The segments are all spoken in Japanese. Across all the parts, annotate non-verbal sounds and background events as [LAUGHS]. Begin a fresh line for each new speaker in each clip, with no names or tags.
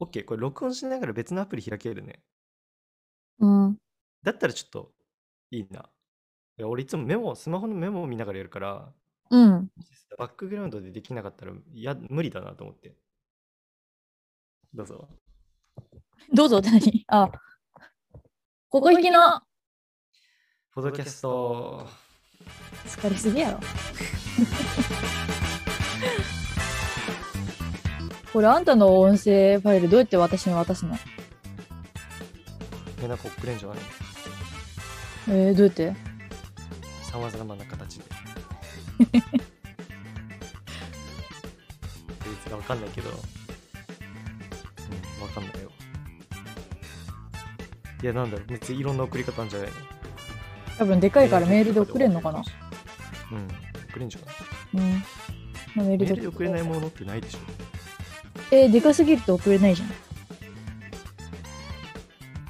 OK、これ録音しながら別のアプリ開けるね。
うん。
だったらちょっといいな。いや俺いつもメモ、スマホのメモを見ながらやるから、
うん。
バックグラウンドでできなかったら、いや、無理だなと思って。どうぞ。
どうぞ、何 [LAUGHS] あ、ここ引きの。
ポドキャスト。
疲れすぎやろ。 [LAUGHS] これあんたの音声ファイルどうやって私に渡すの
え、なんか送れんじゃない
えー、どうやって
さまざまな [LAUGHS] 形で。いつかわかんないけど、うん、わかんないよ。いや、なんだろう、別にいろんな送り方あるんじゃないの
多分でかいからメールで送れんのかな
うん、送れんじゃない
うんまあメー
メ
ルで
ールで送れないものってないでしょ。
えー、でかすぎると送れないじゃん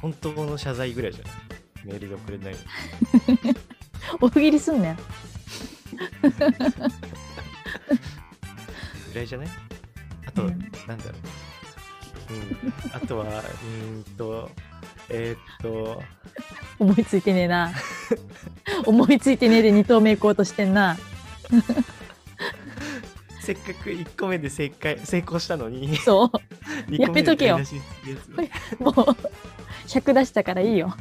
本当の謝罪ぐらいじゃないメールで送れないの。
大喜利すんねん
ぐらいじゃないあと、
うん
なんだろう。うん、あとは、うーんと、えー、っと、
思いついてねえな [LAUGHS] 思いついてねえで2投目行こうとしてんな
せっかく1個目で正解成功したの
[LAUGHS]
に、
そ
2個目
やめと
で
けよ
台無しにするやつ
はいうもう100出したからいいよ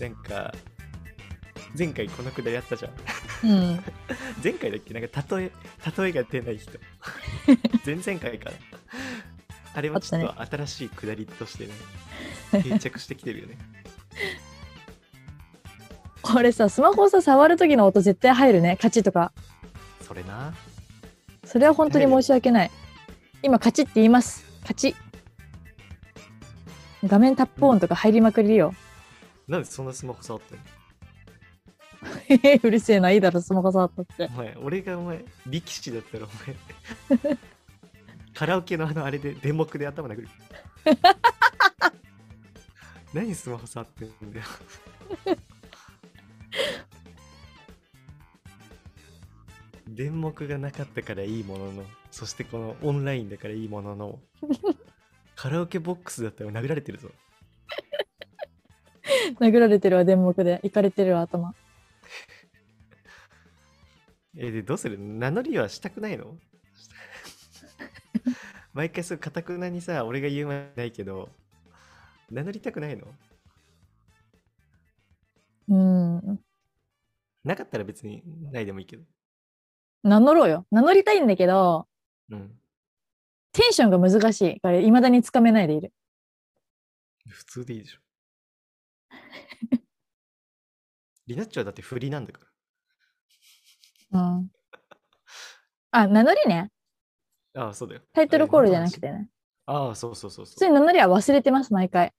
なんか、前回このくだりあったじゃん。
うん
前回だっけなんか例え、例えが出ない人。前々回から。あれはちょっ
あ
と新しいくだりとしてね、定着してきてるよね。
これさスマホさ触る時の音絶対入るねカチッとか
それな。
それは本当に申し訳ない今カチッって言いますカチッ画面タップ音とか入りまくりよ、 [LAUGHS]
なんでそんなスマホ触ってんの
うるせえないいだろスマホ触ったって
お前、俺がお前、力士だったらお前、カラオケのあのあれで、電目で頭殴る。何スマホ触ってんだよ。電目がなかったからいいものの、そしてこのオンラインだからいいものの、カラオケボックスだったら殴られてるぞ。
殴られてるわ電目でいかれてるわ頭
え、で、どうする名乗りはしたく
[LAUGHS]
ないの毎回そう、かたくなにさ、俺が言うまでないけど、名乗りたくないの
うん
なかったら別にないでもいいけど。
名乗ろうよ名乗りたいんだけど
うん。
テンションが難しいからいまだにつかめないでいる
普通でいい
[LAUGHS]
でしょ。リナッチョはだって振りなんだか
うんあ名乗りね
ら。ああ、そうだよ。
タイトルコールじゃなく
て。
てね
ああ、そうそうそう
普
そ
通
う。
に名乗りは忘れてます毎回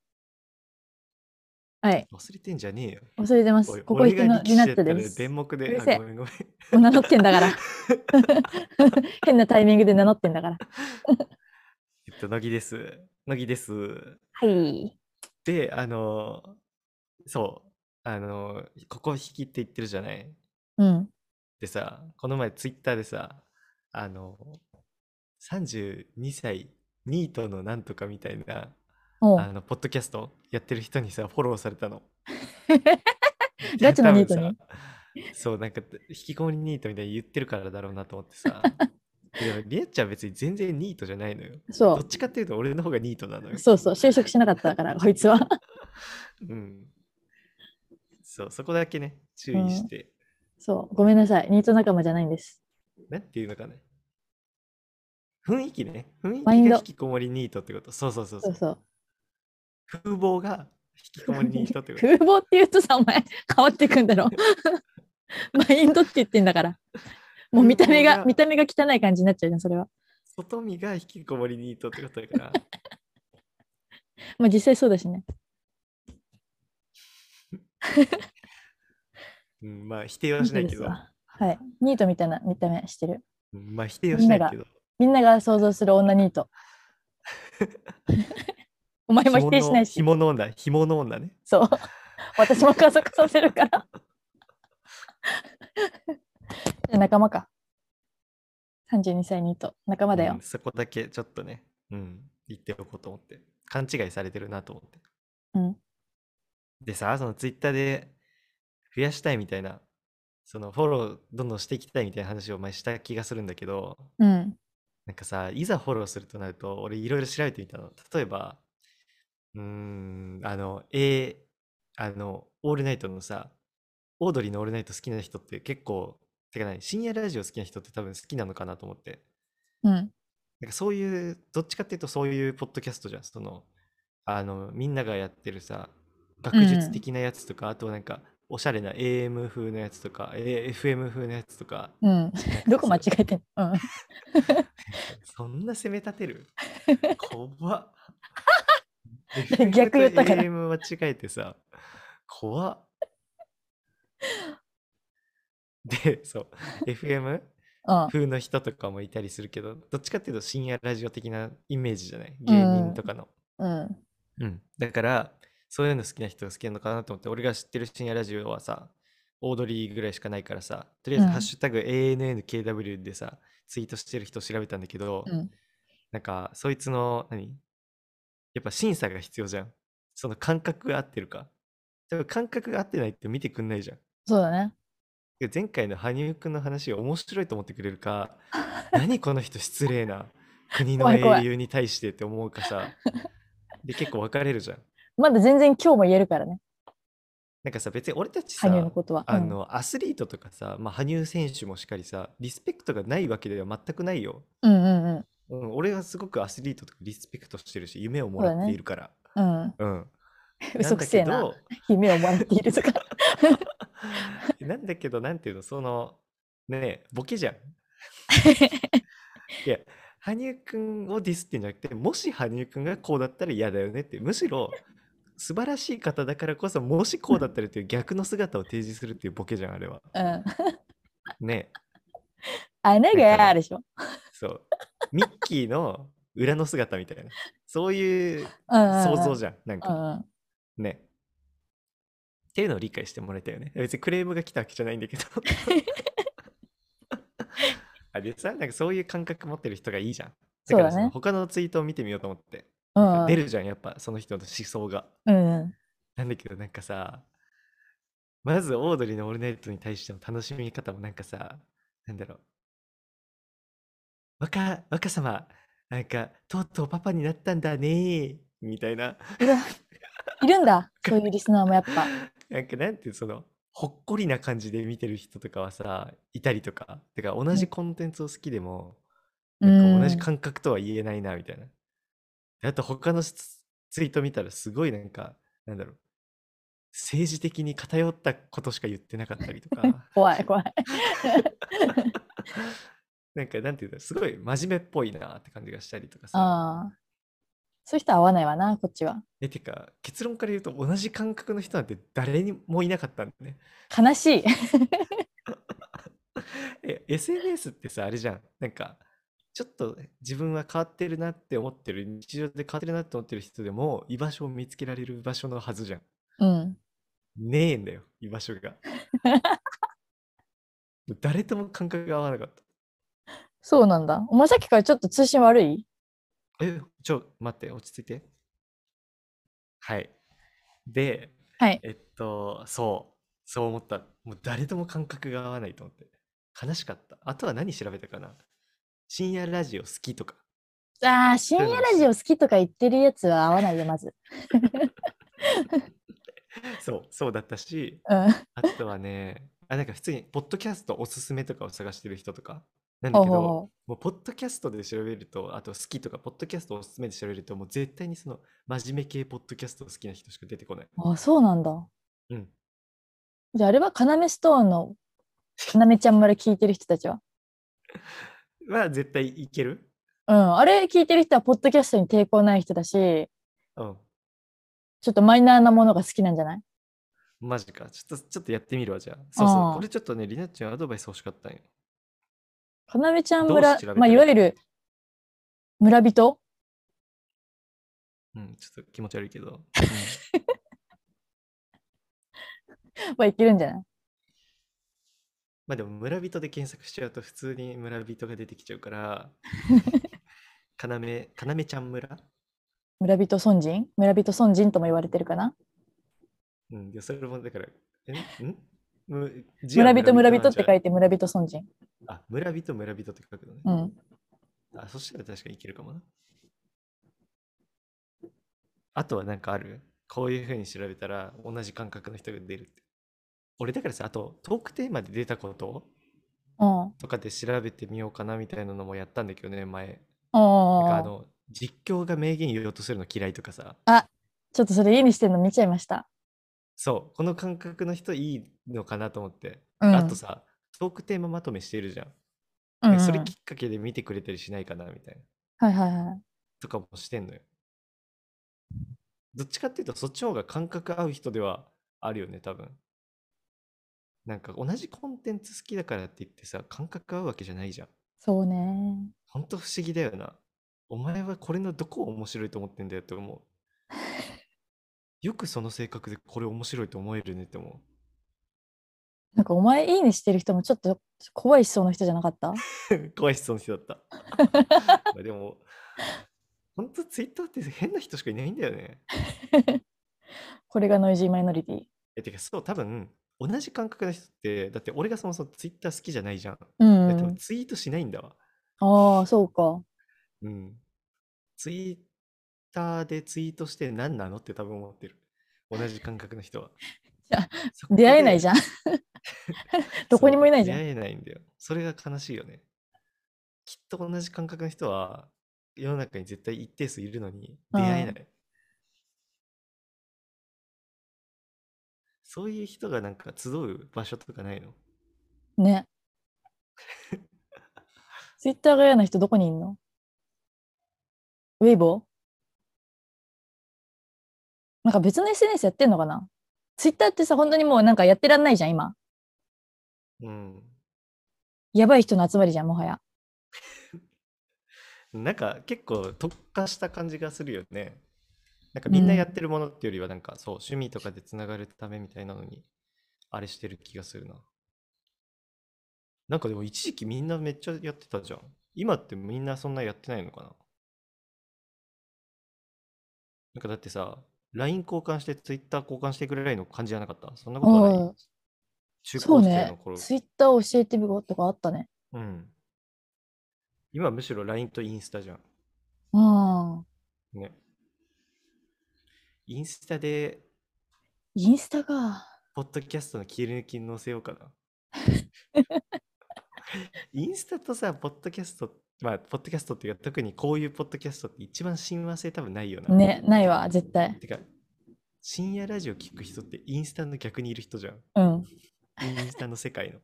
はい
忘れてんじゃねえよ。
忘れてます
おい
ここ
俺
引
が
きの
力
リ
士
ナ
だっ
ッ
た
ト
ら
です
電目
う
で、
る
あ、
せえ
ごめんごめん。
もう名乗ってん
[LAUGHS]
だから変なタイミングで名乗ってんだから
えっと、乃木です。乃木です。
はい
で、あのー、そう、あのー、ここ引きって言ってるじゃない
うん
でさ、この前ツイッターでさ、あのー、32歳ニートのなんとかみたいな、
お
あ
う
の、ポッドキャストやってる人にさ、フォローされた
[LAUGHS]
の。
ガチのニート
多
に
分さそう、なんか、引きこもりニートみたいに言ってるからだろうなと思って
[LAUGHS]
さ。でも、リアちゃん別に全然ニートじゃないのよ。ど
そ
っちかっていうと、俺の方がニートなのよ
う。そうそう就職しなかっ
[LAUGHS]
たからこいつは
うん。そう、そこだけね、注意して。
そうごめんなさいニート仲間じゃないんです
なんていうのかね。雰囲気ね。雰囲
マイ
気
ン
が
ド
引きこもりニートってこと。そうそうそうそ
そう
う。
そう
風貌が引きこもりニートってこと。
[LAUGHS] 風貌って言うとさお前変わっていくん
[LAUGHS]
だろマインドって言ってんだからもう見た目
風
が見
貌が
た目が汚い感じになっちゃうじゃんそれは
外見が引きこもりニートってことだから。
まあ実際そうだしね
うん、まあ、否定はしないけど。
はいニートみたいな見た目してる
うんまあ、否定はしないけど。
みんなが想像する女ニート [LAUGHS] お前も否定しないし
紐の紐の女、紐の女ね。
そう私も加速させるから [LAUGHS] じゃあ仲間か32歳にと仲間だよ、
うんそこだけちょっとね、うん、言っておこうと思って。勘違いされてるなと思って。
うん
でさ、そのツイッターで増やしたいみたいな、そのフォローどんどんしていきたいみたいな話を前した気がするんだけど、
うん
なんかさ、いざフォローするとなると、俺いろいろ調べてみたの。例えば、うーん、あの、えあの、オールナイトのさ、オードリーのオールナイト好きな人って結構、てか何、深夜ラジオ好きな人って多分好きなのかなと思って。
うん
なんかそういう、どっちかっていうとそういうポッドキャストじゃん。その、あの、みんながやってるさ、学術的なやつとか、あとなんか、おしゃれな AM 風のやつとか、A- FM 風のやつとか、
うん
なんか
[LAUGHS] どこ間違
そう
えてんの、うん、
そんな攻め立てる怖っ。
え [LAUGHS] 逆言ったから
AM 間違えてさ、怖っ。で、そう、FM
うん
風の人とかもいたりするけど、どっちかっていうと深夜ラジオ的なイメージじゃない芸人とかの。
うん
うん、だからそういうの好きな人が好きなのかなと思って俺が知ってる深夜ラジオはさオードリーぐらいしかないからさとりあえず
うん
「ハッシュタグ #ANNKW」でさツイートしてる人を調べたんだけど、
うん
なんかそいつの何やっぱ審査が必要じゃんその感覚が合ってるか多分感覚が合ってないって見てくんないじゃん
そうだね
で前回の羽生くんの話を面白いと思ってくれる
[LAUGHS]
か何この人失礼な国の
怖い怖い
英雄に対してって思うかさで結構分かれるじゃん
まだ全然今日も言えるからね
なんかさ別に俺たちさ
羽生のことは、うん
あのアスリートとかさ、まあ、羽生選手もしっかりさリスペクトがないわけでは全くないよ、
うんうんうん
うん、俺はすごくアスリートとかリスペクトしてるし夢をも
うだね
らっているから
うん、
う,、ん
嘘くせえな夢をもらっているとか
なんだけどなんだけどなんていうのそのねえボケじゃんいや羽生くんをディスってんじゃなくてもし羽生くんがこうだったら嫌だよねってむしろ素晴らしい方だからこそもしこうだったらっていう逆の姿を提示するっていうボケじゃんあれは
[LAUGHS] うん
ねえ
穴があるでしょ
そう。ミッキーの裏の姿みたいな。そういう
想
想像じゃん。なん
う
か
んうん
ね。っていうのを理解してもらえたよね。別にクレームが来たわけじゃないんだ
[LAUGHS]
けど。あでさ、なんかそういう感覚持ってる人がいいじゃん。だから
そうだね
の他のツイートを見てみようと思って。
うん
出るじゃん、やっぱその人の思想が。
うんうん
なんだけどなんかさ、まずオードリーのオールナイトに対しての楽しみ方もなんかさ、なんだろう。若、若様、なんか、とうとうパパになったんだねー、みたいな、
いるいるんだそういうリスナーもやっぱ
なんかなんていうその、ほっこりな感じで見てる人とかはさ、いたりとか、てか同じコンテンツを好きでも、なんか同じ感覚とは言えないな、みたいな。であと他のツツイート見たらすごいなんか、なんだろう。政治的に偏ったことしか言ってなかったりとか、 [LAUGHS]
怖い怖い。
なんかなんていうんだろう、すごい真面目っぽいなって感じがしたりとかさ。
ああ。そういう人合わないわな、こっちは。
え、てか、結論から言うと同じ感覚の人なんて誰にもいなかったんだね。
悲しい。
え、SNS ってさ、あれじゃん。なんか、ちょっと自分は変わってるなって思ってる、日常で変わってるなって思ってる人でも、居場所を見つけられる場所のはずじゃん。
うん。
ねえんだよ、居場所が。もう誰とも感覚が合わなかった。
そうなんだ。お前さっきからちょっと通信悪い
え、ちょ、待って、落ち着いて。はい。で、
はい。
えっと、そう、そう思った。もう誰とも感覚が合わないと思って。悲しかった。あとは何調べたかな深夜ラジオ好きとか。
ああ、深夜ラジオ好きとか言ってるやつは合わないよ、まず。
そう、そうだったし、
うん。
あとはね、あ、なんか普通に、ポッドキャストおすすめとかを探してる人とか。なんだ
ほう
けど、
ほ
もうポッドキャストで調べると、あと好きとか、ポッドキャストおすすめで調べると、もう絶対にその真面目系ポッドキャスト好きな人しか出てこない。
うほうあそうなんだ。
うん。
じゃあ、あれは要ストーンの要ちゃんまで聞いてる人たちは。
まあ絶対いける
うん。あれ聞いてる人は、ポッドキャストに抵抗ない人だし、
うん。
ちょっとマイナーなものが好きなんじゃない
マジか。ちょっと、ちょっとやってみるわ、じゃあ。そうそ
あ
う。
あ
これちょっとね、りなちゃんアドバイス欲しかったんよ。
要ちゃん
どう
村
して調べた、ら
まあ、
いい
いわゆる村人
うん、ちょっと気持ち悪いけど。
はいけるんじゃない
まあでも村人で検索しちゃうと普通に村人が出てきちゃうから、かなめ、かなめちゃん村
村人村人村人村人とも言われてるかな
うん、でそれもだから、え
[LAUGHS]
んむ字は
村人村人って書
なんじ
いて村人村人。
ゃあ、村人村人って書くのね。
うん。
あ、そしたら確かにいけるかもな。あとはなんかあるこういうふうに調べたら同じ感覚の人が出るって。俺だからさ、あとトークテーマで出たこと
うん。うん
とかで調べてみようかなみたいなのもやったんだけどね、前。なんかあ
あ
の、実況が名言言おうとするの嫌いとかさ。
ちょっとそれ家にしてるの見ちゃいました。
そう、この感覚の人いいのかなと思って。
うん
あとさ、トークテーマまとめしてるじゃん。
うん、うん。
それきっかけで見てくれたりしないかなみたいな。
はいはいはい。
とかもしてんのよ。どっちかっていうと、そっちの方が感覚合う人ではあるよね、多分。なんか同じコンテンツ好きだからって言ってさ、感覚合うわけじゃないじゃん。
そうね。
ほんと不思議だよな。お前はこれのどこを面白いと思ってんだよって
[LAUGHS]
思う。よくその性格でこれ面白いと思えるねって思
なんかお前いいねしてる人もちょっと怖いしそうな人じゃなかった
う。怖い質問人だ
[LAUGHS]
った。まあでも、ほんとツイッターって変な人しかいないんだよね。
これがノイジーマイノリティ。
え、てか、そう、多分、同じ感覚の人って、だって俺がそもそもツイッター好きじゃないじゃん。
う
で多分
ん。
ツイートしないんだわ。
ああ、そうか。
うん。ツイッターでツイートして何なのって多分思ってる。同じ感覚の人は。
[LAUGHS] じゃあ出会えないじ
ゃん。
ゃん。どこにもいないじゃん
そう出会えないんだよ。それが悲しいよね。きっと同じ感覚の人は、世の中に絶対一定数いるのに、出会えない。そういう人がなんか集う場所とかないの
ね。ツイッターが嫌な人どこにいんのウェイボーなんか別の SNS やってんのかなツイッターってさ、本当にもうなんかやってらんないじゃん、今。
うん。
やばい人の集まりじゃん、もはや。
なんか結構特化した感じがするよね。なんかみんな
うん
やってるものっていうよりはなんかそう趣味とかでつながるためみたいなのにあれしてる気がするな。なんかでも一時期みんなめっちゃやってたじゃん。今ってみんなそんなやってないのかななんかだってさ、LINE 交換して Twitter 交換してくれないの感じじゃなかったそんなことは
う
なんい中
そ
高
う
生
ね
の頃。。
ツイッター教えてみろとかあったね。
うん。今むしろ LINE とインスタじゃん。
うん。
ね。インスタで、
インスタか。
ポッドキャストの切り抜きに載せようかな。インスタとさ、ポッドキャスト、まあ、ポッドキャストっていうか、特にこういうポッドキャストって一番親和性多分ないよな。
ね、ないわ、絶対。
てか、深夜ラジオ聞く人ってインスタの逆にいる人じゃん。
うん。
インスタの世界の。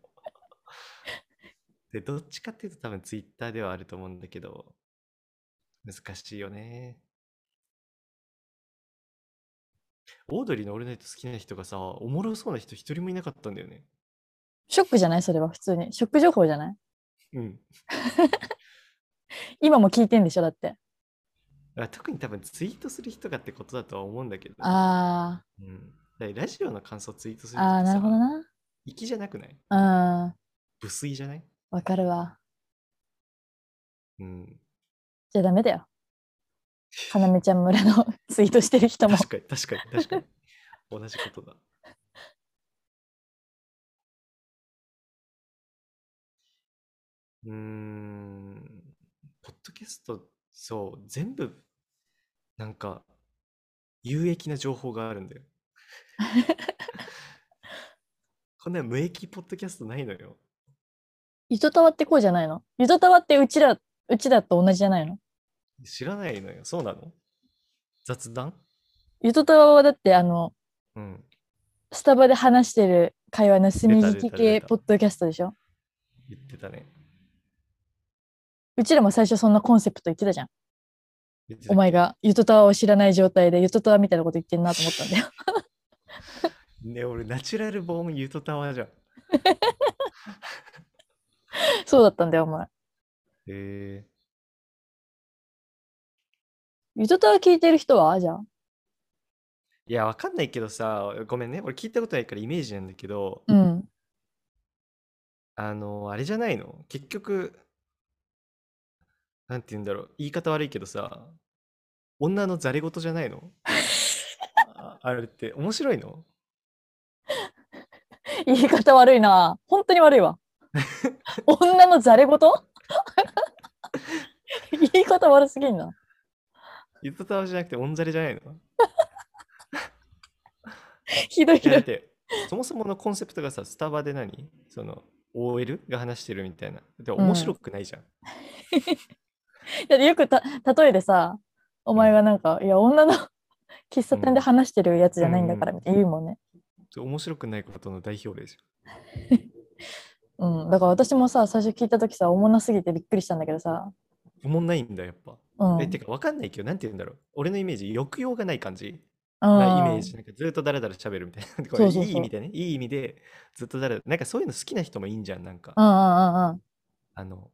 で、どっちかっていうと多分ツイッターではあると思うんだけど、難しいよね。オードリーのオールナイト好きな人がさ、おもろそうな人一人もいなかったんだよね。
ショックじゃないそれは普通に。ショック情報じゃない
うん。
今も聞いてんでしょだって。
だから特に多分ツイートする人がってことだとは思うんだけど、
あ
うん、だからラジオの感想ツイートする
あ、
人っ
ああ、
て
なるほど
さ、
な。
粋じゃなくない
うん。
無粋じゃない
わかるわ。
うん。
じゃあダメだよ。かなめちゃん村の [LAUGHS] ツイートしてる人も。
確かに確かに確かに同じことだうーんポッドキャストそう全部なんか有益な情報があるん
[LAUGHS]
だよこんな無益ポッドキャストないのよ
ゆとたわってこうじゃないのゆとたわってうちら、うちらと同じじゃないの
知らないのよそうなの雑談
ゆとたわはだってあの、
うん
スタバで話してる会話盗み聞
出た出た
き
出
系
た
ポッドキャストでしょ
言ってたね
うちらも最初そんなコンセプト言ってたじゃん。
言ってた
お前がゆとたわを知らない状態でゆとたわみたいなこと言ってんなと思ったんだ [LAUGHS] よ。
ね俺ナチュラルボーンユートタワーじゃん
そうだったんだよ、お前。
へえ
ゆとたわ聞いてる人はじゃあ。
いや、わかんないけどさ、ごめんね。俺聞いたことないからイメージなんだけど、
うん。
あの、あれじゃないの結局、なんて言うんだろう。言い方悪いけどさ、女のざれ言じゃないのああれって面白いの
言い方悪いな。本当に悪いわ。女のざれ
[LAUGHS]
言言い方悪すぎんな。
言い方悪いじゃなくて、オンざれじゃないの
ひどい
い
ひ
や
ど
だっ
い。 [LAUGHS]
て、そもそものコンセプトがさ、スタバで何その、OL が話してるみたいな。で
ん
面白くないじゃん。
だってよくた例えでさ、お前がなんか、いや、女の [LAUGHS] 喫茶店で話してるやつじゃないんだから
うん
みたいな言うもんね。
ちょ面白くないことの代表例じ
うん。だから私もさ、最初聞いたときさ、おもんなすぎてびっくりしたんだけどさ。
ゃん。おもんないんだ、やっぱ。
うん。
え、てか、わかんないけど、なんて言うんだろう。俺のイメージ、抑揚がない感じなイ
うん
メージ。なんかずっとだらだら喋るみたいな。こ
そ
れ
うそうそう
いい意味でね。いい意味で、ずっとだらなんかそういうの好きな人もいいんじゃん。なんか、
うんうんうんうん。
あの、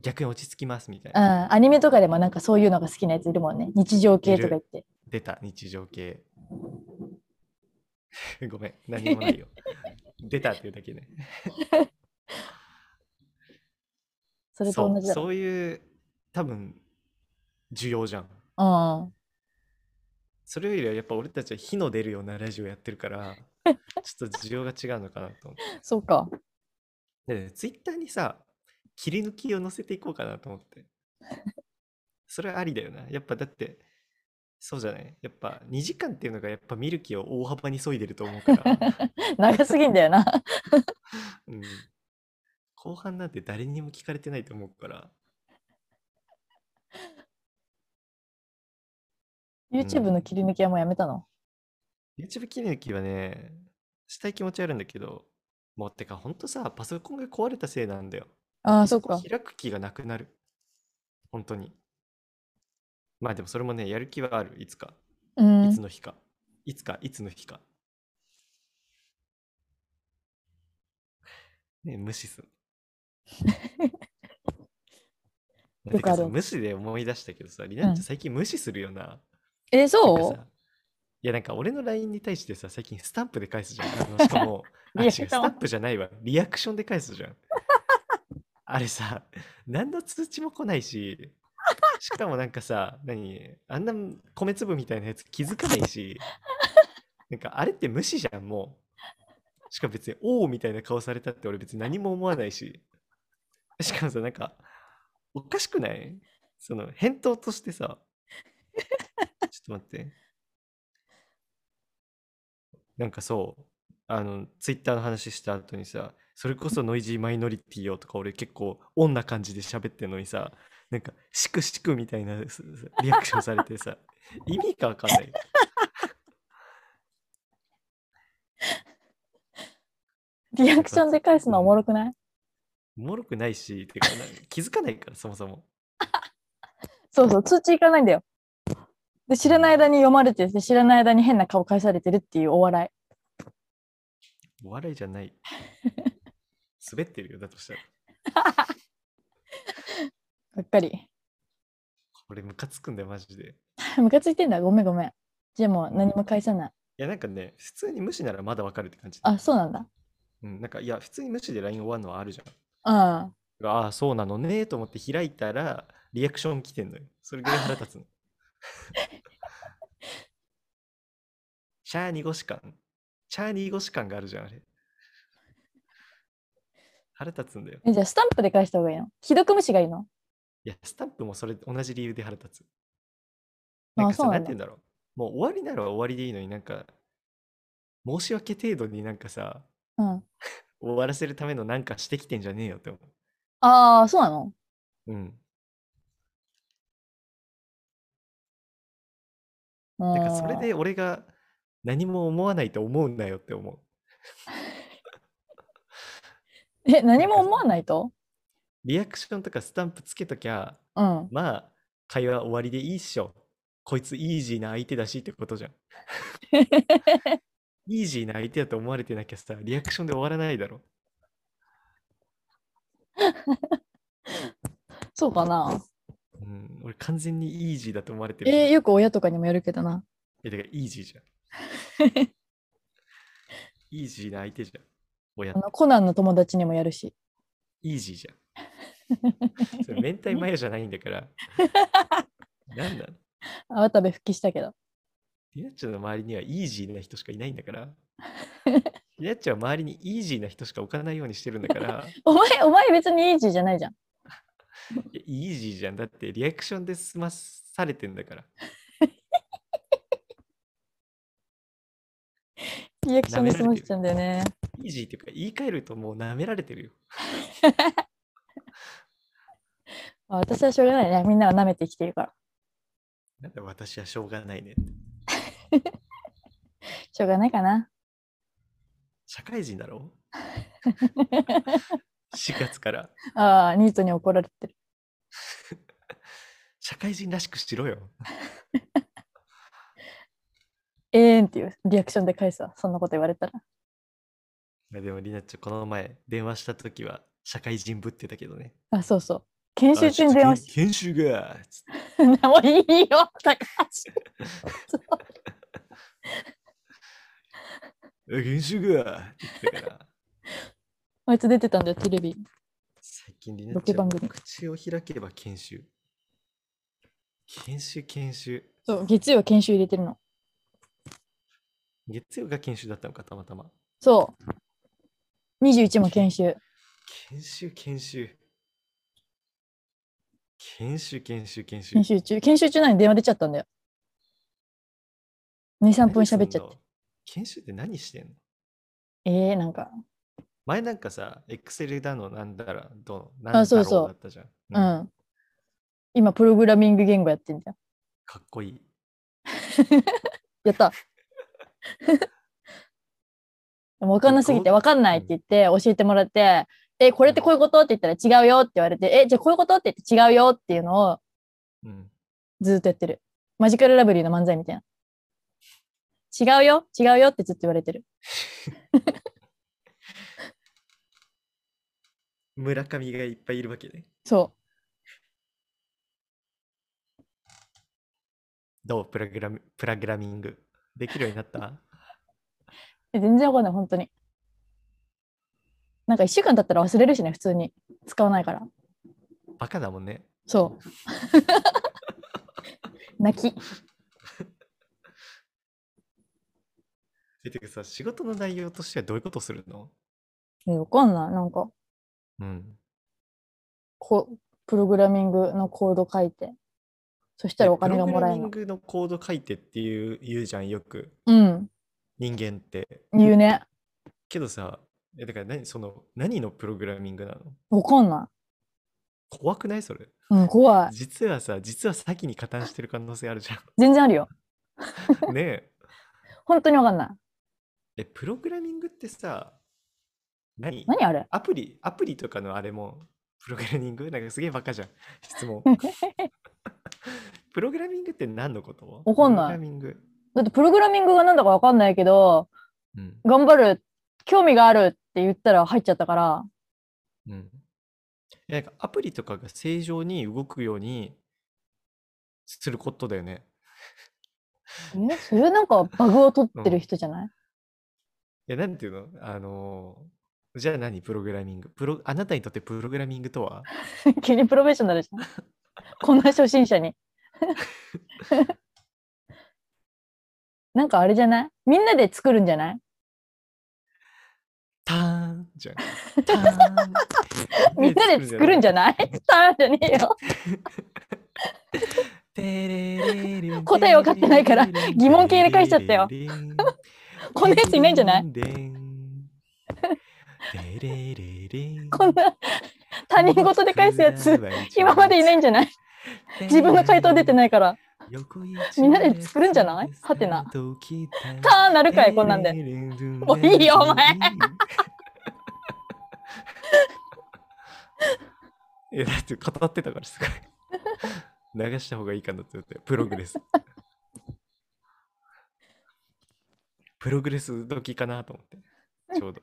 逆に落ち着きますみたいな。
あアニメとかでもなんかそういうのが好きなやついるもんね。日常系とか言って。
出た、日常系。 [LAUGHS] ごめん、何もない
[LAUGHS]
よ。出たっていうだけね。
それ
そ
と同
う、
じだ。
そういう、多分、需要じゃん。
うん。
それよりはやっぱ俺たちは火の出るようなラジオやってる
[LAUGHS]
から、ちょっと需要が違うのかなと思って。
そうか。
で、ツイッターにさ、切り抜きを載せていこうかなと思って。それはありだよな。やっぱだって、そうじゃない。やっぱ2時間っていうのがやっぱミルキーを大幅に削いでると思う
[LAUGHS]
から、
長すぎんだよな。
うん、後半なんて誰にも聞かれてないと思うから、
YouTube の切り抜きはもうやめたの。
YouTube 切り抜きはね、したい気持ちはあるんだけど、もうてかほんとさ、パソコンが壊れたせいなんだよ。
ああ、そ
そ
っ
こ
か。
開く気がなくなる。本当に。まあでもそれもね、やる気はある。いつか。
う
い
ん
つ。の日か。いつか、いつの日か。ね、無視する。
[LAUGHS] よ
て
く
か
ある
さ無視で思い出したけどさ、リナッ
うん
チ最近無視するよな。
え、
なん
そ
かさいやなんか俺の LINE に対してさ、最近スタンプで返すじゃん。あのしかも、あ
リ
違
ア
う、
クション
スタンプじゃないわ。リアクションで返すじゃん。あれさ、何の通知も来ないし、しかもなんかさ、何、あんな米粒みたいなやつ気づかないし、なんかあれって無視じゃん、もう。しかも別に、おおみたいな顔されたって俺別に何も思わないし。 [LAUGHS] しかもさ、なんか、おかしくないその、返答としてさ、ちょっと待って。なんかそう、あの、ツイッターの話した後にさ、それこそノイジーマイノリティよとか、俺結構、オンな感じで喋ってんのにさ、なんか、シクシクみたいなすすリアクションされてさ、 [LAUGHS] 意味がわかんない。
う。リアクションで返すのおもろくない
おもろくないし、てか、な気づかないから、そもそも。
[LAUGHS] そうそう、通知いかないんだよ。で、知らない間に読まれてて、知らない間に変な顔返されてるっていうお [LAUGHS] 笑
お笑いじゃない。滑ってるよ、だとしたら。
い。ばっかり。
これムカつくんだよ、マジで。い
ムカついてんだ。ごめんごめん。じゃあもう何も返さない。
や、なんかね、普通に無視ならまだわかるって感じ。
あ、そうなんだ。
うん、なんか、いや、普通に無視で LINE 終わるのはあるじゃん。
うん。
ああ、そうなのねと思って開いたら、リアクション来てんのよ。それぐらい腹立つ
[LAUGHS]
の。チャーニゴシ感。チャーニゴシ感があるじゃん、あれ。腹立つんだよ。
えじゃあスタンプで返した方がいいの既読無視がいいの
いや、スタンプもそれ同じ理由で腹立つ。
あ
なんかさ、
そう
な
な
んん
だ
て言うんだろう。もう終わりなら終わりでいいのになんか、申し訳程度になんかさ、
うん。
終わらせるためのなんかしてきてんじゃねえよって思
ああ、そうなの
う。うん。
うん。
だからそれで俺が何も思わないと思うんだよって思う。
え、何も思わないと
リアクションとかスタンプつけときゃ、
うん。
まあ、会話終わりでいいっしょ。こいつイージーな相手だしってこと
[LAUGHS]
じゃん。イージーな相手だと思われてなきゃさ、リアクションで終わらないだろ。
そうかな。
うん、俺完全にイージーだと思われてるじゃん。
えーよく親とかにもやるけどな。
え、だからイージーじゃん。
[LAUGHS]
イージーな相手じゃん。親
あのコナンの友達にもやるし。
イージーじゃん。それ明太マヨじゃないんだ
[LAUGHS]
から。なんなの
泡食べ復帰したけど。
ピナッチョの周りにはイージーな人しかいないんだ
[LAUGHS]
から。ピナッチョは周りにイージーな人しか置かないようにしてるんだから。
お前、お前別にイージーじゃないじゃん。
いやイージーじゃん。だってリアクションで済まされてんだから。
リアクションで済ませちゃうんだよね。
イージーっていうか言い換えるともう舐められてるよ。
あ私はしょうがないね。みんなが舐めて生きてるから。
なんで私はしょうがないねって。
しょうがないかな。
社会人だ
[LAUGHS]
ろ4月から
ああ、ニートに怒られてる。
社会人らしくしろよ。
ええんっていうリアクションで返すわ。そんなこと言われたら。
いやでもりなっちょこの前電話した時は社会人ぶってたけどね。
あ、そうそう。研修中に電話し
あちょっと研研修がつって
て、 [LAUGHS] もういいよ、高橋。
え研修がって言ってたから。
あいつ出てたんだよ、テレビ。
最近りな
ロ
っち
ケ
ゃ
番
ん
組
口を開けば研修。研修研修。
そう、月曜研修入れてるの。
月曜が研修だったのかたまたま。
そう。21も研修。
研修研修。研修研修研修
研。修中。研修中なのに電話出ちゃったんだよ。2、3分喋っちゃって。
て。研修って何してんの
ええなんか、
前なんかさ、エクセルだの、なんだら、どうの、
あそう
なんだろ
そう
だったじゃん。
う
うん。
ん。今、プログラミング言語やってんじゃん。
かっこいい。
やった。 [LAUGHS] でも分かんなすぎて分かんないって言って教えてもらって、え、これってこういうことって言ったら違うよって言われて、え、じゃあこういうことって言って違うよっていうのを
うん。
ずっとやってる。マジカルラブリーの漫才みたいな。違うよ違うよってずっと言われてる。
村上がいっぱいいるわけね。
そ
どうプラグラミプラグラミング。できるようになった
う。え全然分かんない、本当に。なんか1週間経ったら忘れるしね、普通に。使わないから。
バカだもんね。 [LAUGHS]
そう。泣き。
えてかさ、仕事の内容としてはどういうことするの
え分かんない。なんか、
うん。
こうプログラミングのコード書いて、そしたらお金がもらえる
プ。ログラミ
の
ングのコード書いてっていう言うじゃん、よく。
うん。
人間って。
言うね。
けどさ、えだから何その何のプログラミングなの
わかんな
怖くないそれ。
い。うん、怖い。
実はさ、実は詐欺に加担してる可能性あるじゃ
全然あるよ。 [LAUGHS]
ん。ねえ。
本当にわかんない。
え、プログラミングってさ、何
何あれ
アプリ、アプリとかのあれも、プログラミングなんかすげえバカじゃん。質
[LAUGHS]
問。プログラミングって何のこと
わかん
プログ
ない
ラミング。
だってプログラミングがなんだかわかんないけど、
うん。
頑張る、興味があるって言ったら入っちゃったから、
うん。えなんかアプリとかが正常に動くようにすることだよね。
え、それなんかバグを取ってる人じゃない、
いや、なんていうのあのーじゃあ何プログラミングプロあなたにとってプログラミングとは
急にプロフェッショナルじゃん。こんな初心者 [LAUGHS] に。なんかあれじゃないみんなで作るんじゃない
ターンじゃん。ターン
みんなで作るんじ
ゃ
ゃないターンじゃねえよ。
ん
答え分かってないから疑問形で返しちゃったよ。こんなやついないんじゃないこんな他人事で返す [LAUGHS] やつ、今までいないんじゃない自分の回答出て
い。
ないから。
み
みんなで作るんじゃないはてなターンなるかい、こんなんで。もういいよお前
いやだって語ってたからすごい流した方がいいかなって思ってプログレ
[LAUGHS]
スプログレス時かなと思ってちょうど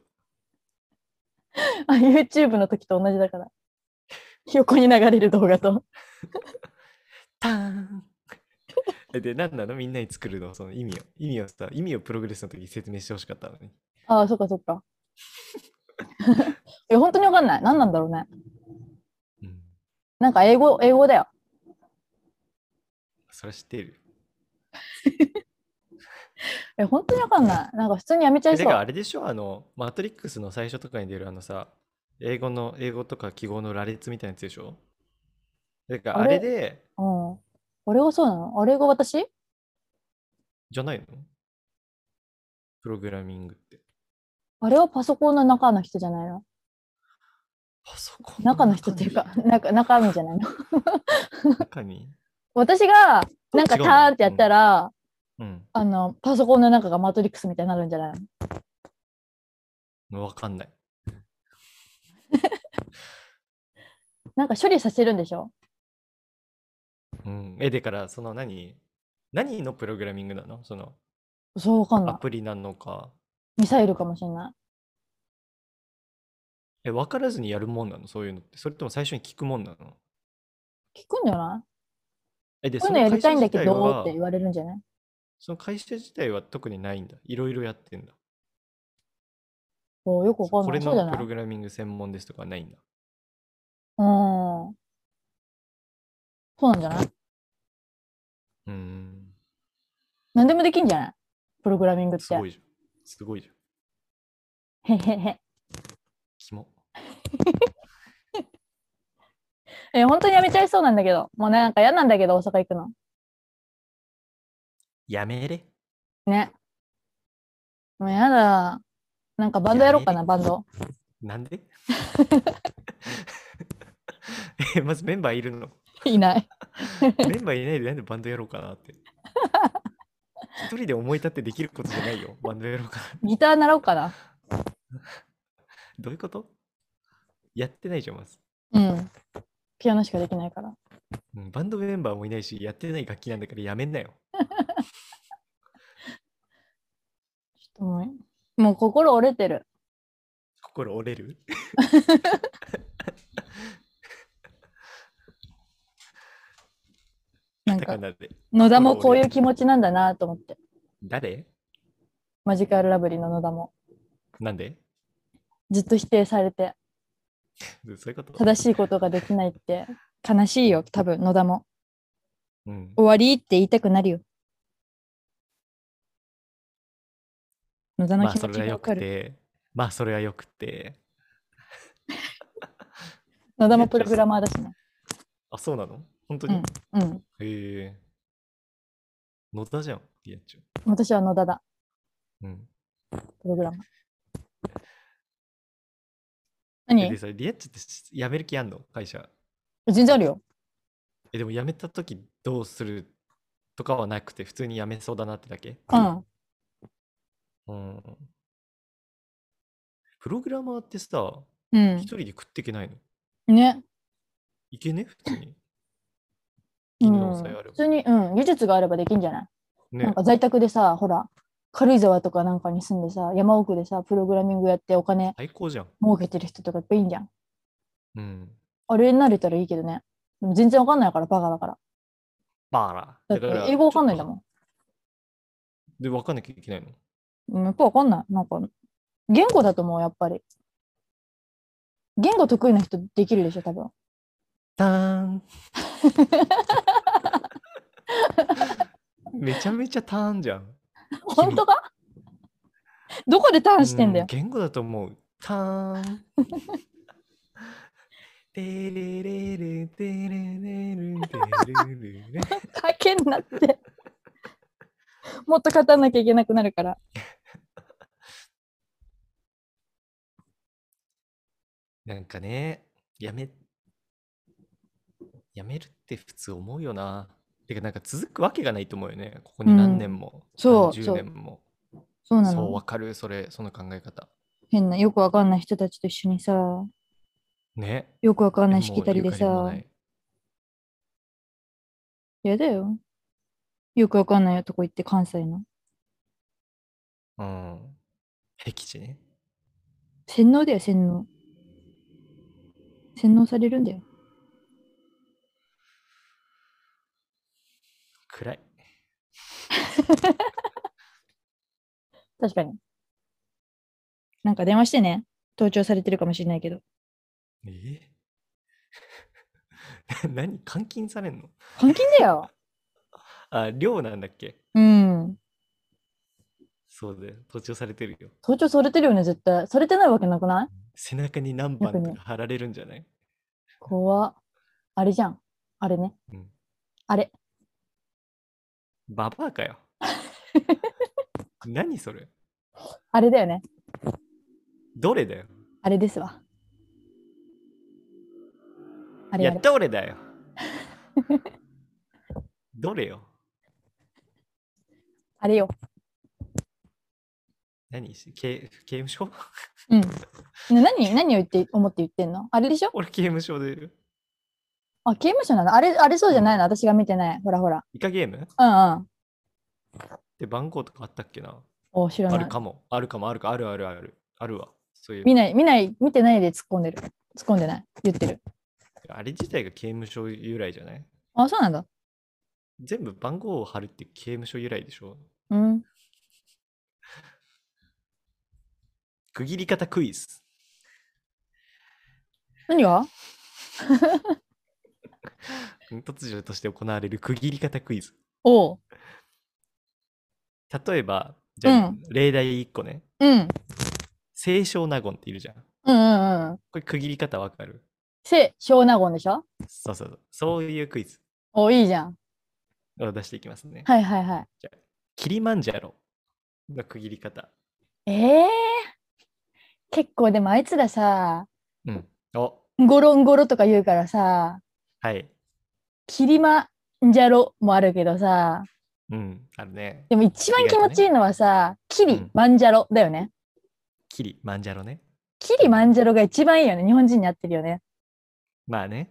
あ YouTube の時と同じだから。横に流れる動画と。
ター
[LAUGHS]
ンえで何なのみんなに作るのその意味を意味をさ意味をプログレスの時に説明してほしかったのに
ああ、そっかそっか。 [LAUGHS] え、本当にわかんない。何なんだろうね。
うん。
なんか英語、英語だよ。
それは知っている。
え、本当にわかんない。なんか普通にやめちゃ
え
い
て
そ
かあ
う。
れでしょあの、マトリックスの最初とかに出るあのさ、英語の、英語とか記号の羅列みたいなやつでしょてか
あ
あれ
れ
で、
うん。あれがそうなのあれが私
じゃないのプログラミングって。
あれはパソコンの中の人じゃないの
パソコン
中の人っていうか、なんか中身じゃないの
中に
[LAUGHS] 私が、なんか
違う
タ
の
ーンってやったら、
うん。
あの、パソコンの中がマトリックスみたいになるんじゃないの
わかんない。
なんか処理させるんでしょ
うん。え、でから、その何何のプログラミングなのその
そうわかん
ア
な
プリなのか。
い。ミサイルかもしれない。
え、分からずにやるもんなのそういうのって。それとも最初に聞くもんなの
聞くんじゃない
え、で、
こう
そう
いのやりたいんだけ
会社自体
ど
は
って言われるんじゃない
その会社自体は特にないんだ。いろいろやってんだ。
およくわか
こ
んな
れ
い。そうじゃ
のプ
ない
ログラミング専門ですとかないんだ。
うん。そうなんじゃない
うん。
何でもできんじゃないプログラミングっ
す
て。
ごいじゃん。すごいじゃん。
へへへ。
キモ。
え、本当にやめちゃいそうなんだけど。もうね、なんか嫌なんだけど、大阪行くの。
やめれ。
ね。もうやだ。なんかバンドやろうかな、
やめれ
バンド。 [LAUGHS]
なんでえ、まずメンバーいるの
いない。
メンバーいないでなんでバンドやろうかなって。一人で思い立ってできることじゃないよ。バンドやろうかな。
ギター習おうかな。
どういうことやってないじゃん、まず、
うん。ピアノしかできないから。
うんバンドメンバーもいないし、やってない楽器なんだからやめんなよ。
ちょっともう、もう心折れてる。
心折れる
なん
カタカ、
か
ナで。
野田もこういう気持ちなんだなと思って。
誰
マジカルラブリーの野田も。
なんで
ずっと否定されて、
そういうこと
正しいことができないって。悲しいよ、多分、野田も。
うん。
終わりって言いたくなるよ。野田の
まあ
気
そ
持ち
れは
が
よ
わか
く
る。
て、まあそれはよくて。
野田もプログラマーだしね。
あ、そうなの本当に、
うん。
へえ。野田じゃん、リアッチョ。
私は野田だ、
うん。
プログラマー。
えで
何
さ、リアッチョってし辞める気あんの会社。
全然あるよ。
え、でも辞めたときどうするとかはなくて、普通に辞めそうだなってだけ
うん。
うん。プログラマーってさ、
う
一
ん。
人で食っていけないの
ね。
いけね普通に。
う
技能
ん、
さえあれ
普
ば。
通に、うん、技術があればできんじゃない、な
ね
んか在宅でさ、ほら、軽井沢とかなんかに住んでさ、山奥でさ、プログラミングやってお金
最高じゃん。
儲けてる人とかいっぱいいんじゃん。
うん。
あれになれたらいいけどね。でも全然わかんないから、バカだから。
バー
だ
ラ。
って英語わかんないんだ
ん。
もん。
で、わかんなきゃいけないの
うん、やっぱわかんない。なんか、言語だと思う、やっぱり。言語得意な人できるでしょ、多分。
ダーンめちゃめちゃターンじゃん。
本当かどこでターンしてんだ
う
よ。
言語だと思う。ターン。てれれれてれれるてれれれ。
かけんなって。もっと勝たなきゃいけなくなるから。
なんかね、やめ、やめるって普通思うよな。てか、なんか続くわけがないと思うよね。ここに
う
何
ん
年も、
そう
何十
そう
年も。
そうな
そう、
の
わ。かる、それ、その考え方。
変な、よくわかんない人たちと一緒にさ、
ね。
よくわかんない
え
し
もう
きたり
ゆ
で
かりも
さ
な、い
やだよ。よくわかんないとこ行って関西の。
うん。僻地ね。
洗脳だよ、洗脳。洗脳されるんだよ。
暗い。
確かに。なんか電話してね。盗聴されてるかもしれないけど。
えな [LAUGHS] 何監禁されんの
監禁だよ。
あ、寮なんだっけ
うん。
そうだよ。盗聴されてるよ。
盗聴されてるよね、絶対。されてないわけなくない
背中に何番
逆
と
に
か貼られるんじゃない
怖っあれじゃん。あれね。
うん
あれ。
ババアか
[LAUGHS]
よ。何それ
あれだよね。
どれだよ
あれですわ。あれあ
や
れ
っ。た俺だよ。 [LAUGHS] どれよ
あれよ。
何し刑刑務所 [LAUGHS]
うん。ね何何を言って思って言ってんのあれでしょ
俺刑務所で
あ、刑務所なのあれ、あれそうじゃないの私が見てない。ほらほら。
イカゲームっ
うんうん。
て番号とかあったっけな
お、知ら
あ
な
る
い。
かも。あるかもあるかあるあるある。あるわ。そういう。
見ない、見ない、見てないで突っ込んでる。突っ込んでない。言ってる。
あれ自体が刑務所由来じゃない
あ、そうなんだ。
全部番号を貼るって刑務所由来でしょ
うん。
区切り方クイズ。
何が
突如として行われる区切り方クイズ。
おう。
例えば、じゃあ、
うん
例題1個ね。
うん。
清少納言っているじゃん。
うんうんうん。
これ区切り方わかる
せ、小納言でしょ
そうそうそう。そういうクイズ
お、いいじゃん。
を出していきますね。
はいはいはい。
キリマンジャロの区切り方。
ええー。結構でもあいつらさ、
うん。お、
ゴロンゴロとか言うからさ、
はい。
キリマンジャロもあるけどさ、
うん。あるね。
でも一番気持ちいいのはさ、キ
ねう
リ
ん
マンジャロだよね。
キリマンジャロね。
キリマンジャロが一番いいよね。日本人に合ってるよね。
まあね。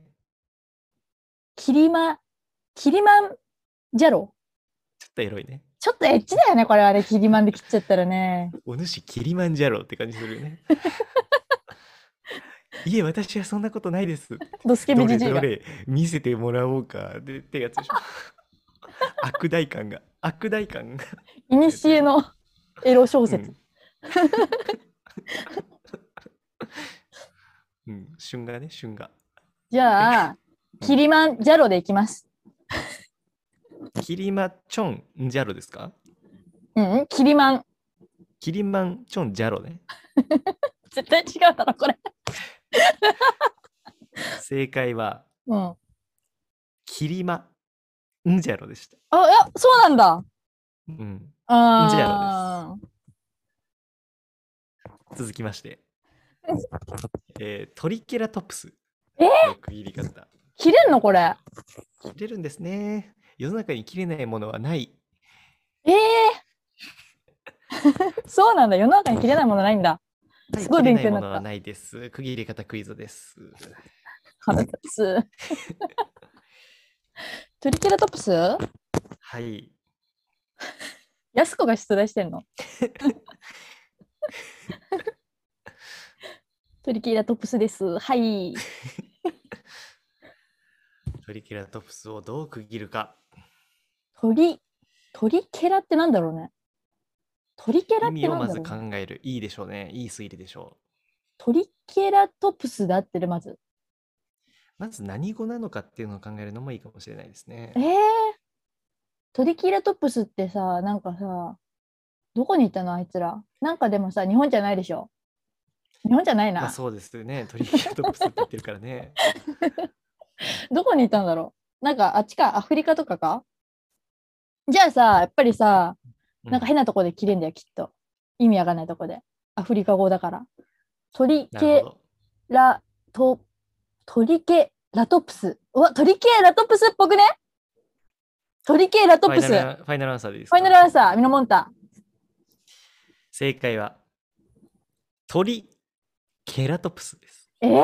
キリマ、キリマンジャロ
ちょっとエロいね。
ちょっとエッチだよね、これはね。キリマンで切っちゃったらね。
お主キリマンジャロって感じするよ [LAUGHS] ね。いえ、私はそんなことないです。
ドスケベ
ど
じ
れ
じい
ど
が。
れ見せてもらおうかでってやつでしょ悪大感が悪大感が、
いにしえのエロ小
う
説。
んうん、旬がね旬が
じゃあ、キリマンジャロでいきます。
キリマチョンジャロですか
うん、キリマン。
キリマンチョンジャロね
絶対違うだろ、これ。
正解は
うん。あ、
キリマンジャロでした、
いや、そうなんだ。
うん、ジャ
あ
続きまして、えートリケラトプス
え
の区切り方、
ー切れんの、これ。
切れるんですね世の中に切れないものはない
ええそうなんだ。世の中に切れないものないんだ。
はい
すごい
切れ
勉強になった
ないものはないです。区切り方クイズです。
腹立つ。トリケラトプス
はい。
安子が出題してんのトリケラトプスです。はい。
トリケラトプスをどう区切るか。
鳥、鳥ケラってなんだろうね。鳥ケラ
意
って
味を
なん
ま
だ
ず
ろう、
考
ね、
える。いいでしょうね。いい推理でしょ
トリケラトプスだってる、まず。
う。まず何語なのかっていうのを考えるのもいいかもしれないですね
え。ー、トリケラトプスってさ、なんかさ、どこに行ったのあいつら。なんかでもさ、日本じゃないでしょ。日本じゃないな。
まあそうですね。 [LAUGHS] トリケラトプスって言ってるから
[LAUGHS]
ね。
どこにいたんだろうなんかあっちかアフリカとかかじゃあさやっぱりさ
う
なんか変なとこで切れんだよきっと意味わかんないとこでアフリカ語だからトリ
なる
ケ
ほど。
ラトトリケラトプスうわトリケラトプスっぽくねトリケラト
ファ
プ
イ
ス
ナ
フ
ル
ァ
アファイナルアンサーでいいです
イナルアンサーミノモンタ
正解は、トリケラトプスです。
えー、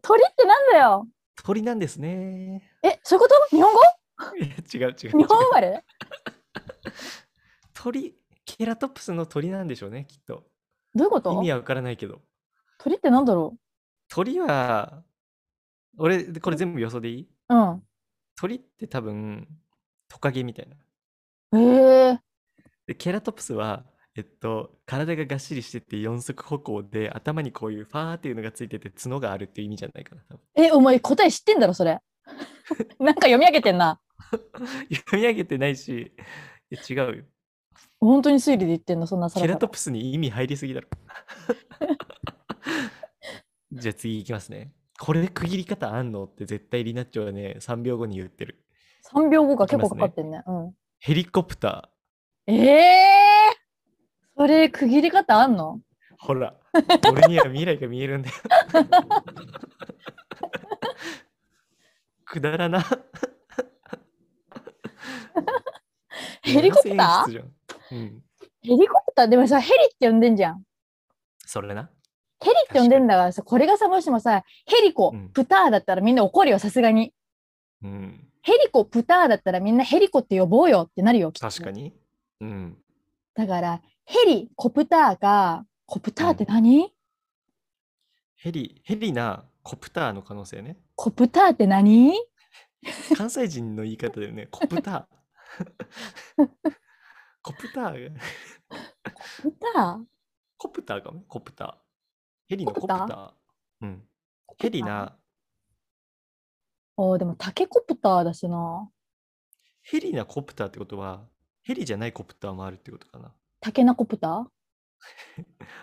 鳥ってなんだよ
鳥なんですね。 [LAUGHS]
えそういうこと日本語
いや違う違う違
日
う。
本生まれ
鳥、ケラトプスの鳥なんでしょうね、きっと。
どういうこ
意
と
味はわからないけど。
鳥ってなんだろ
鳥は、俺、これ全部予想でいいう
うん
鳥って多分、トカゲみたいな。
えー、
で、ケラトプスは、えっと、体ががっしりしてて四足歩行で頭にこういうファーっていうのがついてて角があるっていう意味じゃないかな多分 [LAUGHS]
え、お前答え知ってんだろ、それ。 [LAUGHS] なんか読み上げてんな。
読み上げてないしいや違うよ
本当に推理で言ってんの、そんなさ
ケ
ら
ラ
さら
トプスに意味入りすぎだ
[LAUGHS]
ろじゃあ次いきますねこれで区切り方あんのって絶対リナッチョはね3秒後に言ってる
3秒後か結構
いき
か
ますね
かってんね。うん。
ヘリコプタ
ええー、それ区切り方あんの
ーほら俺には未来が見えるんだよくだらな
ヘリコプタ
ーうん
ヘリコプターでもさ、ヘリって呼んでんじゃん。
それな
ヘリって呼んでんだからさ、これがさ、もしもさ、ヘリコ、
うん
プターだったらみんな怒るよ、さすがに。
うん
ヘリコ、プターだったらみんなヘリコって呼ぼうよってなるよ、きっと
確かにうん
だから、ヘリ、コプターが、コプターって何、
ヘリヘリなコプターの可能性ね
コプターって何
関西人の言い方だよね。コプター。コプターが。
コプター
コプターかも。コプター。ヘリの
コ
コ
プ
プ
タ
タ
ー
ー。うん。ヘリな、
おーでも竹コプターだしな。
ヘリなコプターってことは、ヘリじゃないコプターもあるってことかな。
竹なコプター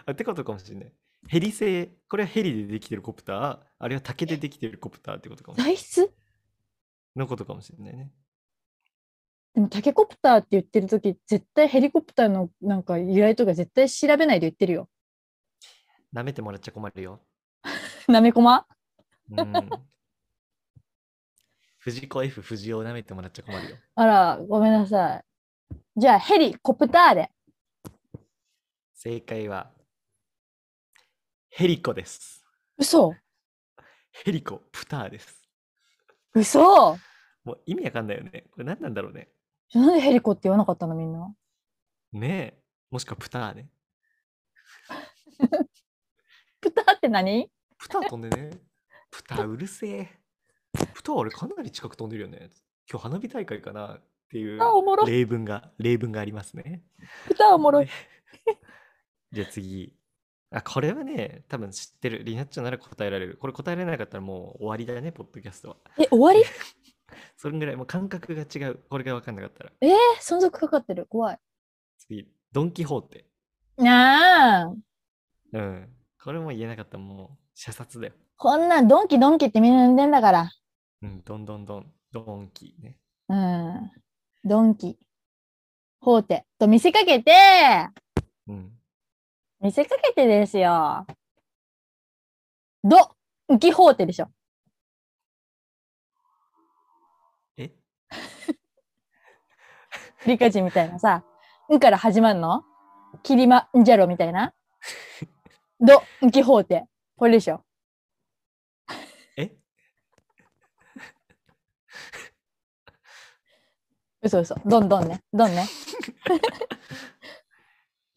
あってことかもしれない。ヘリ製、これはヘリでできてるコプター、あるいは竹でできてるコプターってことかもしれない。
材質
のことかもしれないね。
でも竹コプターって言ってる時絶対ヘリコプターのなんか由来とか絶対調べないで言ってるよ。 [LAUGHS]
舐めてもらっちゃ困るよ。
なめこま
うん。藤子 F 藤尾を舐めてもらっちゃ困るよ。
あら、ごめんなさい。じゃあヘリコプターで。
正解は、ヘリコです。
嘘
ヘリコ、プターです。
嘘
もう意味わかんないよね。これ何なんだろうね。
じゃあなんでヘリコって言わなかったのみんな。
ねえ。もしくはプターね。
プターって何
プター飛んで
[LAUGHS]
ね。プターうるせえ。プターあれかなり近く飛んでるよね。今日花火大会かなっていう
あ、おもろ。
例文が、例文がありますね。
プターおもろい。
じゃあ次。あ、これはね、多分知ってる。リナッチョなら答えられる。これ答えられなかったらもう終わりだね、ポッドキャストは。
え、終わり
それぐらい、もう感覚が違う。これが分かんなかったら。
え、存続かかってる。怖い。
次、ドン・キホーテ。
なあ。
うん。これも言えなかったらもう、射殺だよ。
こんなんドンキドンキってみんな呼んでんだから。
うん、どんどんどん、ドンキね。
うん。ドンキ。ホーテ。と見せかけて、
うん。
見せかけてですよ。ドンキホーテでしょ。
え
リカチみたいなさ、んから始まるのキリマンジャロみたいな。ドンキホーテ。これでしょ。
え
[LAUGHS] 嘘嘘。ドンドンね。ドンね。
こ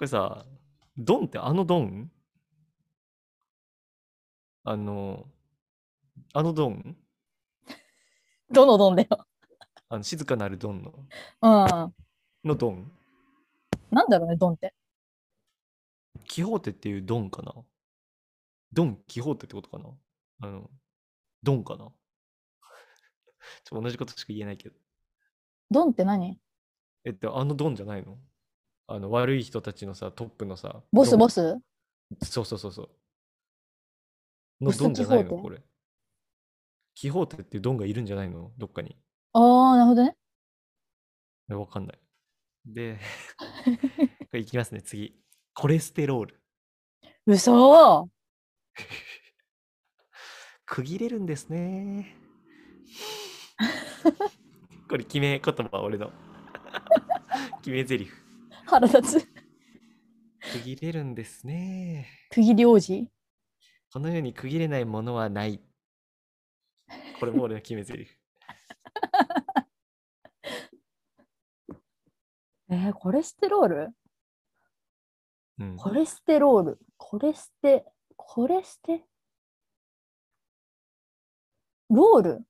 れさ、ドンってあのドンあの、あのドン
どのドンだよ。
あの静かなるドンの、
うん。
のドン
なんだろうね、ドンって。
キホーテっていうドンかなドン・キホーテってことかなあの、ドンかなちょっと同じことしか言えないけど。
ドンって何
えっと、あのドンじゃないのあの、悪い人たちのさ、トップのさ、
ボス
ドン
ボス
そうそうそうそう。
ボ
の
ス
ドンじゃない
キホー
の
テ
これ。キホーテっていうドンがいるんじゃないのどっかに。
ああ、なるほどね。
えわかんない。
[LAUGHS]
で、これいきますね、次。コレステロール。
嘘
区切れるんです
[LAUGHS]
ね。これ決め言葉、俺の。決め台詞。
腹立つ。
区切れるんですね。
区切り王子
この世に区切れないものはない。これも俺の決め台詞。
えー、コレステロール
うん。
コレステロール。コレステ、コレステ、ロール。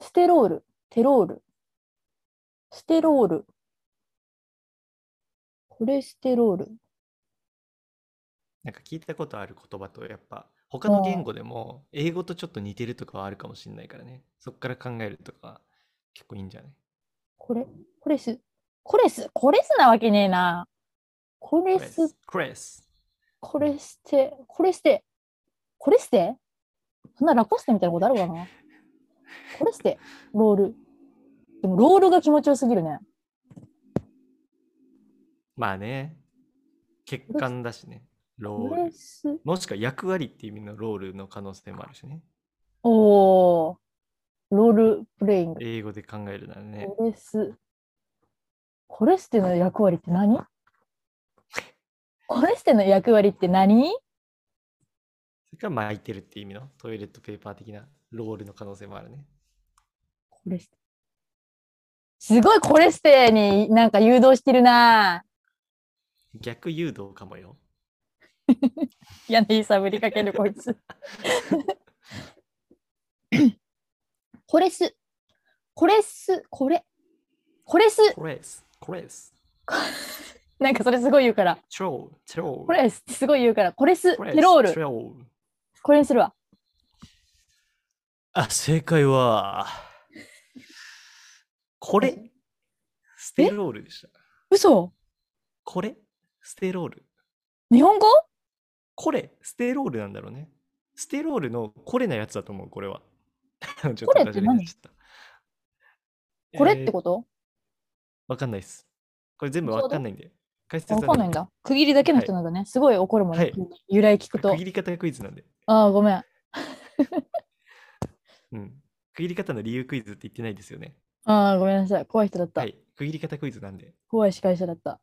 ステロール。テロール。ステロール。コレステロール。
なんか聞いたことある言葉とやっぱ他の言語でも英語とちょっと似てるとかはあるかもしれないからねそこから考えるとか結構いいんじゃない
これ、コレス、コレス、コレスなわけねえな。コレス、
クレス
コレステ、コレステ、コレステそんなラコステみたいなことあるか [LAUGHS] なコレステ、ロール。でもロールが気持ちよすぎるね。
まあね血管だしねロ
コ
ー
レ
ル
ス、
もしくは役割っていう意味のロールの可能性もあるしね
おー、ロールプレイング。
英語で考えるならね
コレス。コレステの役割って何コレステの役割って何
それから巻いてるっていう意味のトイレットペーパー的なロールの可能性もあるね
コレステ。すごいコレステになんか誘導してるな
逆誘導かもよ
嫌な揺さぶりかけるこい [LAUGHS] つ。コレス。コレス。これ。コレス。
コレスコレス
なんかそれすごい言うから。
チョウチョウ
コレスってすごい言うから。コレス。
コレス
テロー
チ
ル。
ョウ
これにするわ。
あ正解はこれステロールでした
嘘
これステロール
日本語
これステロールなんだろうねステロールのこれなやつだと思うこれは [LAUGHS] ちょっと
これっ
ダ
て
ジャレにな
何
ちゃった
これって
えー
こと、
わかんないですこれ全部
ちょうど
わかんないんで解説
あわかんないん
だ
だ。区切りだけの人なんだね。すごい怒るもんね。
はい
由来聞くと
区。切り方がクイズなんで
ああ、ごめん。
うん区切り方の理由クイズって言ってないですよね
ああ、ごめんなさい。怖い人だった。
はい区切り方クイズなんで
怖い司会者だった。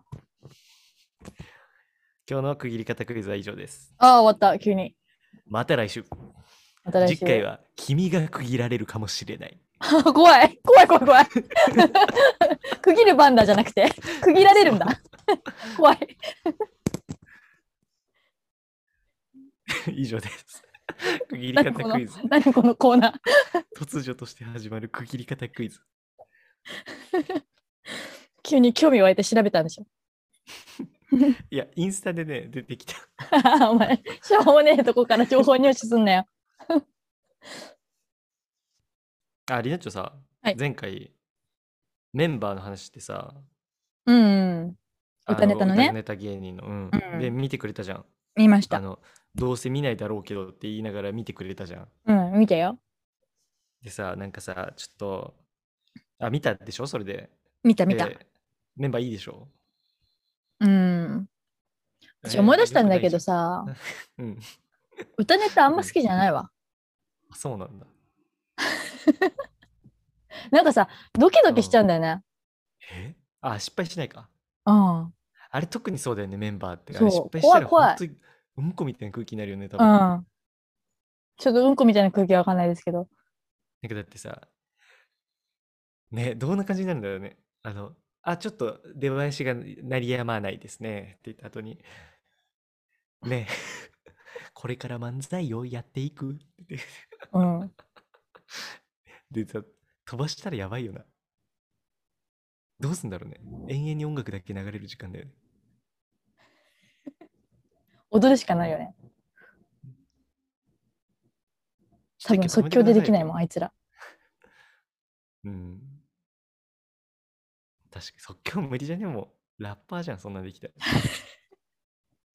今日の区切り方クイズは以上です
ああ、終わった。急に。
また来週
また来週
次回は君が区切られるかもしれない [LAUGHS]
[LAUGHS] 怖い怖い怖い怖い [LAUGHS] 区切る番だじゃなくて区切られる
[LAUGHS]
んだ怖い
以上
[LAUGHS]
です。区切り方
何この
クイズ。
何このコーナー
突如として始まる区切り方クイズ。
急に興味湧いて調べたんでしょ [LAUGHS]
いや、インスタでね、出てきた。
お前しょうもねえとこから情報入手すんなよ
あ、リナッチョさ、
はい
前回メンバーの話してさ、
うん
あ
歌ネタのね
歌ネタ芸人の、うん。
うん
で、見てくれたじゃん。
見まし
あ
た
の、どうせ見ないだろうけどって言いながら見てくれたじゃん。
うん見てよ
でさ、なんかさ、ちょっと、あ、見たでしょそれで。
見た見た、
でメンバーいいでしょ
うん私
えー
思い出したんだけど
よく
さ、
ないじゃん。うん。
歌ネタあんま好きじゃないわ
あそうなんだ。
なんかさドキドキしちゃうんだよね
えあ、失敗しないか。
うん、うん、
あれ特にそうだよね、メンバーって。あ
そう
れ失敗したら
怖い
本当にうんこみたいな空気になるよね、多分。なんか
ちょっとうんこみたいな空気はわかんないですけど
だってさ、ね、どんな感じになるんだろうね。あの、あ、ちょっと出囃子が鳴りやまないですね。って言った後に、ね、 [LAUGHS] これから漫才をやっていくって
うん
でさ、飛ばしたらやばいよな。どうすんだろうね。永遠に音楽だけ流れる時間だよね。
踊るしかないよね
ちょっと
多分
一回
即興でできない
止めてくださよ
もん、あいつら。
うん。確かに即興無理じゃねもうラッパーじゃん、そんなんでき
[LAUGHS]
たら。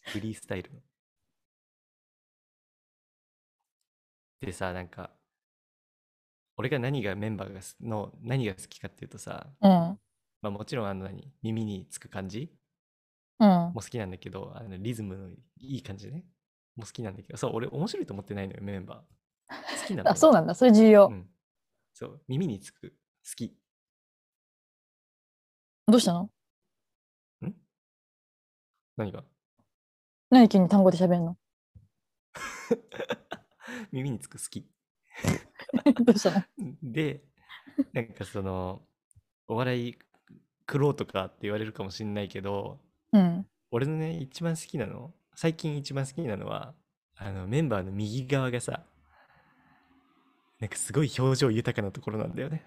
フリースタイルの。でさ、なんか、俺が何がメンバーがすの何が好きかっていうとさ、
うん。
まあもちろんあの何、耳につく感じ
うん。
も好きなんだけど、あのリズムのいい感じね。も好きなんだけど、そう、俺面白いと思ってないのよ、メンバー。好きなの
[LAUGHS] あ、そうなんだ。それ重要。
うん。そう、耳につく、好き。
どうしたの
何が
何急に単語で喋るの [LAUGHS]
耳につく好き。
どうしたの [LAUGHS]
で、なんかその、お笑い苦労とかって言われるかもしんないけど、
うん。
俺のね、一番好きなの、最近一番好きなのは、あのメンバーの右側がさ、なんかすごい表情豊かなところなんだよね。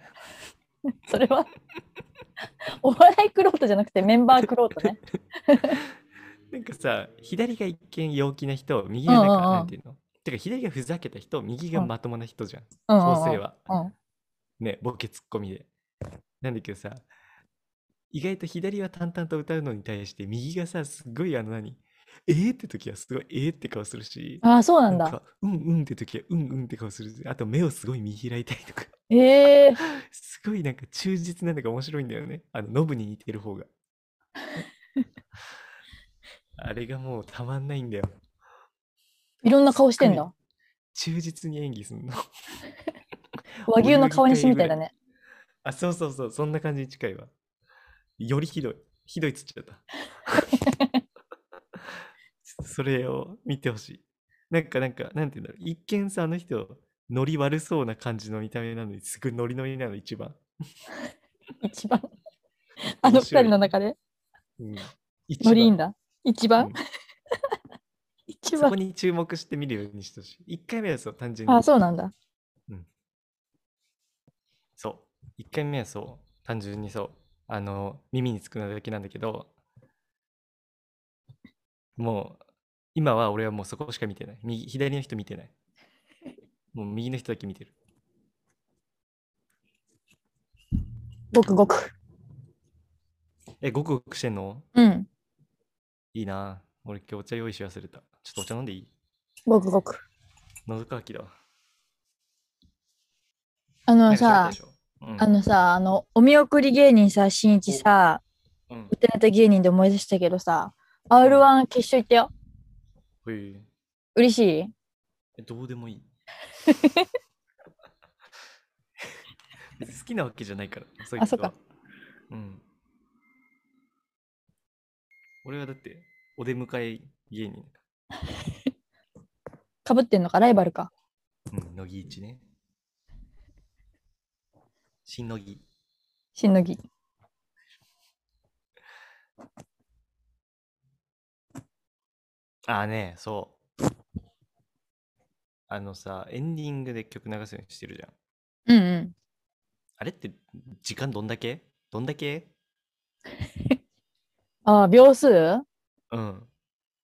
それは [LAUGHS] お笑いクロートじゃなくてメンバークロートね。
なんかさ、左が一見陽気な人、右がなん
うんうんう
か、
ん
なんていうのてか、左がふざけた人、右が
うん
まともな人じゃん。
うんうんうん
構成は。
うん
ね、ボケツッコミで。なんだけどさ、意外と左は淡々と歌うのに対して、右がさ、すっごいあの何、えー、って時はすごいえー、って顔するし、
ああ、そうなん
なん
だ。
か、うんうんって時はうんうんって顔するし、あと目をすごい見開いたりとか、
ええ
すごいなんか忠実なのが面白いんだよね。あの、ノブに似てる
[LAUGHS]
方が。あれがもうたまんないんだよ。
いろんな顔してん
すっ
だ。
忠実に演技すんの。
和牛の顔にしみたいだね。
あ、そうそうそう、そんな感じに近いわ。よりひどい。ひどいっつっちゃ
[LAUGHS]
った。それを見てほしい。なんか、なんか、なんていうんだろう。一見さ、あの人、ノリ悪そうな感じの見た目なのに、すごいノリノリなの、一番。
一番。あの二人の
面
中で。
うん、一
ノリいいん
だ。
だ。一
う
番
ん
[LAUGHS] 一
そこ
番。
に注目して見るようにしてほしい。一回目はそう、単純に。
ああ、そうなんだ。
そう。一回目はそう。単純にそう。あの、耳につくのだけなんだけど、もう、今は俺はもうそこしか見てない。右左の人見て
[LAUGHS]
ない。もう右の人だけ見てる。
ごくごく。
え、ごくごくしてんの
うん。
いいな。俺今日お茶用意し忘れた。ちょっとお茶飲んでいい
ごくごく。
喉乾きだわ。
あ
な
の
んか
さ
喋っ、たでしょうん
あのさ、あの、お見送り芸人さ、しんいちさ、
うん
歌ネタ芸人で思い出したけどさ、R1 決勝行ったよ。
ほい
嬉しい
えどうでもいい。別に [LAUGHS] 好きなわけじゃないから。そういう
あ
こ
そ
と
っか
は。うん。俺はだって、お出迎え芸人だか
かぶってんのかライバルか。
ら。うん、乃木一ね。新乃木。
しんのぎ。
ああね、そう。あのさ、エンディングで曲流すようにしてるじゃん。
うんうん。
あれって、時間どんだけどんだけ
ああ、秒数
うん。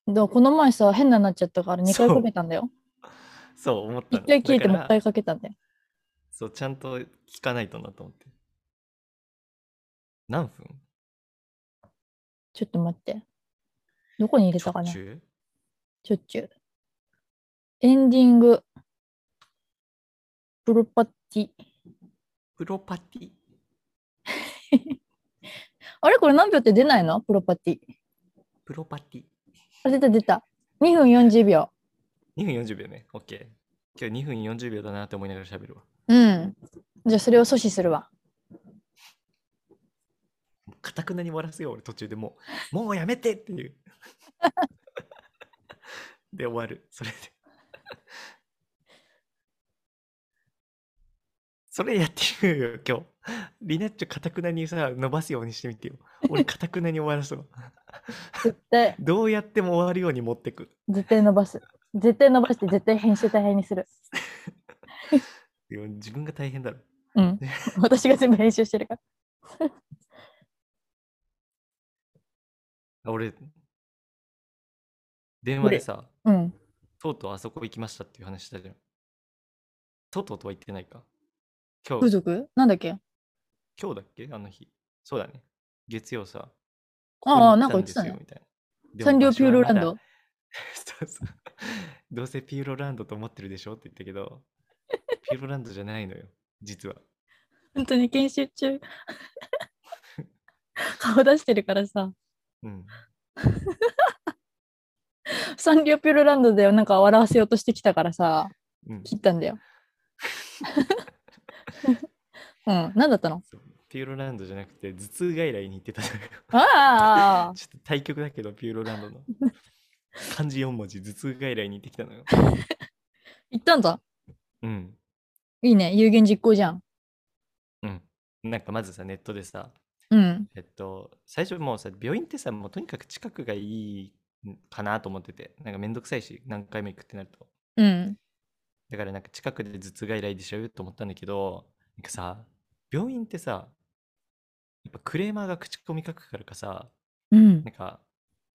どうこの前さ、変なになっちゃったから2回
そう
かけたんだよ。
そう思った
1
の。
回聞いて
だ
も
から
う1回かけたんだよ。
そう、ちゃんと聞かないとなと思って。何分
ちょっと待って。どこに入れ
ちょ
たか
っ
な
ち
ち
ゅう
ょっちゅう。エンディング。プロパティ。
プロパティ
あれこれ何秒って出ないのプロパティ。
プロパティ
あ、出た出た。2分40秒。
?2 分40秒ね。OK。今日2分40秒だなって思いながら喋るわ。
うん。じゃあそれを阻止するわ。
かたくなに終わらせよう、俺途中でもう。もうやめてっていう。 [LAUGHS] で、終わる。それで。 [LAUGHS] それやってみようよ、今日。リナッチョかたくなにさ、伸ばすようにしてみてよ。俺、かたくなに終わらそう。
絶対、
どうやっても終わるように持ってく。
絶対伸ばす。絶対伸ばして、絶対編集大変にする。
いや自分が大変だろ。
うん。私が全部編集してるから。
あ俺、電話でさ、
うん。
とうとうあそこ行きましたっていう話したじゃん。とうとうとは言ってないか。今
風
日、
俗なんだっけ
今日だっけあの日。そうだね。月曜さ。
あ
ここ
あ
に
なんか
行
言ってたね
んですよみたいな。
サンリオピューロラン
でも
ド
場。所はまだ [LAUGHS] そうそうどうせピューロランドと思ってるでしょって言ったけど、ピューロランドじゃないのよ、実は。
本当に研
[LAUGHS]
修中。顔出してるからさ。
うん。
サンリオピューロランドでなんか笑わせようとしてきたからさ、
うん、
切ったん
[LAUGHS]
だよ。うん。何だったの
そうピューロランドじゃなくて、頭痛外来に行ってたのよ。
ああ
ちょっと対局だけど、ピューロランドの。漢字4文字、頭痛外来に行ってきたのよ。
言ったんだ。
うん。
いいね。有言実行じゃん。
うん。なんかまずさ、ネットでさ、
うん。
えっと、最初もうさ、病院ってさ、もうとにかく近くがいいんかなと思ってて、なんかめんどくさいし、何回も行くってなると。
うん。
だからなんか近くで頭痛外来でしょと思ったんだけど、なんかさ、病院ってさ、やっぱクレーマーが口コミ書くからかさ、
うん
な。んか、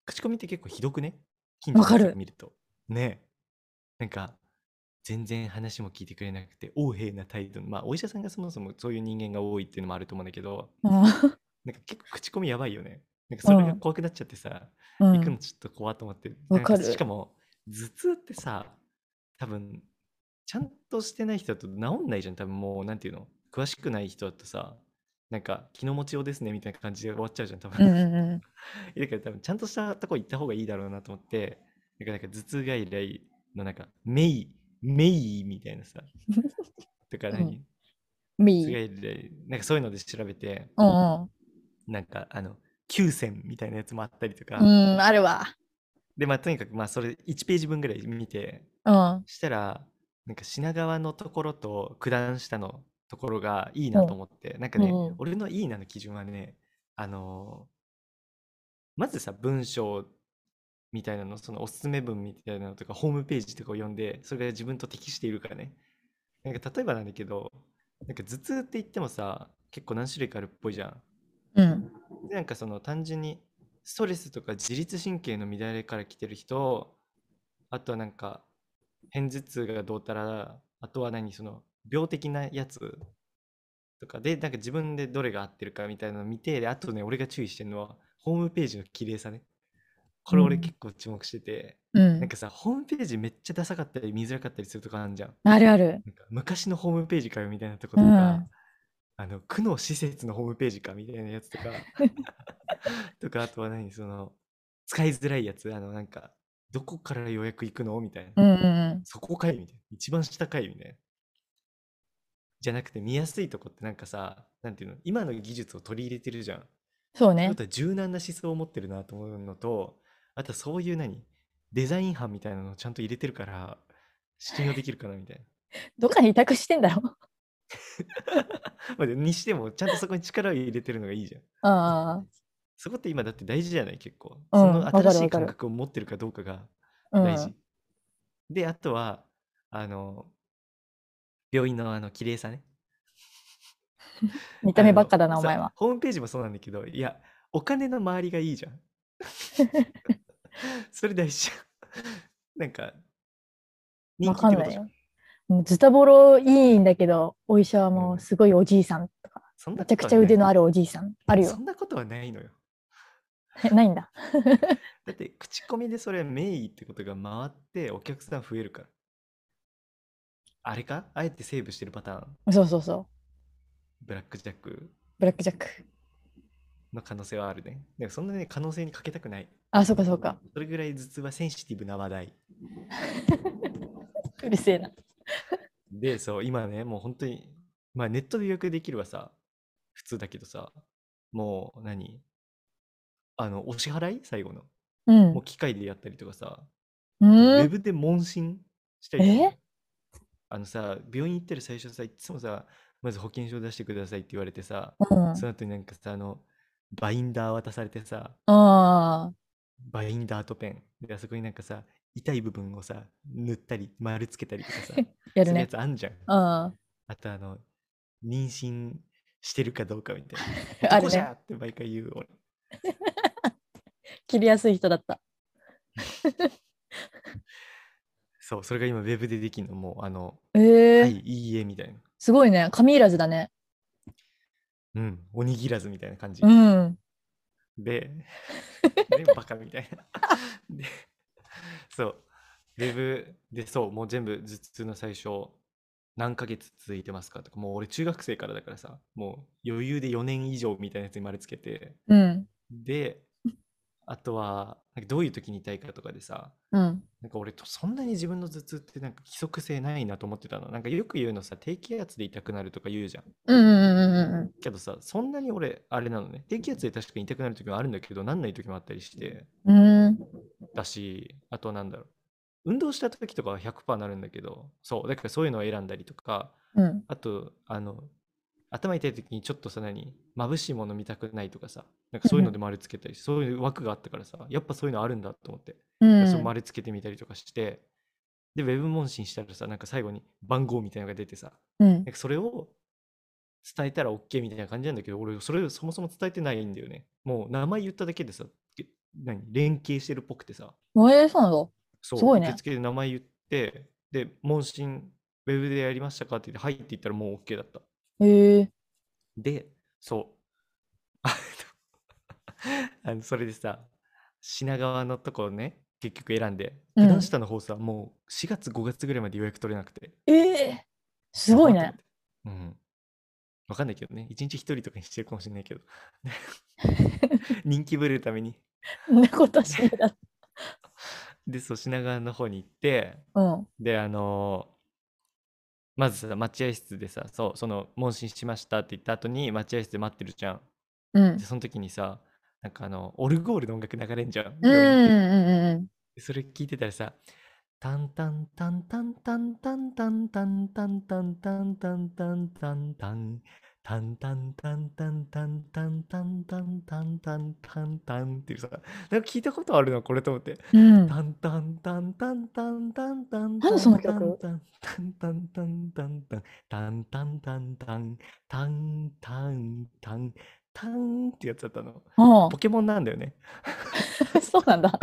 口コミって結構ひどくね近
わかる
の人見ると。ねえ。なんか、全然話も聞いてくれなくて、横柄な態度。まあ、お医者さんがそもそもそういう人間が多いっていうのもあると思うんだけど、なんか結構口コミやばいよね。なんかそれが怖くなっちゃってさ、
うん
行くのちょっと怖いと思って。
わかる
なんしかも、頭痛ってさ、多分、ちゃんとしてない人だと治んないじゃん。多分もう、なんていうの詳しくない人だとさ、なんか気の持ちようですねみたいな感じで終わっちゃうじゃん、多
う
分。
んうん
だから多分ちゃんとしたとこ行った方がいいだろうなと思って、だからなんか頭痛外来のなんか、メイ、メイみたいな
[LAUGHS]
さ、とか
う
何、
うん。
頭痛
me。
外来、なんかそういうので調べて、
うんうん。
なんかあの、9選みたいなやつもあったりとか、
うん、あるわ。
で、まあとにかくまあそれ1ページ分ぐらい見て、
うん。
したら、なんか品川のところと九段下のところがいいなと思って、なんかね、
うんうん
俺のいいなの基準はね、あのーまずさ、文章みたいなの、そのおすすめ文みたいなのとか、ホームページとかを読んで、それが自分と適しているからね。なんか例えばなんだけど、なんか頭痛って言ってもさ、結構何種類かあるっぽいじゃん。
うん。
でなんかその単純にストレスとか自律神経の乱れから来てる人あとはなんか片頭痛がどうたらあとは何その病的なやつとかでなんか自分でどれが合ってるかみたいなのを見てであとね俺が注意してるのはホームページの綺麗さねこれ俺
うん
結構注目してて、
うん
なん。かさホームページめっちゃダサかったり見づらかったりするとかあるじゃん
あるある。
なんか昔のホームページかよみたいなとことか、
うん
あの区の施設のホームページかみたいなやつ
[LAUGHS]
とかとかあとは何その使いづらいやつあのなんかどこから予約行くのみたいな、
うんうん
そこかいみたいな一番下かいみたいなじゃなくて見やすいとこってなんかさなんていうの今の技術を取り入れてるじゃん
そう
ちょ
ね
っ。と柔軟な思想を持ってるなと思うのとあとそういう何デザイン班みたいなのをちゃんと入れてるから信用できるかなみたいな
どっかに委託してんだろ。 [LAUGHS]
[LAUGHS] まあでもにしてもちゃんとそこに力を入れてるのがいいじゃん。
あ
そこって今だって大事じゃない結構。
うん
その
わか
新
る
し
わ
い
かる
感覚を持ってるかどうかが
あ。うん。
大事。で、あとは、あの、病院のあの綺麗さね。
見た目ばっかだ
あ
な、
の
お前は
さ。ホームページもそうなんだけど、いや、お金の周りがいいじゃ
[LAUGHS]
ん。それ大事じゃん。なんか、人
わ
気っ
か
て
ん
こ
な
と
い
じゃん。
よ。もうズタボロいいんだけど、お医者はもうすごいおじいさんとか、
そん
め
な
ちゃくちゃ腕のあ
る。
るおじいさん。あるよ
そ。んなことはないのよ。
え [LAUGHS] ないんだ。
だって、口コミでそれ名医ってことが回って、お客さん増えるから。あれかあえてセーブしてるパターン、
そうそうそう。
ブラックジャック
ブラックジャック。
の可能性はあるね。でもそんなね、可能性にかけたくない。
あ、そうかそうか。
それぐらい頭痛はセンシティブな話題。
うるせえな。
で、そう、今ね、もう本当に、まあネットで予約できるはさ、普通だけどさ、もう何あの、お支払い最後の。
うん
もう。機械でやったりとかさ、
う
ウェ
ん。
ブで問診したりとか
え
ねあのさ、病院行ってる最初さ、いつもさ、まず保険証出してくださいって言われてさ、
うん。
その後になんかさ、あの、バインダー渡されてさ、
ああ。
バインダーとペン。で、あそこになんかさ、痛い部分をさ、塗ったり、丸つけたりと
[LAUGHS]
かさ、
や
す
る
るや
ね。
つあんじゃん。
うん。あ
あとあの、妊娠してるかどうかみたい
[LAUGHS]
な。
る
どこじ
ね
ゃ。って毎回言う俺。
切りやすい人だった。
そう、それが今ウェブでできるの、もうあの、
ええ
はい、いいえみたいな。
すごいね。紙いらずだね。
うん、おにぎらずみたいな感じ。
うん。
で、で、バカみたいな。で、そう、ウェブで、そう、もう全部頭痛の最初、何ヶ月続いてますかとか、もう俺中学生からだからさ、もう余裕で4年以上みたいなやつに丸つけて、
うん。
で、あとは、なんかどういう時に痛いかとかでさ、
うん。
なんか俺とそんなに自分の頭痛ってなんか規則性ないなと思ってたの。なんかよく言うのさ、低気圧で痛くなるとか言うじゃん。
うんうんうんうんうん。
けどさ、そんなに俺、あれなのね。低気圧で確かに痛くなる時もあるんだけど、なんない時もあったりして。
うん。
だし、あとなんだろう。運動した時とかは100%なるんだけど、そう、だからそういうのを選んだりとか、
うん。
あと、あの、頭痛い時にちょっとさ、何、眩しいもの見たくないとかさ、なんかそういうので丸つけたり、そういう枠があったからさ、やっぱそういうのあるんだと思って、
うん。
そう丸つけてみたりとかして、で、ウェブ問診したらさ、なんか最後に番号みたいなのが出てさ、
うん
なんかそれを伝えたら OK みたいな感じなんだけど、俺、それそもそも伝えてないんだよね。もう名前言っただけでさ、け何連携してるっぽくてさ、
えー、そうなんだ。
そう、
すごいね
受付で名前言って、で、問診、ウェブでやりましたかって言って、はいって言ったらもう OK だった。
へえ
で、そう。 [LAUGHS] あのあのそれでさ、品川のところね、結局選んで、
う
九
ん
段下の方さ、もう4月、5月ぐらいまで予約取れなくて。
ー。えー、すごい
やばっ。
ね
て思って。うん。わかんないけどね、1日1人とかにしてるかもしれないけど。 [LAUGHS] 人気ぶれるために。
そんなことしないだろ。
で、そう、品川の方に行って、
[LAUGHS] うん。
で、あのーまずさ、待合室でさ、そう、その、問診しましたって言った後に、待合室で待ってるじゃん。
うん
で、。その時にさ、なんかあの、オルゴールの音楽流れんじゃん。
うん
病院って
うんうん
でそれ聞いてたらさ、タンタンタンタンタンタンタンタンタンタンタンタンタンタンタンタンタンタンタンタンタンタンタンタンタンタンタンっていうさ、なんか聞いたことあるな、これと思って。
うん。
[LAUGHS]
うん。
タンタンタンタンタンタンタン
なんでそんな曲
タンタンタンタンタンタンタンタンタンタンタンタンタンタンってやつだったの。
あ
ポケモンなんだよね。
あ、 [LAUGHS] そうなんだ。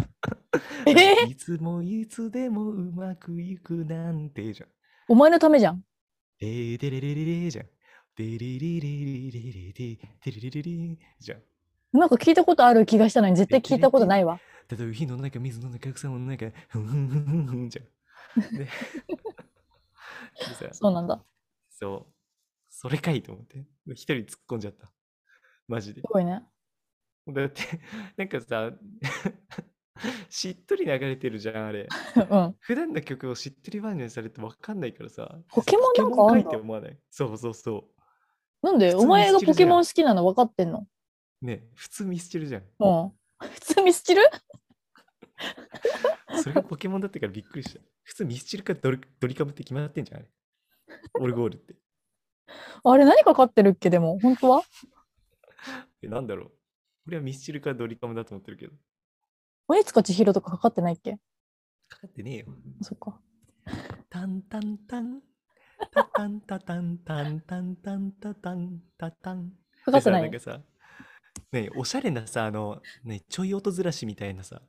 えー、
いつもいつでもうまくいくなんてじゃん。
お前のためじゃん。
でーでれれれれじゃん。でりりりりりりりでりりりりじゃん。
なんか聞いたことある気がしたのに絶対聞いたことないわ。
たとえ火の中、水の中、草の中、ふんふんふんふんふんじゃん。ででさ
そうなんだ。
そう。それかいと思って。一人突っ込んじゃった。マジで。
すごいね。 [LAUGHS]
だって、 [LAUGHS] なんかさ、 [LAUGHS] しっとり流れてるじゃん、あれ。
うん。
普段の曲を知ってるバージョンにされて分かんないからさ。
ポケモンなんかあん
ポケモン
だ
いって思わない。そうそうそ
なんで
普通
お前がポケモン
ミ
好きなの分かってんの
う。ね、普通ミスチルじゃん。
うん。 [LAUGHS] 普通ミスチル
それがポケモンだったからびっくりした。普通ミスチルかドリドリカムって決まってんじゃん、あれ。オルゴールって。
あれ何かかってるっけでも、本当は
え、なんだろう。俺はミスチルかドリカムだと思ってるけど。
鬼塚千尋とかかかってないっけ
かかってねえよ。
そっか。
タンタンタン。タタンタタンタンタンタンタタンタタン。
か
[LAUGHS]
かってな
で
い。
さなんかさ、ね、おしゃれなさ、あの、ね、ちょい音ずらしみたいなさ、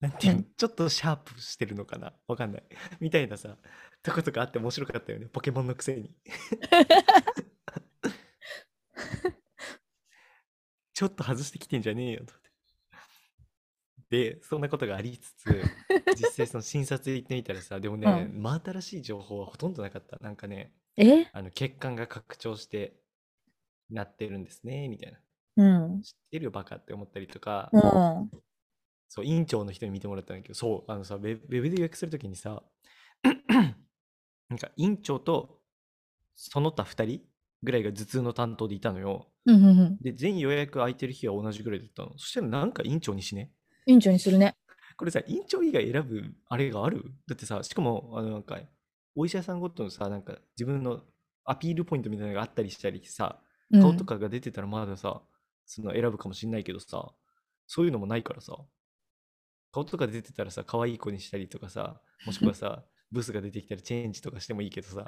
なんていうの、
うん
ちょっとシャープしてるのかなわかんない。みたいなさ、とことかあって面白かったよね、ポケモンのくせ
[LAUGHS]
に。ちょっと外してきてんじゃねえよと思って。で、そんなことがありつ
[LAUGHS]
つ、実際その診察行ってみたらさ、でもね、真新しい情報はほとんどなかった。なんかね、
え
あの血管が拡張してなってるんですねみたいな
うん。
知ってるよバカって思ったりとか、
うん。
そう院長の人に見てもらったんだけどそうあのさウェウェブで予約するときにさなんか院長とその他2人ぐらいが頭痛の担当でいたのよ
うんうんうん。
で全予約空いてる日は同じぐらいだったのそしたらなんか院長にしね
院長にするね。
これさ院長以外選ぶあれがあるだってさしかもあのなんかお医者さんごとのさなんか自分のアピールポイントみたいなのがあったりしたりさ、
うん
顔とかが出てたらまださ、その選ぶかもしんないけどさ、そういうのもないからさ、顔とか出てたらさ、可愛い子にしたりとかさ、もしくは
[LAUGHS]
さ、ブスが出てきたらチェンジとかしてもいいけどさ、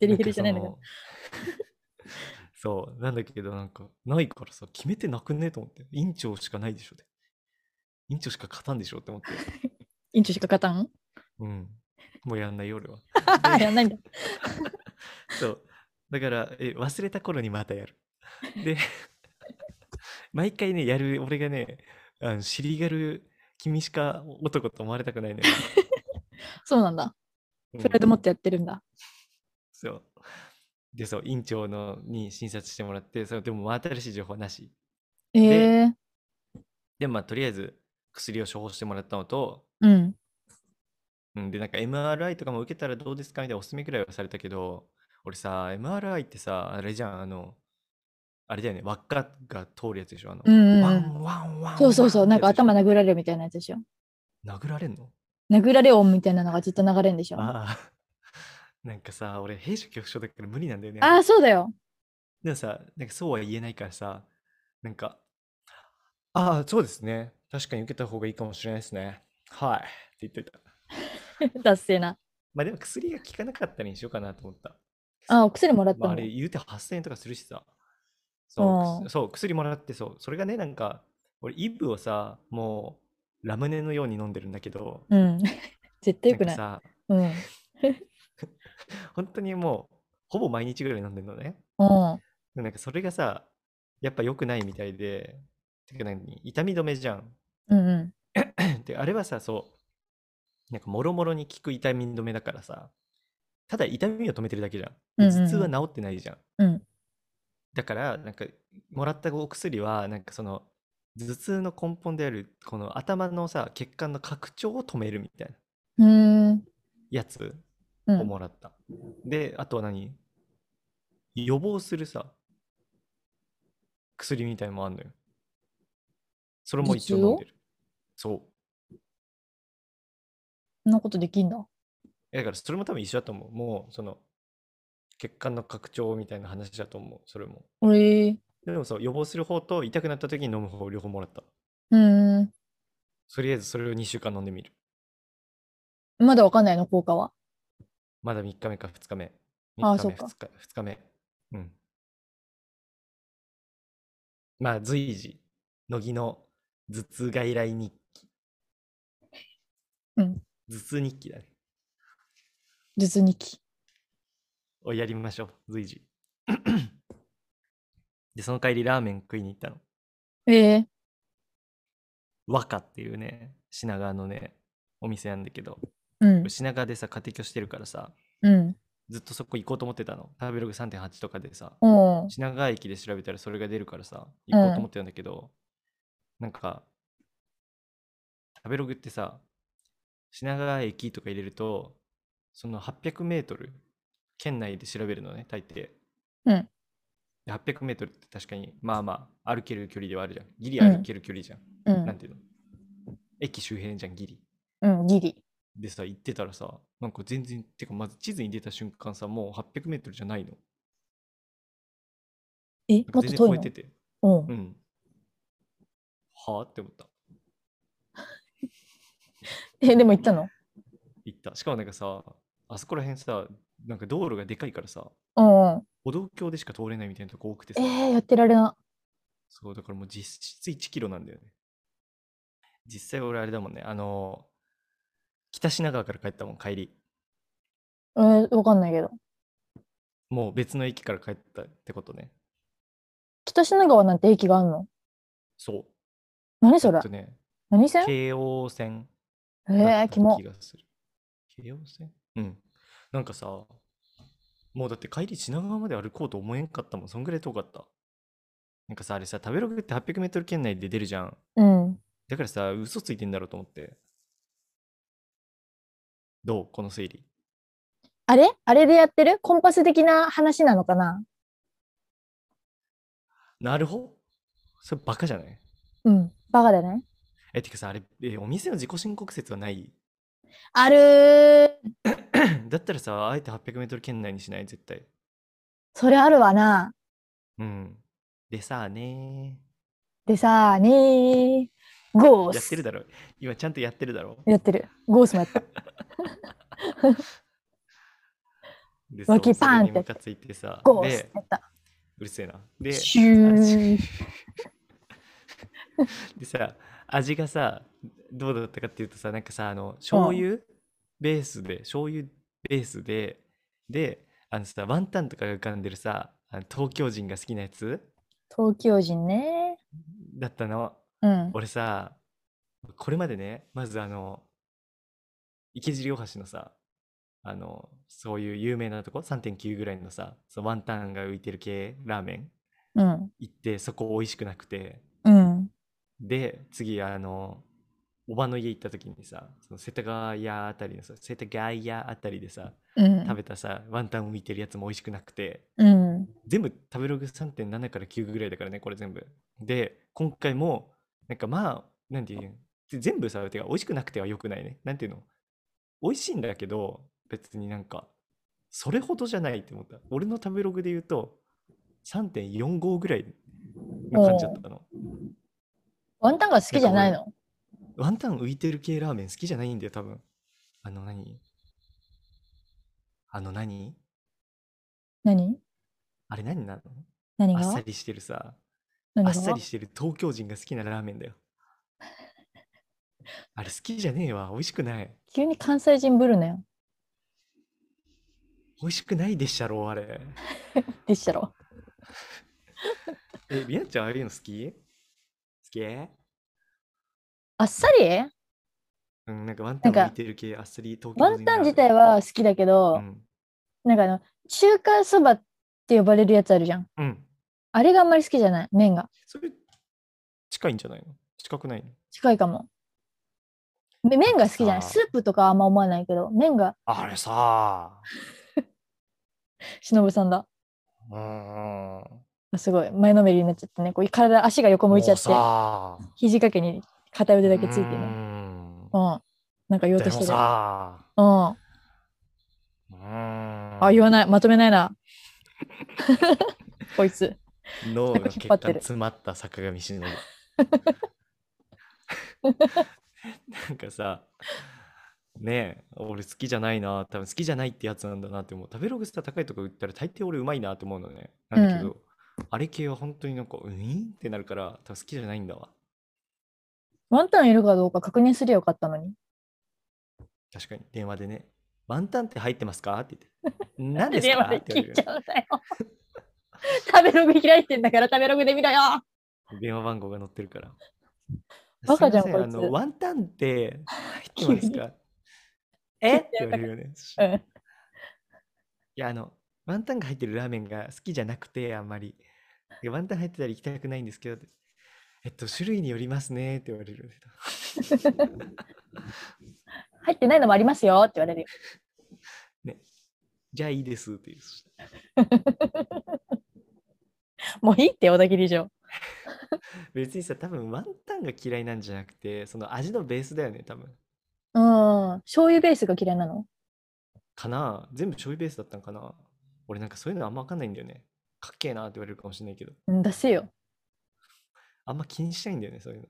デリヘルじゃないの
ん
か
かそ
[LAUGHS]
のそう、なんだけどなんか、ないからさ、決めてなくねと思って、院長しかないでしょって。院長しか勝たんでしょって思って、
院長しか勝たん
うん。もうやんないよ俺は。
やんないんだ。
そう。だから、え、忘れた頃にまたやる。
[LAUGHS]
で、毎回ね、やる、俺がね、あの尻軽、君しか男と思われたくないのよ。
[LAUGHS] そうなんだ。
うん
プライド持ってやってるんだ。
そう。で、そう、院長のに診察してもらって、そうでも真新しい情報はなし。
ええ。
で、まあ、とりあえず薬を処方してもらったのと、
うん。
うん、で、なんか MRI とかも受けたらどうですかみたいなおすすめくらいはされたけど、俺さ、MRI ってさ、あれじゃん、あの、あれだよね、輪っかが通るやつでしょ、あの、
うんうんうん
ワンワンワン
そうそうそう。
ワン
な
っ
ん
てや
か
つでしょ
頭殴られるみたいなやつでしょ。
殴られんの
殴られ音みたいなのがずっと流れるんでしょ。あ
ああ。なんかさ、俺、兵士恐怖症だから無理なんだよね。
あー、そう
[LAUGHS]
だよ。
でもさ、なんかそうは言えないからさ、なんか、ああ、そうですね。確かに受けた方がいいかもしれないですね。はい。って言ってた。
達成な。
まあでも薬が効かなかったらにしようかなと思った。
あお薬もらった
まあ、
の
あれ言うて8000円とかするしさそううく
ん
すそう薬もらってそうそれがねなんか俺イブをさもうラムネのように飲んでるんだけど
うん [LAUGHS] 絶対よくない
んか
うんうん
さ本当にもうほぼ毎日ぐらい飲んでるのねでもなんかそれがさやっぱ良くないみたいでてか何痛み止めじゃん [LAUGHS]
うんうん
であれはさそうなんかもろもろに効く痛み止めだからさただ痛みを止めてるだけじゃん
うん
で
うんう
頭痛は
ん
治ってないじゃん,、
うん
だからなんかもらったお薬はなんかその頭痛の根本であるこの頭のさ血管の拡張を止めるみたいな
うーん
やつ
う
を
ん
もらった、であとは何予防するさ薬みたいのもあんのよそれも一応飲んでるそう
そんなことできんだ
いやだからそれも多分一緒だと思う。もうその血管の拡張みたいな話だと思う。それも。
ええ
でもそう予防する方と痛くなった時に飲む方両方もらった。
うーん
とりあえずそれを2週間飲んでみる。
まだわかんないの効果は
まだ3日目か2日目。
あ
3
あ
日目、
そ
2
っ
日二日目。うん。まあ随時、乃木の頭痛外来日記。
うん。
頭痛日記だね。
頭痛日記
をやりましょう。随時。 [CLEARS THROAT] で、その帰りラーメン食いに行ったの。
ええ
和歌っていうね品川のねお店なんだけど
うん
品川でさ家庭教してるからさ
うん
ずっとそこ行こうと思ってたの食べログ3.8とかでさ
おう
品川駅で調べたらそれが出るからさ行こうと思ってたんだけど、なんか食べログってさ品川駅とか入れるとその 800m 圏内で調べるのね大抵
うん
で 800m って確かにまあまあ歩ける距離ではあるじゃんギリ歩ける距離じゃん、
う
なん
ん
ていうの駅周辺じゃんギリ
うんギリ
でさ行ってたらさなんか全然てかまず地図に出た瞬間さもう 800m じゃないの
え
なんか
もっと
全然
遠
超
い
え
の
てて
うん
うんはあって思った
えでも行ったの
行ったしかもなんかさあそこら辺さなんか道路がでかいからさ
うんうん
歩道橋でしか通れないみたいなとこ多くてさ
ええやってられな
そうだからもう実質1キロなんだよね実際俺あれだもんねあの北品川から帰ったもん帰り
えー、わかんないけど
もう別の駅から帰ったってことね
北品川なんて駅があんの
そう
何それ
えっとね
何線
京王線
え
だ
え
った
ー、キモ
気がする。京王線うん。なんかさ、もうだって帰り品川まで歩こうと思えんかったもん。そんぐらい遠かった。なんかさ、あれさ、食べログって800メートル圏内で出るじゃん。
うん
だからさ、嘘ついてんだろうと思って。どうこの推理。
あれあれでやってるコンパス的な話なのかな
なるほど。それバカじゃない
うん。バカだね。
え、てかさ、あれ、えお店の自己申告説はない [CLEARS THROAT]
あるー。
だったらさ、あえて800メートル圏内にしない絶対。
それあるわな。
うん。でさあね
でさ、ねー。ゴース。
やってるだろ。今ちゃんとやってるだろ。
やってるゴースも
[LAUGHS]
やった。
で
脇
そうそれ
パン
に
って
ムカついてさ
ゴース
で
やった。
うるせえなで
シュー。
[LAUGHS] でさ味がさどうだったかっていうとさなんかさあの醤油ベースで醤油ベースでであのさワンタンとかが浮かんでるさあの東京人が好きなやつ
東京人ね。
だったの
うん。
俺さこれまでねまずあの池尻大橋のさあのそういう有名なとこ3.9ぐらいのさそのワンタンが浮いてる系ラーメン
うん。
行ってそこ美味しくなくて
うん。
で次あのおばの家行った時にさその世田谷あたりのさ世田谷あたりでさ
うん。
食べたさワンタン浮いてるやつも美味しくなくて
うん。
全部食べログ3.7から9ぐらいだからねこれ全部で今回もなんかまあなんていうんで全部さてか美味しくなくてはよくないねなんていうの美味しいんだけど別になんかそれほどじゃないって思った俺の食べログで言うと3.45ぐらいの感じだったの
ワンタンが好きじゃないの
ワンタン浮いてる系ラーメン好きじゃないんだよ、多分。あの何あの何
何
あれ何なの
何
あっさ
が
りしてるさ
何
あ
が
っさりしてる東京人が好きなラーメンだよあれ好きじゃねえわ美味しくない
急に関西人ぶるなよ。
美味しくないでっしゃろあれ
でっしたろ。
えりなちゃんああいうの好き好き
あっさり
うんなんかワンタン浮
なんか
いてる系あっさり東京人
ワン
ラ
タン
ーメ
自体は好きだけ
う
ど、
ん
なんかあの、中華そばって呼ばれるやつあるじゃん。
うん
あれがあんまり好きじゃない、麺が。
それ近いんじゃないの近くないの
近いかも。め麺が好きじゃない。
さあ
スープとかはあんま思わないけど、麺が
あれさ
忍さんだ。
うーん
あすごい、前のめりになっちゃってね。こう体、足が横向いちゃ
もう
って、
さ
肘掛けに片腕だけついて
うー
ね。
ん
うん。なんか言おう
で
とし
も
てる。
さ
うん。
うーん
あ、言わない。まとめないな。 [LAUGHS] こいつ。
脳が
引
血
っ張
管
ってる
詰まった坂上忍なんかさねえ俺好きじゃないな多分好きじゃないってやつなんだなって思う食べログスター高いとこ売ったら大抵俺うまいなって思うのねなんだけど、あれ系は本当になんかうにんってなるから多分好きじゃないんだわ
ワンタンいるかどうか確認すりゃよかったのに。
確かに電話でねワンタンって入ってますかって言
[LAUGHS]
って何です
電
か
話
っ
で
て言
切
わ
っ
れ
ち
る
ゃうんだよ。 [LAUGHS] 食べログ開いてんだから食べログで見ろよ。
電話番号が載ってるから
バカじゃん
すいませ
こいつ
あのワンタンって入ってま
[LAUGHS]
すかえって言われるよね
うん。
いや、あの、ワンタンが入ってるラーメンが好きじゃなくて、あんまり。でワンタン入ってたら行きたくないんですけどって、えっと、種類によりますねって言われる。
入ってないのもありますよって言われるよ。
じゃあいいですって言う。
もういいって、小田切城。
別にさ、多分ワンタンが嫌いなんじゃなくて、その味のベースだよね、多分。
うん。醤油ベースが嫌いなの
かな全部醤油ベースだったんかな俺なんかそういうのあんまわかんないんだよね。かっけえなって言われるかもしれないけど、
うん、出せよ。
あんま気にしないんだよね、そういうの。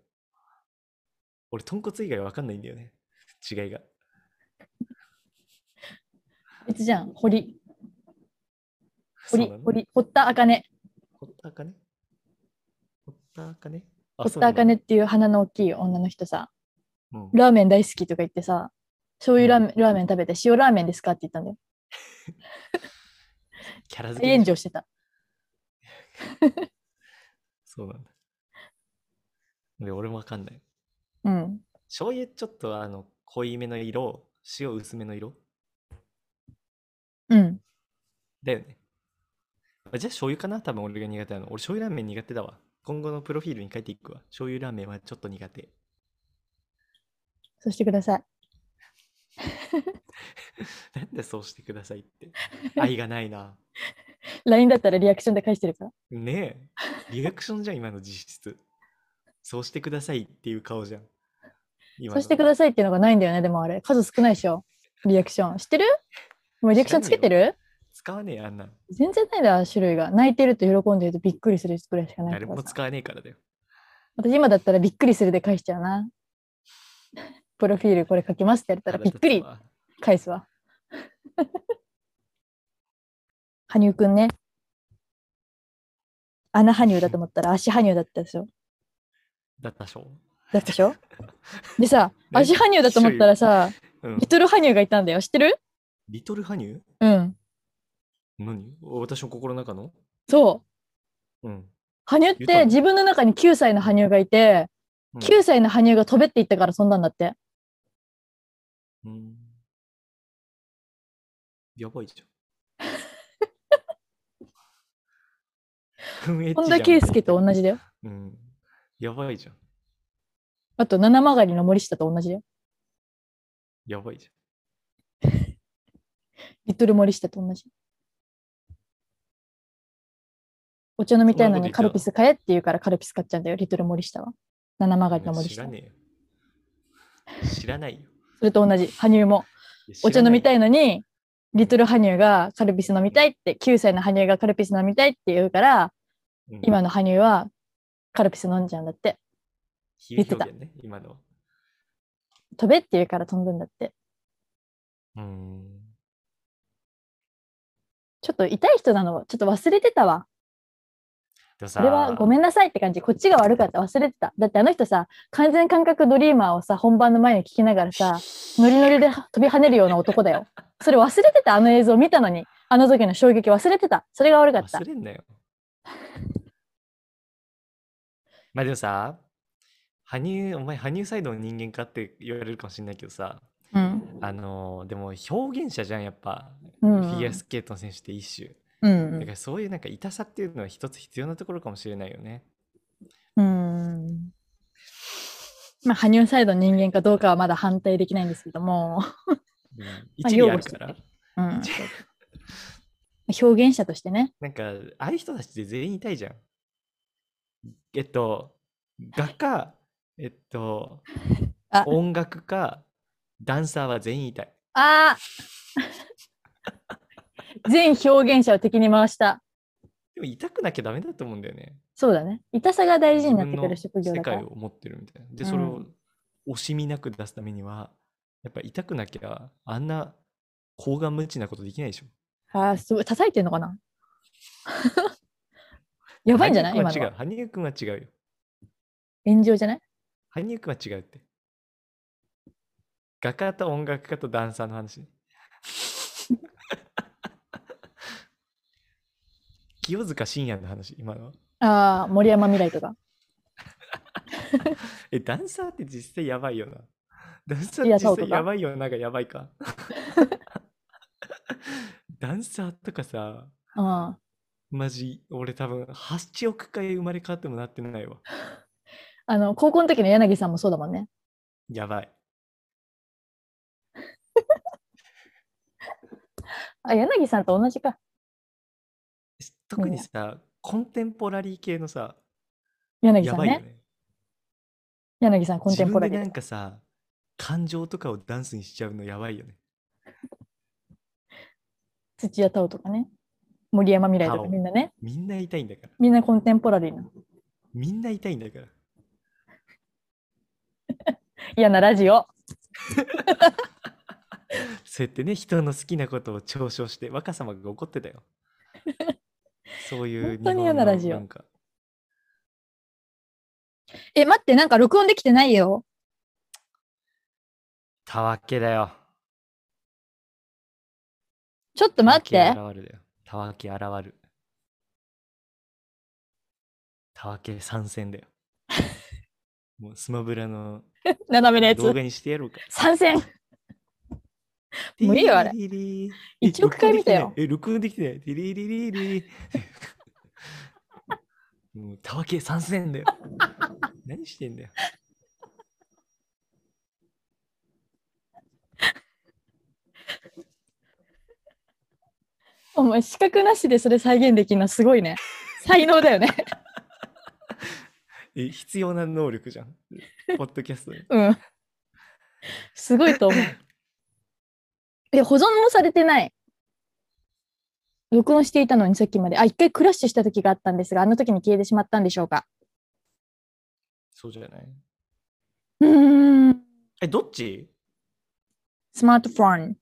俺、豚骨以外わかんないんだよね。違い
[LAUGHS]
が。
別じゃん。堀。
そう
堀
な。の
堀。堀田茜。
堀田茜堀田茜あ
堀
そうな
田
んだ
茜っていう鼻の大きい女の人さ。
うん
ラーメン大好きとか言ってさ。醤油ラーメンラーメン食べて塩ラーメンですかって言ったんだよ。
キャラ付
大
けで
炎
しょ
上してた。
そうなんだ。で俺もわかんない。
うん。
醤油ちょっとあの濃いめの色、塩薄めの色
うん。
だよね。あじゃあ醤油かな多分俺が苦手なの。俺醤油ラーメン苦手だわ。今後のプロフィールに書いていくわ。醤油ラーメンはちょっと苦手。
そうしてください。
なんでそうしてくださいって。愛がないな。
LINE だったらリアクションで返してるから。
ねえ。リアクションじゃん、今の実質。そうしてくださいっていう顔じゃん。今
そうしてく
だ
ださいっていうのがないんだよね、でもあれ。数少ないでしょ。リアクション。知ってるもうリアクションつけてる
使わねえよあんなの。
全然ないんだよ、種類が。泣いてると喜んでるとびっくりするぐらいしかないか
誰
ら
も
さ。
使わねえからだよ。
私今だったらびっくりするで返しちゃうな。プロフィールこれ書きますってやったらびっくり
腹立
返すわ。 [LAUGHS] 羽生くんね。穴羽生だと思ったら足羽生だったでしょ。
つわだったでしょ。
だったでしょでさ、
[LAUGHS] ね
足羽生だと思ったらさ、
うん
リトル羽生がいたんだよ。知ってる
リトル羽生
うん。
何私の心の中の
そう。
うん。
羽生っ
言った
て
の
自分の中に9歳の羽生がいて、
うん
9歳の羽生が飛べって言ったから飛んだんだって。
うん、やばい
[LAUGHS]
じゃん。
本田圭佑と同じだよ。
うん。やばいじゃん。
あと七曲りの森下と同じだよ。
やばいじ
リトル森下と同じ。お茶飲みたいのにカルピス買えって言うからカルピス買っちゃうんだよ、リトル森下は。七
ゃ
曲りの
ん。
森
知ら
下。
ねえよ。知らないよ。
それと同じ。羽生も。
いや
お茶飲みた
い
いのに、リトル羽生がカルピス飲みたいって、9歳の羽生がカルピス飲みたいって言うから、
や。
今の羽生はカルピス飲んじゃうんだって。
言
言ってた
ね、今のは。
飛べって言うから飛ぶんだって。
うん。
ちょっと痛い人なの、ちょっと忘れてたわ。
でもさ
それはごめんなさいって感じ。こっちが悪かった。忘れてた。だってあの人さ、完全感覚ドリーマーをさ、本番の前に聞きなが
[LAUGHS]
らさ、ノリノリで飛び跳ねるような男だよ。それ忘れてた。あの映像見たのに。あの時の衝撃忘れてた。それが悪かった
忘。れんなよ [LAUGHS] まあでもさ羽生お前羽生サイドの人間かって言われるかもしれないけどさ
うん。
あのーでも表現者じゃんやっぱ、
う
フィギュア
ん。
スケートの選手って一種
うん
だからそういうなんか痛さっていうのは一つ必要なところかもしれないよね
うん。まあ、羽生サイドの人間かどうかはまだ反対できないんですけども、
うん一理あるから、
擁護
[LAUGHS]
してうん、表現者としてね。
なんかああいう人たちって全員痛いじゃんえっと画家えっと
[LAUGHS] あ
音楽家ダンサーは全員痛い
あ
[LAUGHS]
ー全表現者を敵に回した。
でも痛くなきゃダメだと思うんだよね
そうだね。痛さが大事になってくる
自
職
分の
業だから。
世界を持ってるみたいな。で、
うん
それを惜しみなく出すためには、やっぱ痛くなきゃ、あんな高顔無知なことできないでしょ。
ああ、すごい。叩いてんのかな [LAUGHS] やばいんじゃない
羽
今
生
の
君は違う。。
は
羽生君は違うよ。
炎上じゃない
羽生君は違うって。画家と音楽家とダンサーの
[LAUGHS]
話ね。清塚信也の話、今のは。
ああ、森山未来とか。
え、ダンサーって実際やばいよな。ダンサー
い
っ
や
て
そう
実際
とか
やばいよながやばい
[LAUGHS]
か。ダンサーとかさ、
うん。
マジ、俺多分8億回生まれ変わってもなってないわ。
あの、高校の時の柳さんもそうだもんね。
やばい。
あ、柳さんと同じか。
し特にさ、コンテンポラリー系のさ、
柳
や
さん
ばいよ
ね。
ね。
柳さん、コンテンポラリ
自分でなん
ーとか。
かさ、感情とかをダンスにしちゃうのやばいよね。
土屋太鳳とかね。森山未来とか
太鳳
みんなね。
みんな痛いんだから。
みんなコンテンポラリーな。
みんな痛いんだから。
嫌なラジオ。
そうやってね、人の好きなことを嘲笑して、若様が怒ってた
[LAUGHS]
よ。そういう
本当に嫌なラジオ
なんか
え、待って、なんか録音できてないよ。
たわけだよ。
ちょっと待って
た。わけ現るだよ。たわけ現る。たわけ参戦
[LAUGHS]
だよ。もうスマブラの
斜めのや
動
つ。
画にしてやろうか。
参戦。もういいよあれ
ティリリリえ
1億回見たよ。
録音できてないえ、録音できてない。ティリリリリリ。もうたわけ参戦だよ。何してんだよ。
お前、資格なしでそれ再現できるのすごいね。才能だよね。
え必要な能力じゃん。ポッドキャストに。
うん。すごいと思う。え、保存もされてない。録音していたのにさっきまで。あ、一回クラッシュした時があったんですが、あの時に消えてしまったんでしょうか。
そうじゃないう
ーん。
え、どっち
スマートフォン。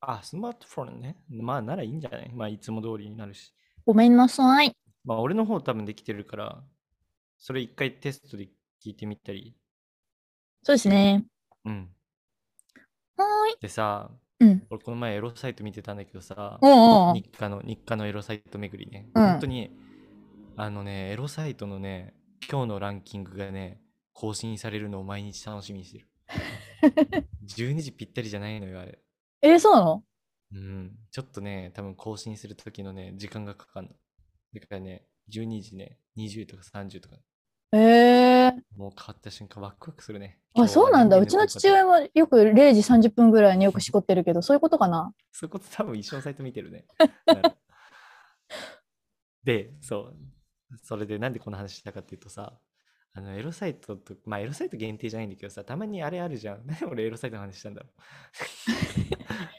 あ、スマートフォンね。まあ、ならいいんじゃないまあ、いつも通りになるし。
ごめんなさい。
まあ、俺の方多分できてるから、それ一回テストで聞いてみたり。
そうですね。
うん。
はーい。
でさ、
うん。
俺この前エロサイト見てたんだけどさ、
おうおう
日課の、日課のエロサイト巡りね。
うん
本当に、あのね、エロサイトのね、今日のランキングがね、更新されるのを毎日楽しみにしてる。12時ぴ
[LAUGHS]
ったりじゃないのよ、あれ。
えーそうなの
うん、ちょっとね、多分更新するときのね、時間がかかるの。だからね、12時ね、20とか30とか、
えー
もう変わった瞬間ワクワクするね。今
あ、
日は
そうなんだ。
何々
うちの
こ
父親
と。
はよく0時30分ぐらいによくしこってるけど、そういうことかな。
そういうこと多分一緒のサイト見て
[LAUGHS]
るね。なるで、そう。それでなんでこの話したかっていうとさ、あのエロサイトと、まあエロサイト限定じゃないんだけどさ、たまにあれあるじゃん。 [LAUGHS] なんで俺エロサイトの話したんだろう。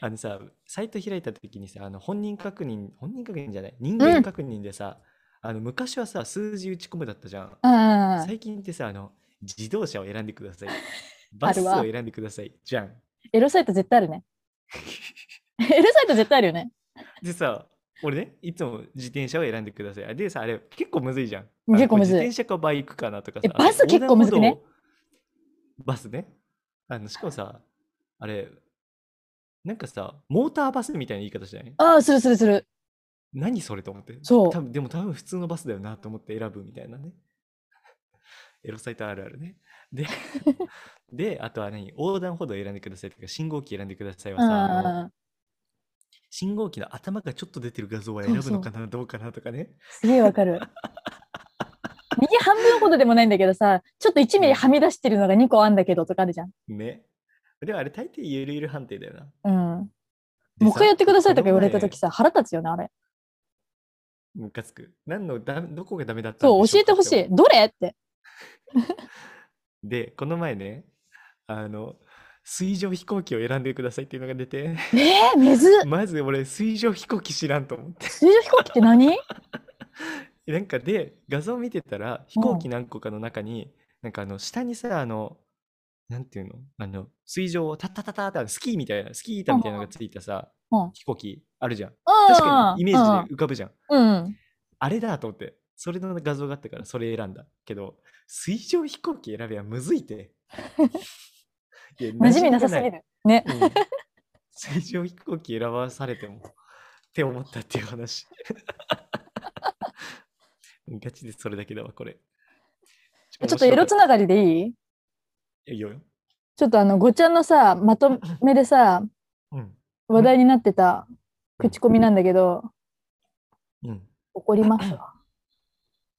[LAUGHS] あのさ、サイト開いた時にさ、あの本人確認、本人確認じゃない、人間確認でさ、あの昔はさ、数字打ち込むだったじゃん。
うん。
最近ってさ、あの、自動車を選んでく
[LAUGHS]
ださい。バスを
わ
選んでください。じゃん。
[LAUGHS] エロサイト絶対あるね。エロサイト絶対あるよね。
でさ、俺ね、いつも自転車を選んでください。あでさ、あれ結構むずいじゃん。
結構むず
あ
い
のこれ自転車かバイクかなとかさ。
え
あの
バス結構むずくね
横断歩道をバスね。あのしかもさ、あれ、なんかさ、モーターバスみたいな言い方じゃない
ああ、するするする。
何それと思って。
そう
多分でも多分普通のバスだよなと思って選ぶみたいなね。 [LAUGHS] エロサイトあるあるね。
[LAUGHS]
で、で、あとは何横断歩道を選んでくださいとか、信号機選んでくださいは
うんう
さ、あの
んうん
信号機の頭がちょっと出てる画像は
そう
選ぶの
そう
かなどうかなとかね。
すげえわか
[LAUGHS]
る。右半分ほどでもないんだけどさ、ちょっと1ミリはみ出してるのが2個あんだけどとかあるじゃん。
ね。でもあれ大抵ゆるゆる判定だよな。
うん。
で
もう一回やってくださいとか言われた
この前
時さ、腹立つよな、あれ。
ムカつく。何のだどこがダメだったん
そう、
でし
教
ょ
えてほし
かって
い。どれって。
思う。で、この前ね、あの、水上飛行機を選んでくださいっていうのが出て、 [LAUGHS]
えー、めずっ。
まず俺水上飛行機知らんと思って。
水上飛行機って何
なんかで、画像見てたら、飛行機何個かの中に、なんかあの、下にさ、あの、なんていうのあの、水上をタッタタタってあのスキーみたいな、スキー板みたいなのがついたさ
うん、
飛行機あるじゃん。
確
[LAUGHS] 確かにイメージで浮かぶじゃん。
うん。
あれだと思って、それの画像があったからそれ選んだけど、水上飛行機選べはむずい
[LAUGHS]
て。いや
馴染みなさすぎ。る。ね。
馴染みがないうん水上飛行機選ばされてもって思ったっていう話。ガチでそれだけだわ、これ。
ちょっとエロつながりでいい
いやいいよ。
ちょっとあの、ごちゃんのさ、まとめでさ、
うん。
話題になってた口コミなんだけど、
うん。
怒りますわ。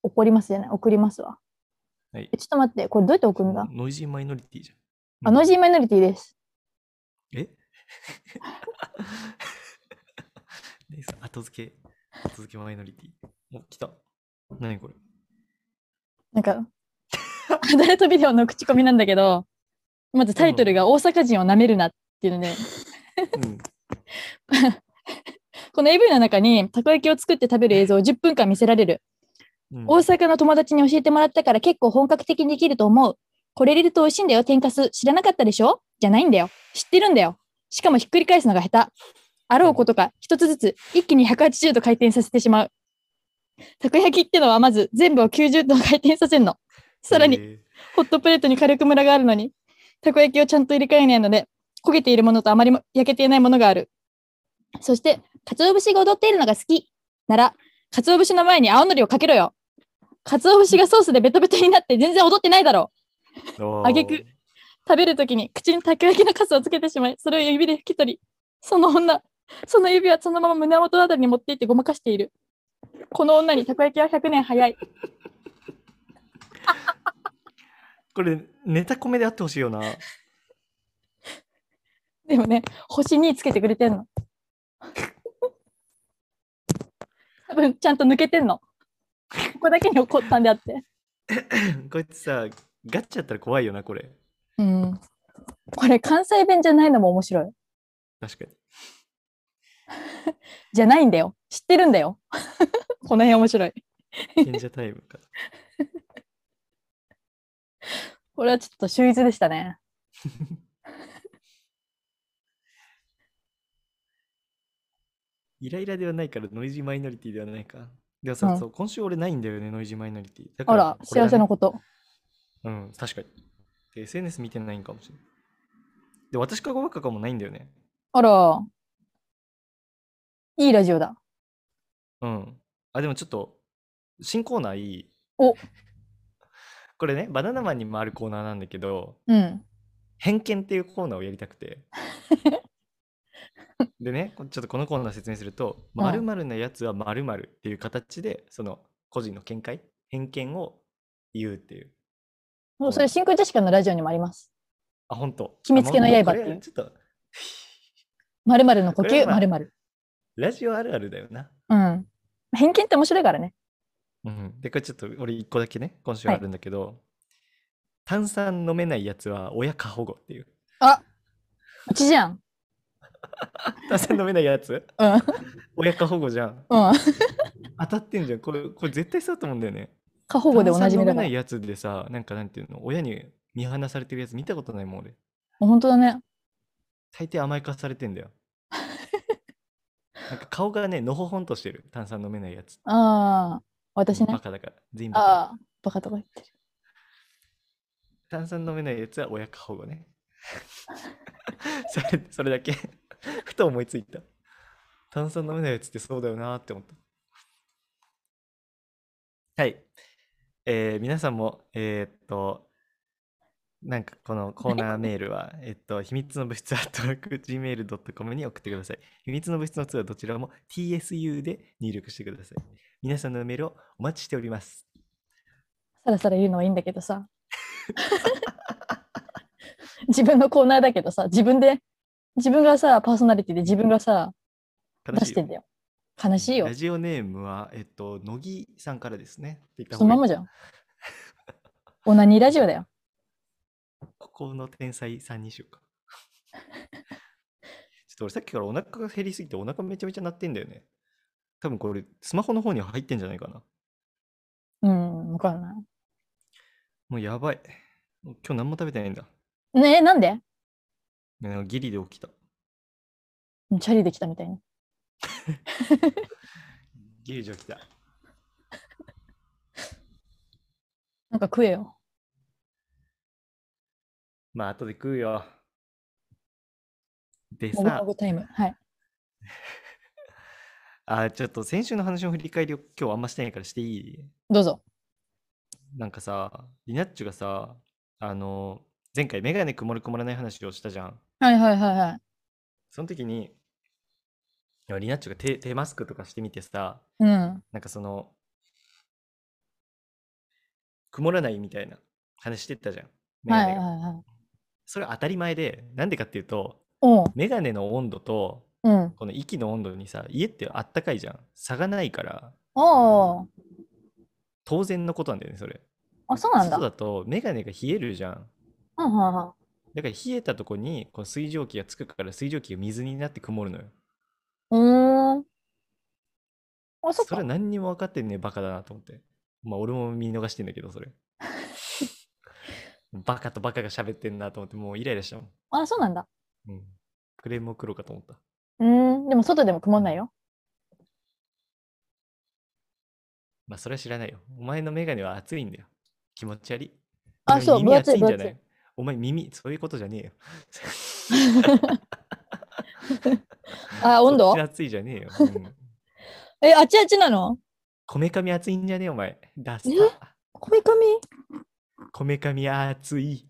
怒りますじゃない、送りますわ。
はい
えちょっと待って、これどうやって送るんだ
ノイジーマイノリティじゃん。
あ、ノイジーマイノリティです。
え [LAUGHS] でさ後付け、後付けマイノリティ。お、来た。何これ
なんか、アダルトビデオの口コミなんだけど、まずタイトルが大阪人を舐めるなっていうので、
うん。
この AV の中にたこ焼きを作って食べる映像を10分間見せられる。
うん
大阪の友達に教えてもらったから結構本格的にできると思う。これ入れると美味しいんだよ、天かす。知らなかったでしょじゃないんだよ。知ってるんだよ。しかもひっくり返すのが下手。あろうことか、一つずつ一気に180度回転させてしまう。たこ焼きってのはまず全部を90度回転させるの。さらに、
え
ホットプレートに火力ムラがあるのに、たこ焼きをちゃんと入れ替えないので、焦げているものとあまりも焼けていないものがある。そして、鰹節が踊っているのが好きなら、鰹節の前に青のりをかけろよ。鰹節がソースでベトベトになって全然踊ってないだろ
ーおー
挙句う。食べるときに口にたこ焼きのカスをつけてしまい、それを指で拭き取り、その女、その指はそのまま胸元あたりに持っていってごまかしている。この女にたこ焼きは100年早い。
これ、ネタコメであってほしいよな。
[LAUGHS] でもね、星につけてくれてんの。 [LAUGHS] 多分ちゃんと抜けてんの。ここだけに怒ったんであって。
[LAUGHS] こいつさ、ガッチやったら怖いよな、これ。
うん。これ関西弁じゃないのも面白い。
確かに。
じゃないんだよ。知ってるんだよ。 [LAUGHS] この辺面白い。 [LAUGHS]
賢者タイムか。
これはちょっと秀逸でしたね。
イライラではないから、ノイジーマイノリティではないか。でもさ、
うん
そう今週俺ないんだよね、ノイジーマイノリティ。だ
あら、
これだ
幸
ね
せなこと。
うん、確かに。で SNS 見てないんかもしれない。で、私かごばっかかもないんだよね。
あら、いいラジオだ。
うん。あ、でもちょっと、新コーナーいい。
お
これね、バナナマンにもあるコーナーなんだけど、
うん。
偏見っていうコーナーをやりたく
[LAUGHS]
て。でね、こちょっとこのコーナー説明すると、
うん
まるなやつはまるっていう形で、その個人の見解、偏見を言うっていう。
もうそれ、真空ジェシカのラジオにもあります。
あ、本当。
決めつけの刃っていう
あもうこれちょっと、
まるの
こ
呼
れ
吸、
はまあ
まる
ラジオあるあるだよな。
うん。偏見って面白いからね。
うん、でこれちょっと俺一個だけね今週
はい
あるんだけど、炭酸飲めないやつは親過保護っていう
うちじゃん。
炭酸飲めないやつ
うん。
親過保護じゃん
うん。
当たってんじゃんこれこれ絶対そうだと思うんだよね
過保護でおなじみ
炭酸飲め
だか
な
ら。
い
も
やつでさなんかなんていうの親に見放されてるやつ見たことないもん俺
う本当だね。 [LAUGHS]
大抵甘やかされてんだよなんか顔がね、のほほんとしてる。炭酸飲めないやつ。
ああ、私
バ
ね。
カだから。全員バカ。
ああ、バカとか言ってる。
炭酸飲めないやつは親か保護ね。それそれだけ。ふと思いついた。炭酸飲めないやつってそうだよなーって思った。はい。えー皆さんも、えーっと、なんかこのコーナーメールは、えっと、秘密の物質 gmail.com に送ってください。秘密の物質の2はどちらも TSU で入力してください。皆さんのメールをお待ちしております。
さらさら言うのはいいんだけ
[LAUGHS]
どさ。自分のコーナーだけどさ、自分で、自分がさ、パーソナリティで自分がさ、
悲
出
し
し
い
てんだよ。悲しいよ
ラ。ジオネームは、えっと、乃木さんからですね。って言った
そのままじ
ん。 [LAUGHS]
ゃん。オナニーラジオだよ。
ここの天才さんにしようか。 [LAUGHS] ちょっと俺さっきからお腹が減りすぎてお腹めちゃめちゃ鳴ってんだよね。多分これスマホの方には入ってんじゃないかな。
うん、わかんな
もうやばい。もう今日何も食べてないんだ。
い。ねえ、なんで
なんかギリで起きた。
うんチャリできたみたいに。
ギリで起きた。
なんか食えよ。
まあ後で食うよ。で
もぐも
さ、
ぐタイム。はい。
あちょっと先週の話の振り返りを今日あんましてないからしていい
どうぞ。
なんかさ、リナッチュがさ、あの、前回メガネ曇る曇らない話をしたじゃん。
はいはいはいはい。
その時に、いやリナッチュが手手マスクとかしてみてさ、
うん。
なんかその、曇らないみたいな話してたじゃん。メ
は
ガ
いは
ネ
い
が。
はい。
それは当たり前で、なんでかっていうと、
おう。
メガネの温度と、
うん。
この息の温度にさ、家ってあったかいじゃん。差がないから、
おう。
当然のことなんだよね、それ。
あ、そうなんだ。
外だと、メガネが冷えるじゃん。
うんうんうん。
だから冷えたとこにこの水蒸気がつくから水蒸気が水になって曇るのよ。
うーん。あ、そ
そ
っか
れ。何にも分かってんねえバカだなと思って。まあ俺も見逃してんだけどそ
[LAUGHS]
れ。バカとバカが喋ってんなと思ってもうイライラしたもん。
あ、そうなんだ。
うん、クレームも来ろうかと思った。
うーん。でも外でも曇んないよ。
まあそれは知らないよ。お前のメガネは熱いんだよ。気持ち悪い。
あ
お前
そう
耳
分厚い
熱いんじゃな
分
いお前耳、そういうことじゃねえよ。
[LAUGHS] あ、温
[LAUGHS] そ
度
っち熱いじゃねえよ。うん
え、あっちあっちなの
こめかみ熱いんじゃねえお前。ダサ。
こめかみ
こめかみ熱い。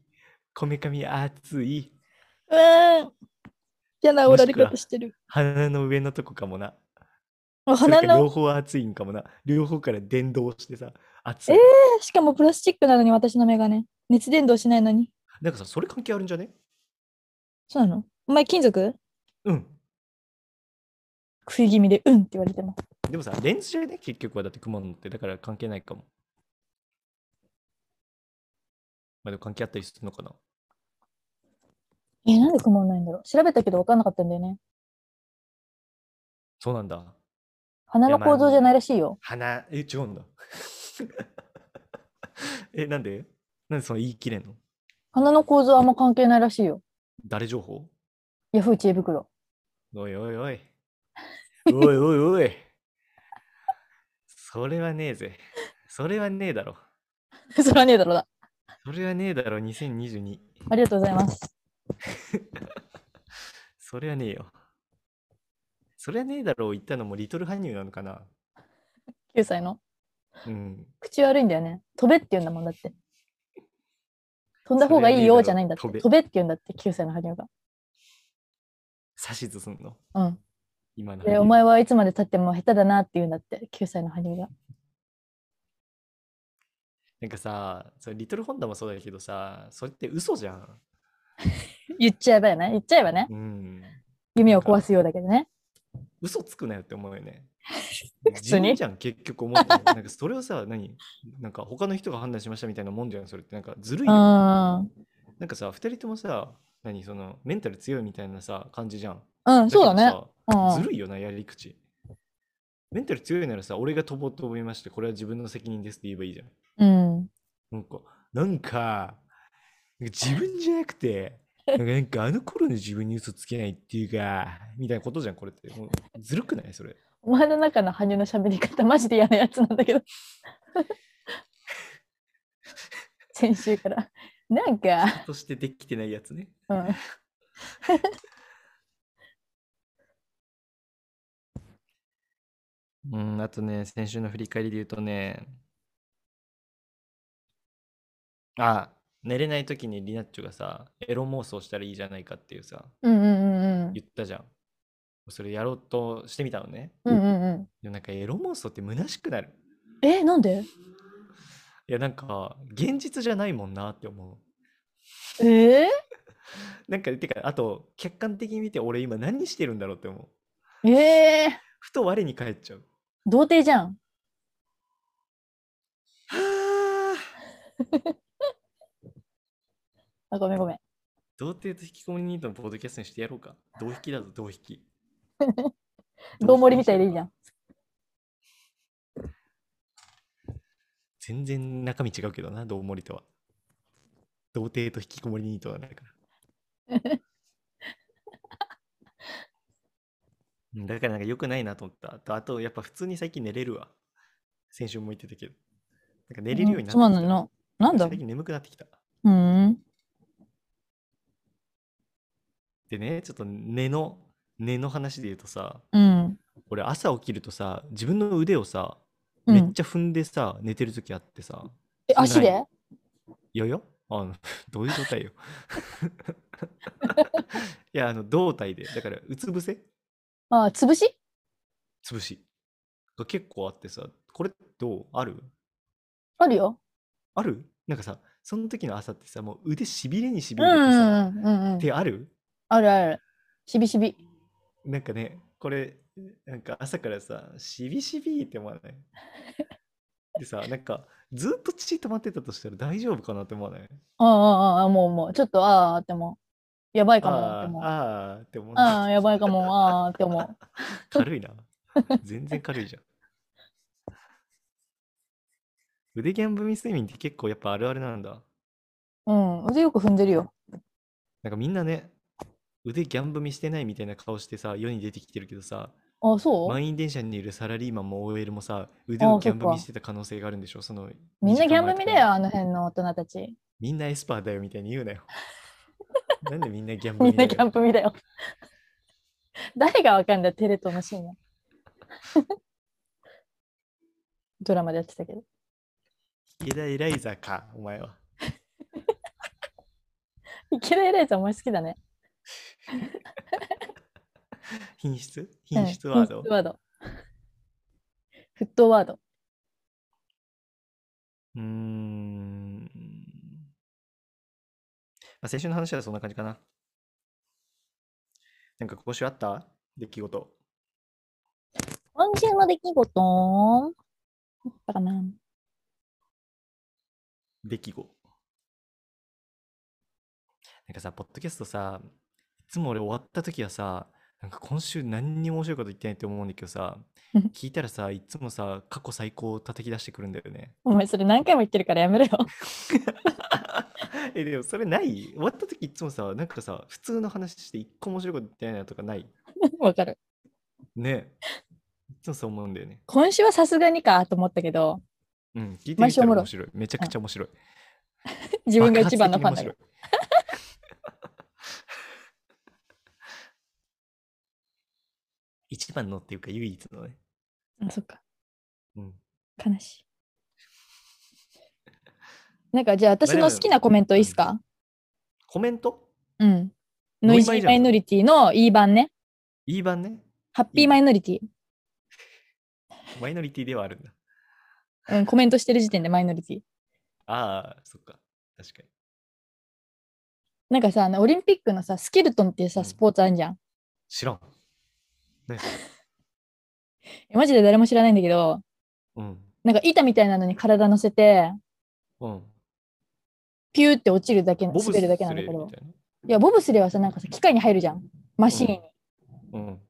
こめかみ熱い。
うーん。嫌な
も
お
し
ら
く
れ
は
方してる。
鼻の上のとこかもな。
あ
それ
鼻
か両
の、
方熱いんかもな。両方から電動してさ、熱い。
えーしかもプラスチックなのに私のメガネ。熱伝導しないのに。
なんかさ、それ関係あるんじゃね
そうなのお前金属
うん。
食い気味でうんって言われても。
でもさ、レンズじゃね結局はだって雲のって、だから関係ないかも。まあでも関係あったりするのかな。
え、なんで曇んないんだろう調べたけど分かんなかったんだよね。
そうなんだ。
鼻の構造じゃないらしいよ。
鼻、え、違うんだ。 [LAUGHS] え、なんでなんでその言い切れんの
鼻の構造はあんま関係ないらしいよ。
誰情報
ヤフー知恵袋。 [LAUGHS]
おいおいおい。おいおいおい。それはねえぜ。それはねえだろ。
そらねえだろうだ。
それはねえだろ、2022。
ありがとうございます。
それはねえよ。それはねえだろう言ったのもリトル搬入なのかな
9歳の。
うん。
口悪いんだよね。飛べって言うんだもんだって。飛んだ方がいいよじゃないんだって。
それ
飛
はねえだろ
べって言うんだって、9歳の羽生が。
指図すんの。
うん。
今の。
で、お。前はいつまで経っても下手だなって言うんだって、9歳の羽生が。
なんかさ、それリトルホンダもそうだけどさ、それって嘘じゃん。
言っちゃえばやね。言っちゃえばね。
うん。
夢を壊すようだけどね。
嘘つくなよって思うよね。
[LAUGHS] 普通
自
に
分じゃん、結局思ったの。なんかそれをさ、何なんか他の人が判断しましたみたいなもんじゃん、それって。なんかずる
う
い
ー
よ。
ん。
なんかさ、2人ともさ、何そのメンタル強いみたいなさ、感じじゃん。
うん、そうだね。う
けどさず
ん。
るいよな、やり口。メンタル強いならさ、俺が飛ぼうと思いまして、これは自分の責任ですって言えばいいじゃん。
うん。
なんか、なんか、なんか自分じゃなくて、なんかなんかあの頃の自分に嘘つけないっていうか、みたいなことじゃん、これって。もうずるくないそれ。
お前の中の羽生の喋り方マジで嫌なやつなんだけど [LAUGHS] 先週からなんか、
としてできてないやつね。
うん、
うん、あとね、先週の振り返りで言うとね、あ、寝れない時にリナッチョがさ、エロ妄想したらいいじゃないかっていうさ、
うんうんうん
言ったじゃん。それやろうとしてみたのね。
うんうんうん
でもなんかエロ妄想って虚しくなる。
えなんで
いや、なんか現実じゃないもんなって思う。
えー、
なんか、てか、あと、客観的に見て俺今何してるんだろうって思う。
えー、
ふと我に返っちゃう。
童貞じゃん
はあ。
あごめんごめん
童貞と引きこもりニートのポッドキャストにしてやろうか。同引きだぞ、同引
[LAUGHS]
き。
どうもりみたいでいいじゃん
全然中身違うけどな、どうもりとは。童貞と引きこもりニートはだ
[LAUGHS]
から。だからなんか良くないなと思った。とあと、やっぱ普通に最近寝れるわ。先週も言ってたけど。なんか寝れるようになってきた。
そうなのなんだろ
最近眠くなってきた。
ううん
でね、ちょっと寝の、寝の話で言うとさ、
うん
俺朝起きるとさ、自分の腕をさ、
う
めっ
ん
ちゃ踏んでさ、寝てる時あってさ、
え足で
ないいやいや、あの、 [LAUGHS] どういう状態よ。いや、あの、胴体で、だから、うつ伏せ
あ潰し
潰し。が結構あってさ、これどうある
あるよ
あるなんかさ、その時の朝ってさ、もう腕しびれにしび
うん
れ
う
てさ、
んうんうん
手ある
あるあるしびしび
なんかね、これ、なんか朝からさ、しびしびって思わないでさ、なんか、ずっと血止まってたとしたら大丈夫かなって思わない
ああああもうもうちょっとああってもうやばいかもって
あ
もう
あ、あーって思う。
ああ、やばいかも、ああって思う。
軽いな。全然軽いじゃん。腕ギャンブミ睡眠って結構やっぱあるあるなんだ。
うん、腕よく踏んでるよ。
なんかみんなね、腕ギャンブミしてないみたいな顔してさ、世に出てきてるけどさ、
あそう
満員電車にいるサラリーマンも OL もさ、腕
あ
を
あ
ギャンブ
そっ
ミ
か
してた可能性があるんでしょその
みんなギャンブミだよ、
2時間前とか
あの辺の大人たち。
にみんなエスパーだよみたいに言う
[LAUGHS]
なよ。なんでみんなギャンブ
み
ミ
ん
だよ
なギャンブミだよ。 [LAUGHS] 誰がわかんだ、テレ東のシーンは。 [LAUGHS] ドラマでやってたけど。
[LAUGHS] 池田エライザか、お前は。
池田エライザお前好きだね。
品質
うん
品質ワード、
品質ワード。沸騰ワード。
うーん。まあ、先週の話はそんな感じかな。なんか今週あった出来事。
今週の出来事あったかな
出来事。なんかさ、ポッドキャストさ、いつも俺終わった時はさ、なんか今週何にも面白いこと言ってないって思うんだけどさ
うん、
聞いたらさ、いつもさ、過去最高を叩き出してくるんだよね。
お前それ何回も言ってるからやめ
[LAUGHS]
ろよ。
え、でもそれない終わった時いつもさ、なんかさ、普通の話して一個面白いこと言ってないなとかない
わかる。
ねいつもそう思うんだよね。
今週はさすがにかと思ったけど、
うん、聞いて
毎
みた
週
ら
おもろい
面白い。めちゃくちゃ面白い。
自分が一番のファン
爆発的に面白
だけど
い。 [LAUGHS] 一番のっていうか唯一のね。
あ、そっか。
うん。
悲しい。なんかじゃあ私の好きなコメントいいっすか
コメント
うん。
ノ
ノイ
イ
ジ
マイ
ー
じゃん
マイノリティのいい版ね。
いい版ね。
ハッピーマイノリティ。
マイノリティではあるんだ。
うん、コメントしてる時点でマイノリティ。 [LAUGHS]
ああ、そっか。確かに。
なんかさ、あのオリンピックのさ、スキルトンっていう
う
さ、
ん
スポーツあるじゃん。
知らん。ね。
えマジで誰も知らないんだけど、
うん。
なんか板みたいなのに体乗せて、
うん。
ピューって落ちるだけの、
ス
滑るだけなんだけ
レー
ど
み。たい
いや、ボブスレーはさ、なんかさ、機械に入るじゃん。マシーンに。
なうん。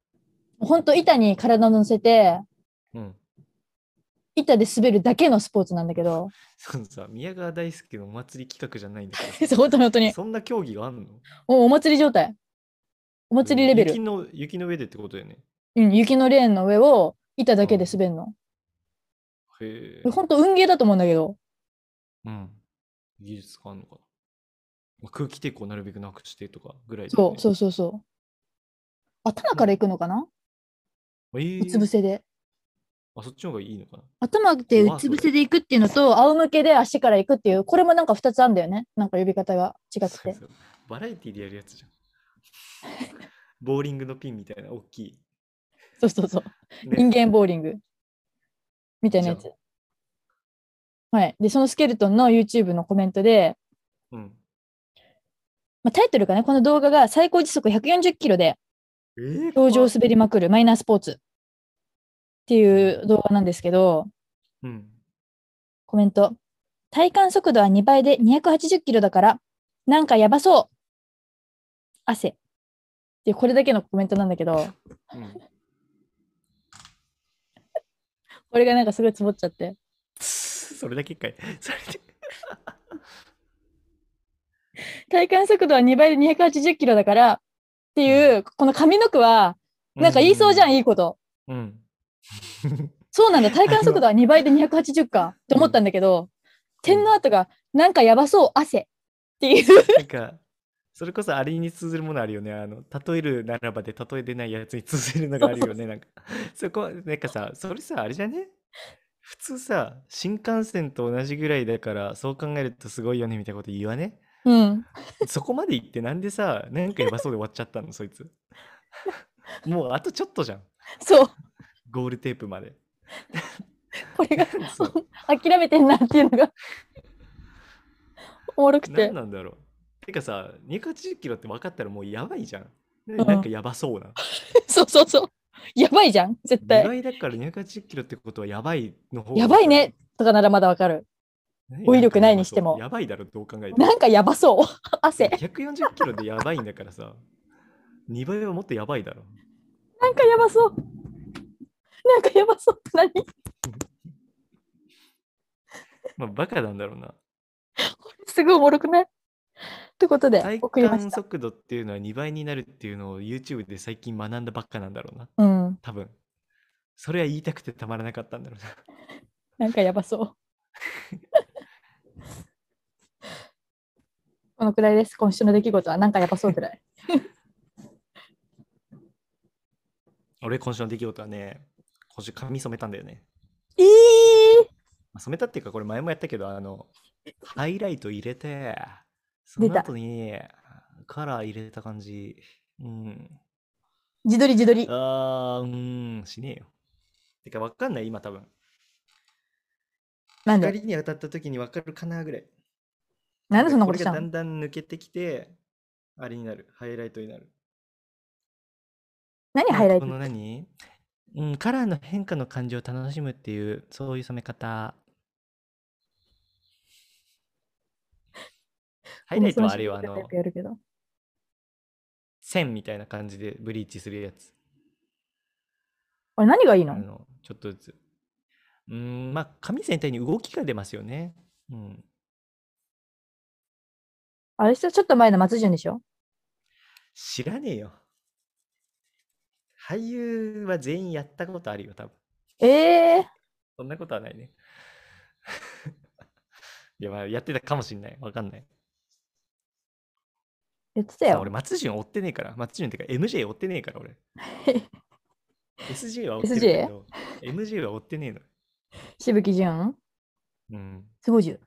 ほんと板に体乗せて、
うん。
板で滑るだけのスポーツなんだ
[LAUGHS]
けど、
そうさ、宮川大輔のお祭り企画じゃないんだから
[LAUGHS] そう本当に本当に
さ。、そんな競技があんの
もうお祭り状態。お祭りレベル
雪。の雪の上でってことだよね。
うん、雪のレーンの上を板だけで滑るの。
へえ。
本当運ゲーだと思うんだけど。
うん。技術があんのかな。まあ、空気抵抗なるべくなくしてとかぐらいだよ
そ
ね
うそうそうそう。頭から行くのかな
えー
うつ伏せで。
あ、そっちの方がいいのかな。
頭でうつ伏せで行くっていうのと、仰向けで足から行くっていう、これもなんか2つあんだよね。なんか呼び方が違く
そう
て。
そうバラエティでやるやつじゃん。ボーリングのピンみたいな大きい。
そうそうそう。
ね
人間ボーリング。みたいなや
じ
つ。はい。で、そのスケルトンの YouTube のコメントで、
うん。
まあ、タイトルがね、この動画が最高時速140キロで、
えー、
表情
怖っ
滑りまくるマイナースポーツっていう動画なんですけど、
うん。
コメント。体感速度は2倍で280キロだから、なんかやばそう汗。っていうこれだけのコメントなんだけど、
うん。
これがなんかすごい積もっちゃって。
それだけかい。それだけ
体感速度は2倍で280キロだからっていう、この上の句は、なんか言いそうじゃん、いいこと。
うん。
そうなんだ、体感速度は2倍で280かって思ったんだけど、点の後が、なんかやばそう、汗っていう。
[LAUGHS] なんか、それこそあれに通ずるものあるよね。あの、例えるならばで例え出ないやつに通ずるのがあるよね。なんか、 [LAUGHS] そこ、なんかさ、それさ、あれじゃね普通さ、新幹線と同じぐらいだから、そう考えるとすごいよね、みたいなこと言わね。
うん。
そこまで言って、なんでさ、なんかやばそうで終わっちゃったの、そいつ。 [LAUGHS] もうあとちょっとじゃん。
そう。
ゴールテープまで。
これが
そう
[LAUGHS] 諦めてんなっていうの [LAUGHS] がおもろくて
何なんだろうてかさ280キロって分かったらもうやばいじゃん、ね
うん
なんかやばそうな
そうそうそうやばいじゃん絶
2
対
倍だから280キロってことはやばいの方が
やばいねとかならまだわかる
ね
語彙力ないにしても
やばいだろどう考えても
なんかやばそう [LAUGHS] 汗
140キロでやばいんだからさ2倍はもっとやばいだろ
なんかやばそうなんかやばそうって何
まあバカなんだろうな
すごいおもろくないってことで
体
送りまし
感
た
速度っていうのは2倍になるっていうのを YouTube で最近学んだばっかなんだろうな
うん
多分それは言いたくてたまらなかったんだろうな
なんかや
[LAUGHS]
ばそうこのくらいです今週の出来事はなんかやばそうくらい
俺今週の出来事はね今週髪染めたんだよね
え
まあ染めたっていうかこれ前もやったけどあのハイライト入れてそ
出
の
た
後にカラー入れた感じうん
自撮り自撮り
あーうんしねえよてかわかんない今多分
なんで
光に当たった時にわかるかなぐらい
なんでそんなことした
れがだ
の
んだん抜けてきてあれになるハイライトになる
何ハイライト
この何うんカラーの変化の感じを楽しむっていうそういう染め
[LAUGHS]
方ハイライトはあれよあの
よくやるけど。
線みたいな感じでブリーチするやつ。
あれ何がいいの
あの、ちょっとずつ。うーん、まあ、紙全体に動きが出ますよね。うん。
あれさちょっと前の松潤でしょ
知らねえよ。俳優は全員やったことあるよ、多分。
ええ
そんなことはないね。 [LAUGHS] いや、まあ、やってたかもしんない。わかんない。
言ってた
さあ
よ
俺、。松潤追ってねえから。松潤ってか、MJ 追ってねえから、俺。SJ は追ってるけど、MJ は追ってねえの。
しぶきじゅん
うん。
すごじゅう。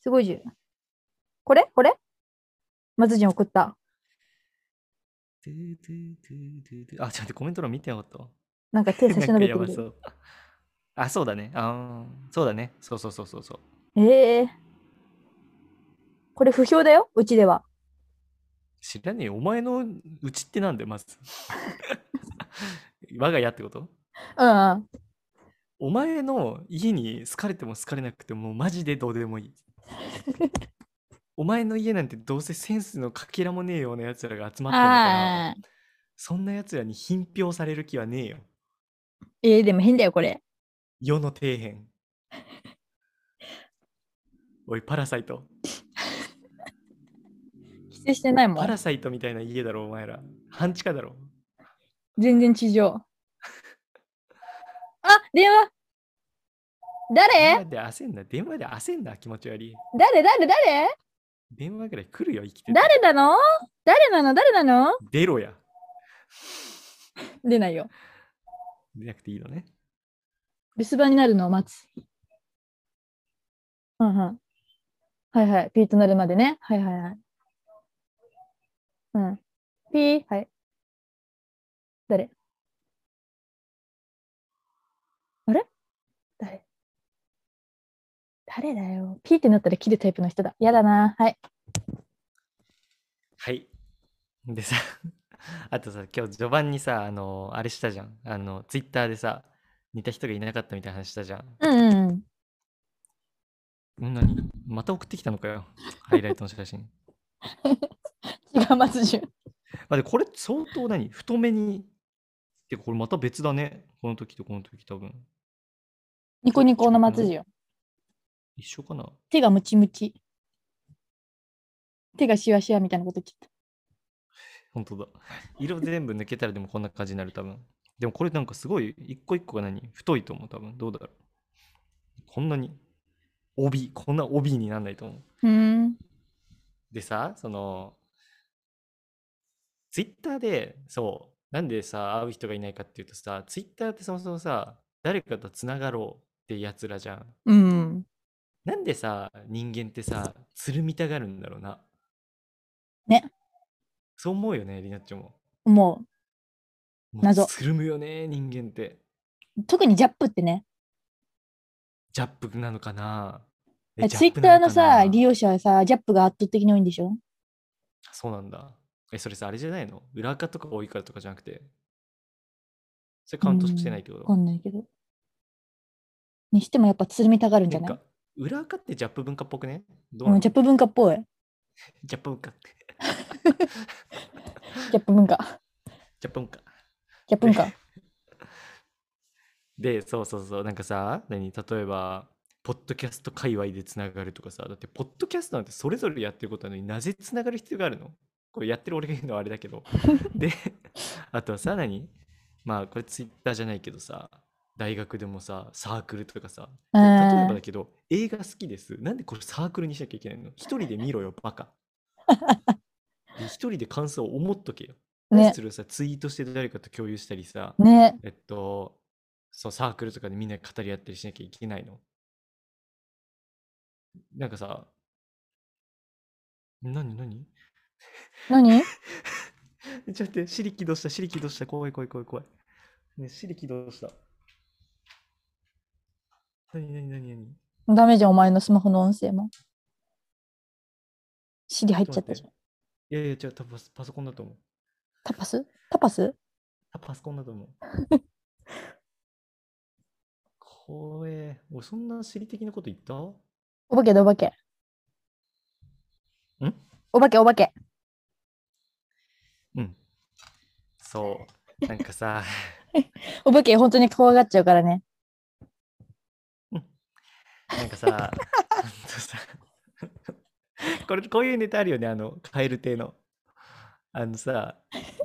すごじゅう。これこれ松潤送った。
トゥトゥトゥトゥトゥあ、ちょっと待ってコメント欄見てなかったわ。
なんか手差
なん
し
か
伸べ
[LAUGHS]
て
やば
い
そ
る。
う。あ、そうだね。あーそうだね。そうそうそうそうそう。
ええこれ不評だよ、うちでは。
知らねえよ。お前のうちってなんだよ、まず。 [LAUGHS] 我が家ってこと
うんうん。
お前の家に好かれても好かれなくても、マジでどうでもいい。お前の家なんてどうせセンスのかけらもねえようなやつらが集まってるから、
ああ。
そんな奴らに品評される気はねえよ。
えー、でも変だよ、これ。
世の底辺。おい、パラサイト。
規制してないも
パ
ん。
ラサイトみたいな家だろ、お前ら。半地下だろ。
全然
[LAUGHS]
地上。あ、電
電
話誰
話で焦んな、電話で焦んな、気持ち悪い。
誰誰誰
電話ぐらい来るよ、生きてて。
誰なの誰なの誰なの
出ろや。
出ないよ。
出なくていいのね。
留守番になるのを待つ。うんうん。はいはい。ピーとなるまでね。はいはいはい。うん。ピー、はい。誰あれ誰誰だよ。ピーってなったら切るタイプの人だ。やだな。はい。
はい。でさ、 [LAUGHS] あとさ、今日序盤にさ、あの、あれしたじゃん。あの、ツイッターでさ、似た人がいなかったみたいな話したじゃん。
うんうんうん。
んなにまた送ってきたのかよ。 [LAUGHS] ハイライトの写真。
違う、松潤。
あでこれ相当何太めに。てかこれまた別だね。この時とこの時多分。
ニコニコの松潤。
一緒かな
手がムチムチ。手がシワシワみたいなこと言っちゃった。
本当だ。色全部抜けたらでもこんな感じになる多分。でもこれなんかすごい一個一個が何太いと思う多分。どうだろう。こんなに帯、こんな帯になんないと思う。
うーん。
でさ、その、ツイッターで、そう、なんでさ、会う人がいないかっていうとさ、ツイッターってそもそもさ、誰かとつながろうってやつらじゃん。
うん。
なんでさ、人間ってさ、つるみたがるんだろうな。
ね。
そう思うよね、りなっちょも。
も
もう
謎
つるむよね、人間って。
う、特にジャップってね、
ジャップなのかなえジャ
ツイ
ッ
ッ
プ
タ
な
ーの
かな
さ、利用者はさ、ジャップが圧倒的に多いんでしょ
そうなんだ。え、それさ、あれじゃないの裏垢とか多いからとかじゃなくて。それカウントしてないってこ
わ
と
かんないけど。にしてもやっぱつるみたがるんじ
な
ゃ
ん
ない
か、裏垢ってジャップ文化っぽくねどうな
う
の
ん、ジャップ文化っぽい。
ジャップ文化って。
ジャップ
[LAUGHS]
文化。
ジャップ文化。
ジャップ文化。
で、そうそうそう、なんかさ、何例えば、ポッドキャスト界隈でつながるとかさ、だって、ポッドキャストなんてそれぞれやってることなのになぜつながる必要があるのこれやってる俺が言うのはあれだけ
[LAUGHS]
ど。で、あとはさ、何まあ、これツイッターじゃないけどさ、大学でもさ、サークルとかさ、
う
例えば
ん
だけど、映画好きです。なんでこれサークルにしなきゃいけないの一人で見ろよ、バ
[LAUGHS]
カ。で一人で感想を思っとけよ。
ね
そ。れをさ、ツイートして誰かと共有したりさ、
ね。
えっと、そう、サークルとかでみんなで語り合ったりしなきゃいけないの。なんかさ、何何
何
[LAUGHS] ちょっと待って、シリ起動した、シリ起動した、怖い怖い怖い怖い。ね、シリ起動した。何何何何
ダメじゃん、お前のスマホの音声も。シリ入っちゃったじゃん。
いやいや、違う、多分パソコンだと思う。
タパスタパス
あパソコンだと思う。
[LAUGHS]
怖え。俺、そんなシリ的なこと言った
お化けだ、お化け。
ん
お化け、お化け。
うん。そう。なんかさ。
お化け、本当に怖がっちゃうからね。
なんかさ、 [LAUGHS] ほんとさ [LAUGHS] これこういうネタあるよね、あの、カエル亭の。あのさ、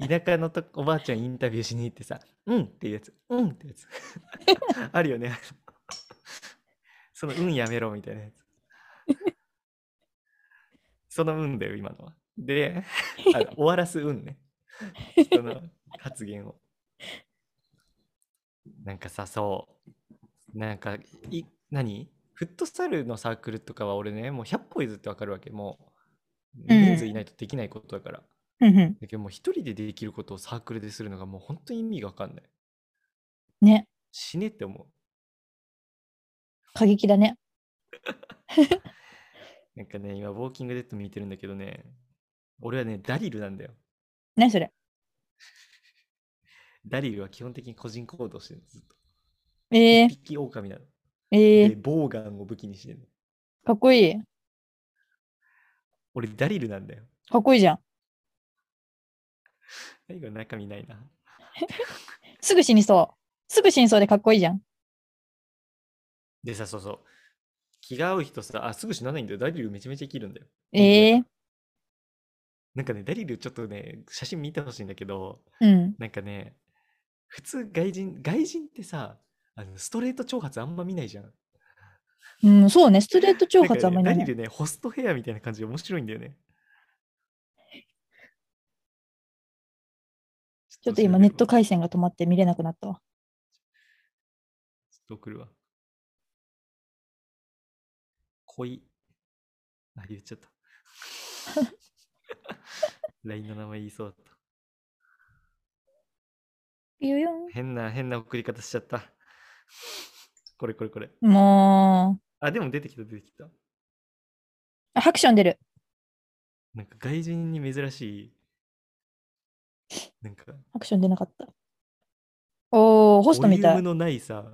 田舎のとおばあちゃんインタビューしに行ってさ、うんっていうやつ、うんってやつ。 [LAUGHS] あるよね。 [LAUGHS] その、うんやめろみたいなやつ。そのうんだよ、今のは。で、あの終わらすうんね。その発言を。なんかさ、そう。なんか、い何フットサルのサークルとかは俺ね、もう100歩譲ってわかるわけ。もう、
うん
人数いないとできないことだから。
うんう
だけどもう一人でできることをサークルでするのがもう本当に意味がわかんない。
ん。ね。
死ねって思う。
過激だね。
なんかね、今、ウォーキングデッド見てるんだけどね、俺はね、ダリルなんだよ。
何それ
ダリルは基本的に個人行動してるのずっと。
えー
一、匹狼なの。
え
で、
ー、
ボウガンを武器にしてるの。
かっこいい。
俺、ダリルなんだよ。
かっこいいじゃん。
最後中身ないな。
すぐ死にそう。すぐ死にそうでかっこいいじゃん。
でさ、そうそう。気が合う人さ、あ、すぐ死なないんだよ。ダリルめちゃめちゃ生きるんだよ。
ええ
なんかね、ダリルちょっとね、写真見てほしいんだけど、
うん。
なんかね、普通外人、外人ってさ、あのストレート長髪あんま見ないじゃん。
うん、そうね。ストレート長髪あんまり
な
なんい
かね
ね
ダリルね、ホストヘアみたいな感じで面白いんだよね。
ちょっと今ネット回線が止まって見れなくなったわ。
ちょっと送るわ。恋。あ、言っちゃった。LINE の名前言いそうだった。
ゆゆん
変な、変な送り方しちゃった。これこれこれ。
もう
あ、でも出てきた出てきた。
あ、ハクション出る。
なんか外人に珍しい。なんか、
ハクション出なかった。おー、ホストみた
ボリューム
い。
のないさ、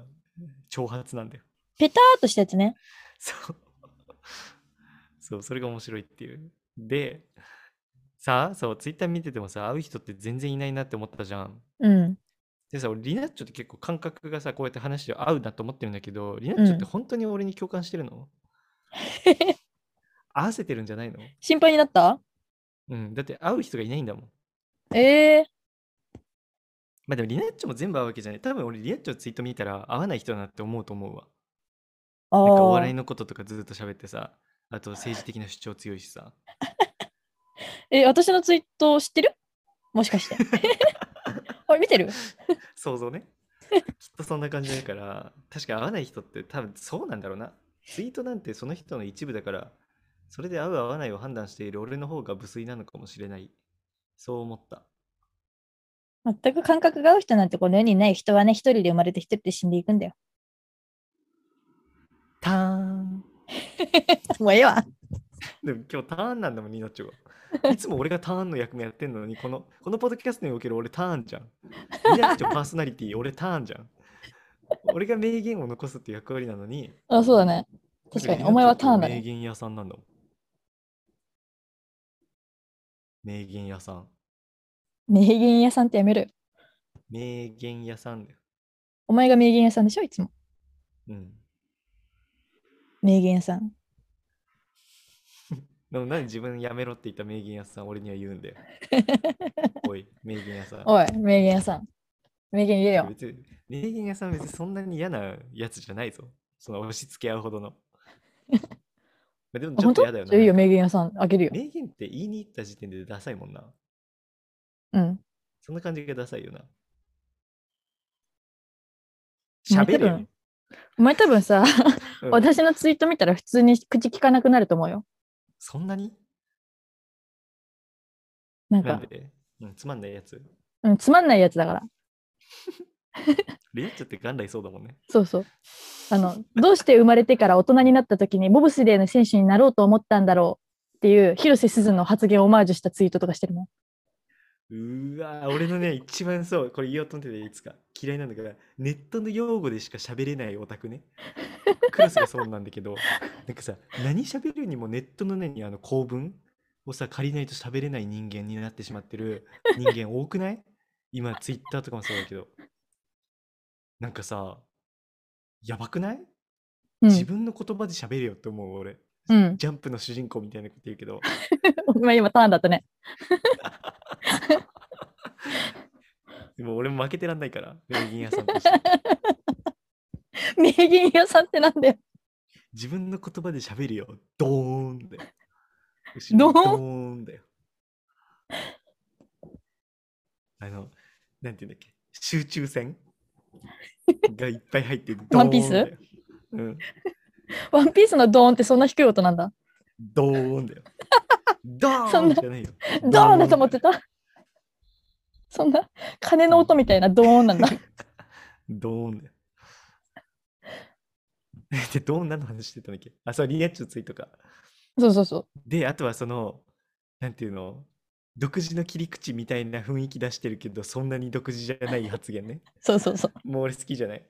挑発なんだよ。
ペターっとしたやつね。
そう。 [LAUGHS] そう、それが面白いっていう。で、さあ、そう、ツイッター見ててもさ、会う人って全然いないなって思ったじゃん。
うん。 [LAUGHS]
でさ、俺、リナッチョって結構感覚がさ、こうやって話で合うなと思ってるんだけど、リナッチョって
うん
本当に俺に共感してるの、合わせてるんじゃないの
心配になった
うん、だって会う人がいないんだもん。
ええ
まあでもリナッチョも全部合うわけじゃない。多分俺リナッチョのツイート見たら合わない人だなって思うと思うわ。
あ
なんかお笑い
ー
のこととかずっと喋ってさ、あと政治的な主張強いしさ。
え、私のツイート知ってるもし
[LAUGHS]
かして。あれ見てる
想像ね。きっとそんな感じだから、確かに合わない人って多分そうなんだろうな。ツイートなんてその人の一部だから、それで合う合わないを判断している俺の方が無粋なのかもしれない。そう思った。
全く感覚が合う人なんてこの世にいない人はね、一人で生まれて一人で死んでいくんだよ。
ターン。
もうええわ。
でも今日ターンなんだもん、ニナッ [LAUGHS] チョが。いつも俺がターンの役目やってんのに、この、このポッドキャストにおける俺ターンじゃん。ニナッチョパーソナリティ、俺ターンじゃん。俺が名言を残すっていう役割なのに、
あ、そうだね。確かに、お前はターンだ
名
ね。
言屋さんなんだもん。名言屋さん。
名言屋さんってやめる。
名言屋さんだよ。
お前が名言屋さんでしょいつも。
うん。
名言屋さん。
でもなんで自分やめろって言った名言屋さん、俺には言うん
[LAUGHS]
だよ。おい、名言屋さん。
おい、名言屋さん。名言言えよ。
別に名言屋さん別にそんなに嫌なやつじゃないぞ。その押し付け合うほどの。まあでもちょっと
本当
嫌だよな。
いいよ、名言屋さん。あげるよ。
名言って言いに行った時点でダサいもんな。
うん。
そんな感じがダサいよな。
まあ
喋れ
多
よ
分。お前多分さ、
うん
私のツイート見たら普通に口聞かなくなると思うよ。
そんなに
なん
な
か
ん、で、うん、つまんないやつ。
うん、つまんないやつだから。
リアッチョって元来そうだもんね。
そうそう。あの、どうして生まれてから大人になった時にボブスレーの選手になろうと思ったんだろうっていう広瀬すずの発言をオマージュしたツイートとかしてるもん。
うーわー、俺のね、 [LAUGHS] 一番そう、これ言おうと思ってていつか嫌いなんだから、ネットの用語でしか喋れないオタクね。クラスがそうなんだけ
[LAUGHS]
ど、なんかさ、何喋るにもネットのね、あの構文をさ、借りないと喋れない人間になってしまってる人間多く
[LAUGHS]
ない今、ツイッターとかもそうだけど。なんかさ、やばくない、
う
自
ん。
分の言葉で喋れよって思う俺。
うん。
ジャンプの主人公みたいなこと言う
[LAUGHS]
けど、
お前今ターンだったね。
でも俺も負けてらんないから、名言屋さん
[LAUGHS]
として。
名言屋さんってなんだよ。
自分の言葉で喋るよ。ドーンだよ。
ドーン
後ろにドーンだよ。あの、なんていうんだっけ、集中戦がいっぱい入
[LAUGHS]
ってる。
ワンピース
ドーンだようん。
ワンピースのドーンってそんな低い音なんだ。
ドーンだよ。
[LAUGHS]
ド
そ
ー
ん
ン
な
じゃないよ。
ドーンだと思ってた。そんな鐘の音みたいなドーンなんだ。
ドーンだよ。で、ドーン何の話してたんだっけあ、そう、リアッチのツイートか。
[LAUGHS] そうそうそう。
で、あとはその、なんていうの、独自の切り口みたいな雰囲気出してるけど、そんなに独自じゃない発 [LAUGHS] 言ね。
そうそうそう。
もう俺好きじゃない。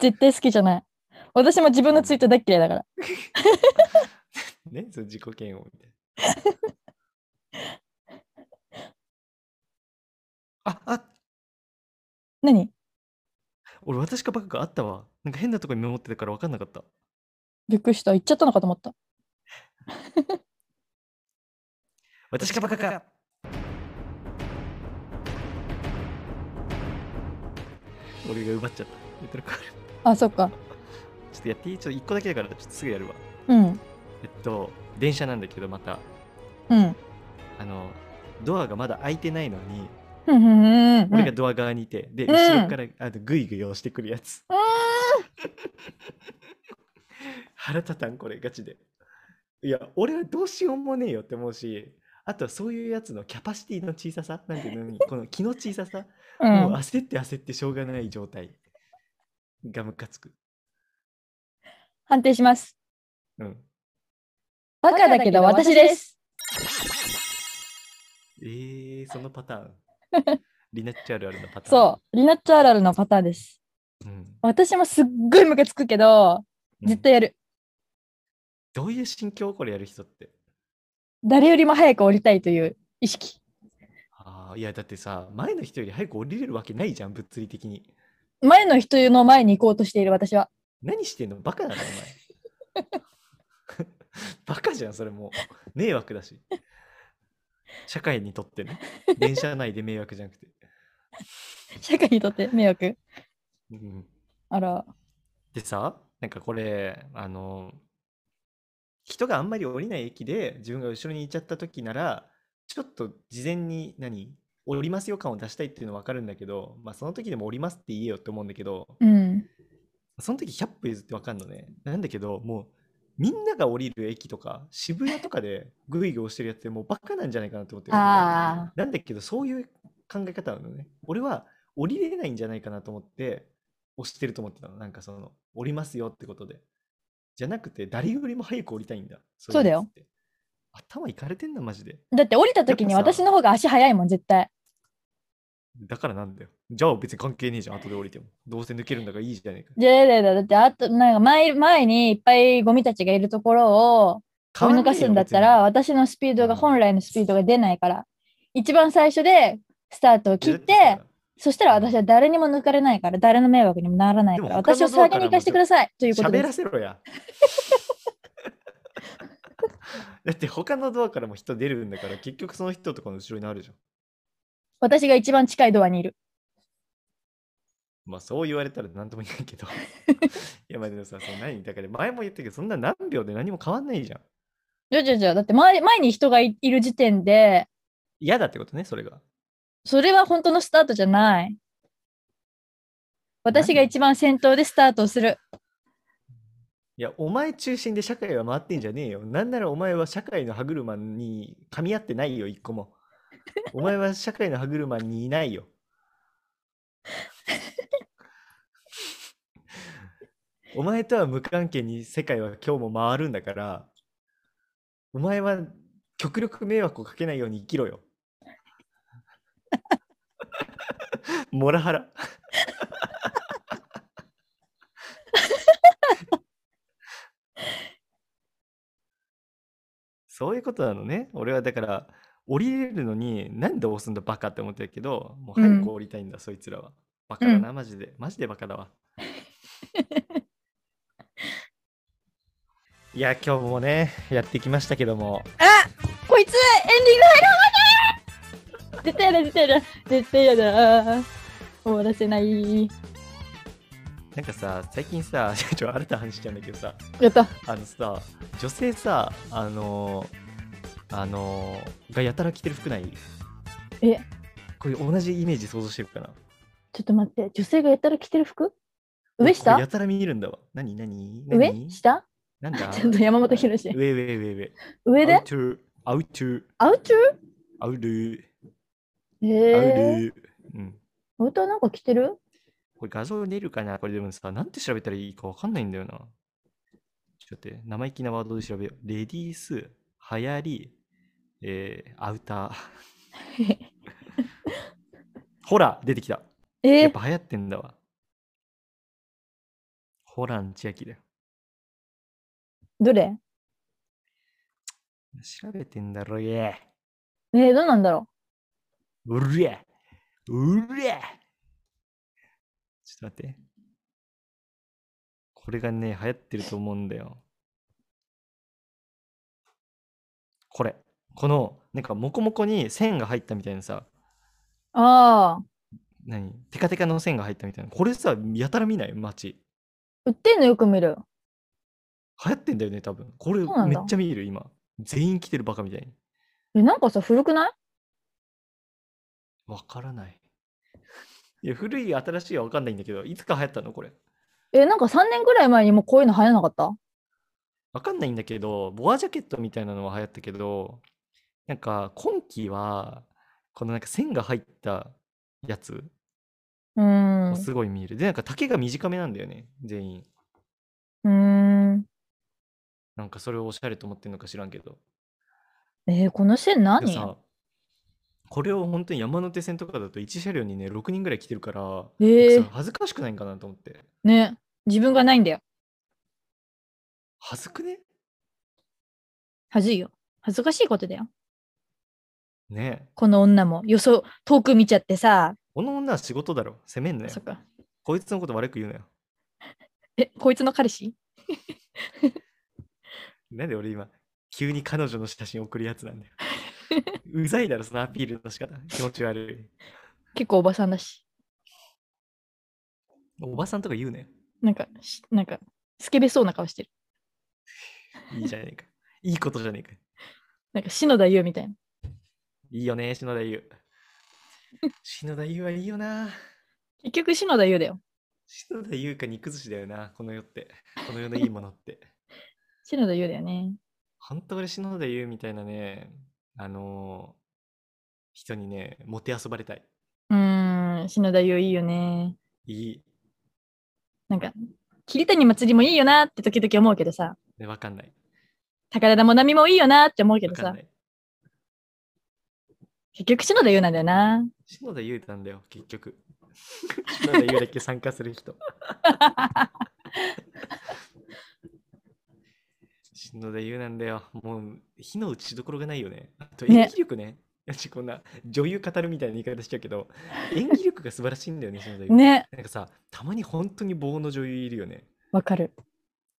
絶対好きじゃない。私も自分のツイート大っ嫌いだから。
[LAUGHS] ね、その自己嫌悪みたいな。ああ
何
俺私かバッグあったわなんか変なとこにメモってたから分かんなかった
びっくりした。行っちゃったのかと思った。
私かバカか俺が奪っちゃった言ってるから
あ、そっか。
ちょっとやっていいちょっと1個だけだからちょっとすぐやるわ
うん。
えっと電車なんだけどまた
うん。
あのドアがまだ開いてないのに
ふんふんふんうん。
俺がドア側にいて、で
うん
後ろからあのグイグイ押してくるやつ [LAUGHS]
うーん
腹立たんこれガチでいや俺はどうしようもねえよって思うしあとはそういうやつのキャパシティの小ささなんていうのにこの気の小ささ、もう
うん
焦って焦ってしょうがない状態がムカつく
判定します。
うん
バカだけど私です。
えー、そのパターン
[LAUGHS]
リナッチャールあるのパターン
そう。リナッチャーラルのパターンです。
う、ん、
私もすっごいムカつくけど、
うん
絶対やる。
どういう心境これやる人って
誰よりも早く降りたいという意識。
あーいやだってさ前の人より早く降りれるわけないじゃん物理的に
前の人の前に行こうとしている私は。
何してんのバカなのお前 [LAUGHS] バカじゃんそれもう迷惑だし社会にとってね電車内で迷惑じゃなくて、
社会にとって迷惑。
うん、
あら。
でさなんかこれあの人があんまり降りない駅で自分が後ろにいちゃった時ならちょっと事前に何降りますよ感を出したいっていうのは分かるんだけど、まあ、その時でも降りますって言えよって思うんだけど、
うん。
その時100歩譲ってわかんのね。なんだけど、もうみんなが降りる駅とか、渋谷とかでグイグイ押してるやつってもうバカなんじゃないかなと思ってるわ
あ
けね。なんだけど、そういう考え方なのね。俺は降りれないんじゃないかなと思って、押してると思ってたの。なんかその、降りますよってことで。じゃなくて、誰よりも早く降りたいんだ。そいやつって。頭いかれてんな、マジで。
だって降りた時に
やっぱ
私
さ
の方が足早いもん、絶対。
だからなんだよ。じゃあ別に関係ねえじゃん、後で降りても。どうせ抜けるんだからいいじゃねえか。
じゃあ、だだだって、あと、なんか前、前にいっぱいゴミたちがいるところを、追い抜かすんだったら、私のスピードが本来のスピードが出ないから、一番最初でスタートを
変
切っ
わんねえよ、別にだってさ、
てそしたら私は誰にも抜かれないから、誰の迷惑にもならないか
で
ら、
も他の
私を先に行かせてくださいということ
喋
で
ら
す。
せろ
[LAUGHS]
や。だって他のドアからも人出るんだから結局その人とかの後ろになるじゃん。
私が一番近いドアにいる。
まあそう言われたら何とも言えない
[LAUGHS]
けど。いやまあでもさ、その何だから前も言ったけどそんな何秒で何も変わんないじゃん。
じゃじゃじゃだって前前に人がいいる時点で、
嫌だってことね、それが。
それは本当のスタートじゃない。私が一番先頭でスタートをする。
いや、お前中心で社会は回ってんじゃねえよ。なんならお前は社会の歯車に噛み合ってないよ、一個も。お前は社会の歯車にいないよ。お前とは無関係に世界は今日も回るんだから、お前は極力迷惑をかけないように生きろよ。モラハラ。そういうことなのね。俺はだから、降りれるのに、なんで押すんだバカって思ってるけど、もう
うん
早く降りたいんだ、そいつらは。バカだな、マジで。マジでバカだ
[LAUGHS]
わ。いや、今日もね、やってきましたけども。
こいつエンディング入らなかった絶対やだ絶対やだ絶対やだ終わらせない
なんかさ、最近さ、 [LAUGHS] ちょ、新たな話しちゃうんだけどさ、
やった
あのさ、女性さ、あのー、あのー、がやたら着てる服ない
え
これ同じイメージ想像してるかな
ちょっと待って女性がやったら着てる服
俺
上
これ
下
やたら見るんだわ。なになにな
上
に
下
なんだ
[LAUGHS] ちょっと山本博
上上上上。
上
ア
で
ウトゥー、アウトゥー、
アウト
アウルー、
ゥ
アウル
へえ
ー。うん。
アウターなんか着てる
これ画像出るかなこれでもさ、なんて調べたらいいかわかんないんだよな。ちょっと待って、生意気なワードで調べよう。レディース、流行り、えー、アウター。ほら、出てきた。
え
やっ
ー、
ぱ流行ってんだわ。ホラン千秋だよ。
どれ
調べてんだろ、いえ。
えー、どうなんだろ
うるえ。うれえちょっと待って。これがね、流行ってると思うんだよ。これ。この、なんか、モコモコに線が入ったみたいなさ、
ああ、
何テカテカの線が入ったみたいな。これさ、やたら見ない街。
売ってんのよく見る。
流行ってんだよね、多分。これ、
そうなん
め
だ
っちゃ見る、今。全員来てるバカみたいに。
え、なんかさ、古くない
わからない。いや、古い、新しいはわかんないんだけど、いつか流行ったの、これ。
え、なんか3年くらい前にもうこういうの流行らなかった
わかんないんだけど、ボアジャケットみたいなのは流行ったけど、なんか今季は、このなんか線が入ったやつ
うーん。
を
う
すごい見る。で、なんか丈が短めなんだよね、全員。
ーん。
なんかそれをおしゃれと思ってるのか知らんけど。
えーこの線
で
何
さ、これを本当に山手線とかだと1車両にね、6人ぐらい来てるから、なんか
えー
さ恥ずかしくないんかなと思って。
ね。自分がないんだよ。
恥ずくね
恥ずいよ。恥ずかしいことだよ。
ねえ。
この女も。よそ、遠く見ちゃってさ。
この女は仕事だろ。責めんなよ
そ。っか。
こいつのこと悪く言うなよ。
え、こいつの彼氏
なんで俺今、急に彼女の写真送るやつなんだよ。うざいだろ、そのアピールの仕方。気持ち悪
結構おばさんだし。
い。おばさんとか言うなよ。
なんか、しなんか、スケベそうな顔してる。
いいじゃねえか。いいことじゃねえか。
なんか、篠田優みたいな。
いいよね、篠田優。篠田優はいいよな。
結局、篠田優だよ。
篠田優か肉寿司だよな、この世って。この世のいいものって。
篠田優だよね。
ほんと俺、篠田優みたいなね、あのー人にね、もてあそばれたい。
うーん、篠田優いいよね。
いい。
なんか、桐谷まつりもいいよなって時々思うけどさ。
ねわかんない。
宝田もなみもいいよなって思うけ
わ
ど
かん
さ
な。い。
結局、篠田優なんだよな。
篠田優なんだよ、結局。篠田優だけ参加する人。篠田優なんだよ。もう、火の打ちどころがないよね。あと、
ね
演技力ね。 [LAUGHS] 私こんな女優語るみたいな言い方しちゃうけど、演技力が素晴らしいんだよね、篠田優。
ね。
なんかさ、たまに本当に棒の女優いるよね。
わかる。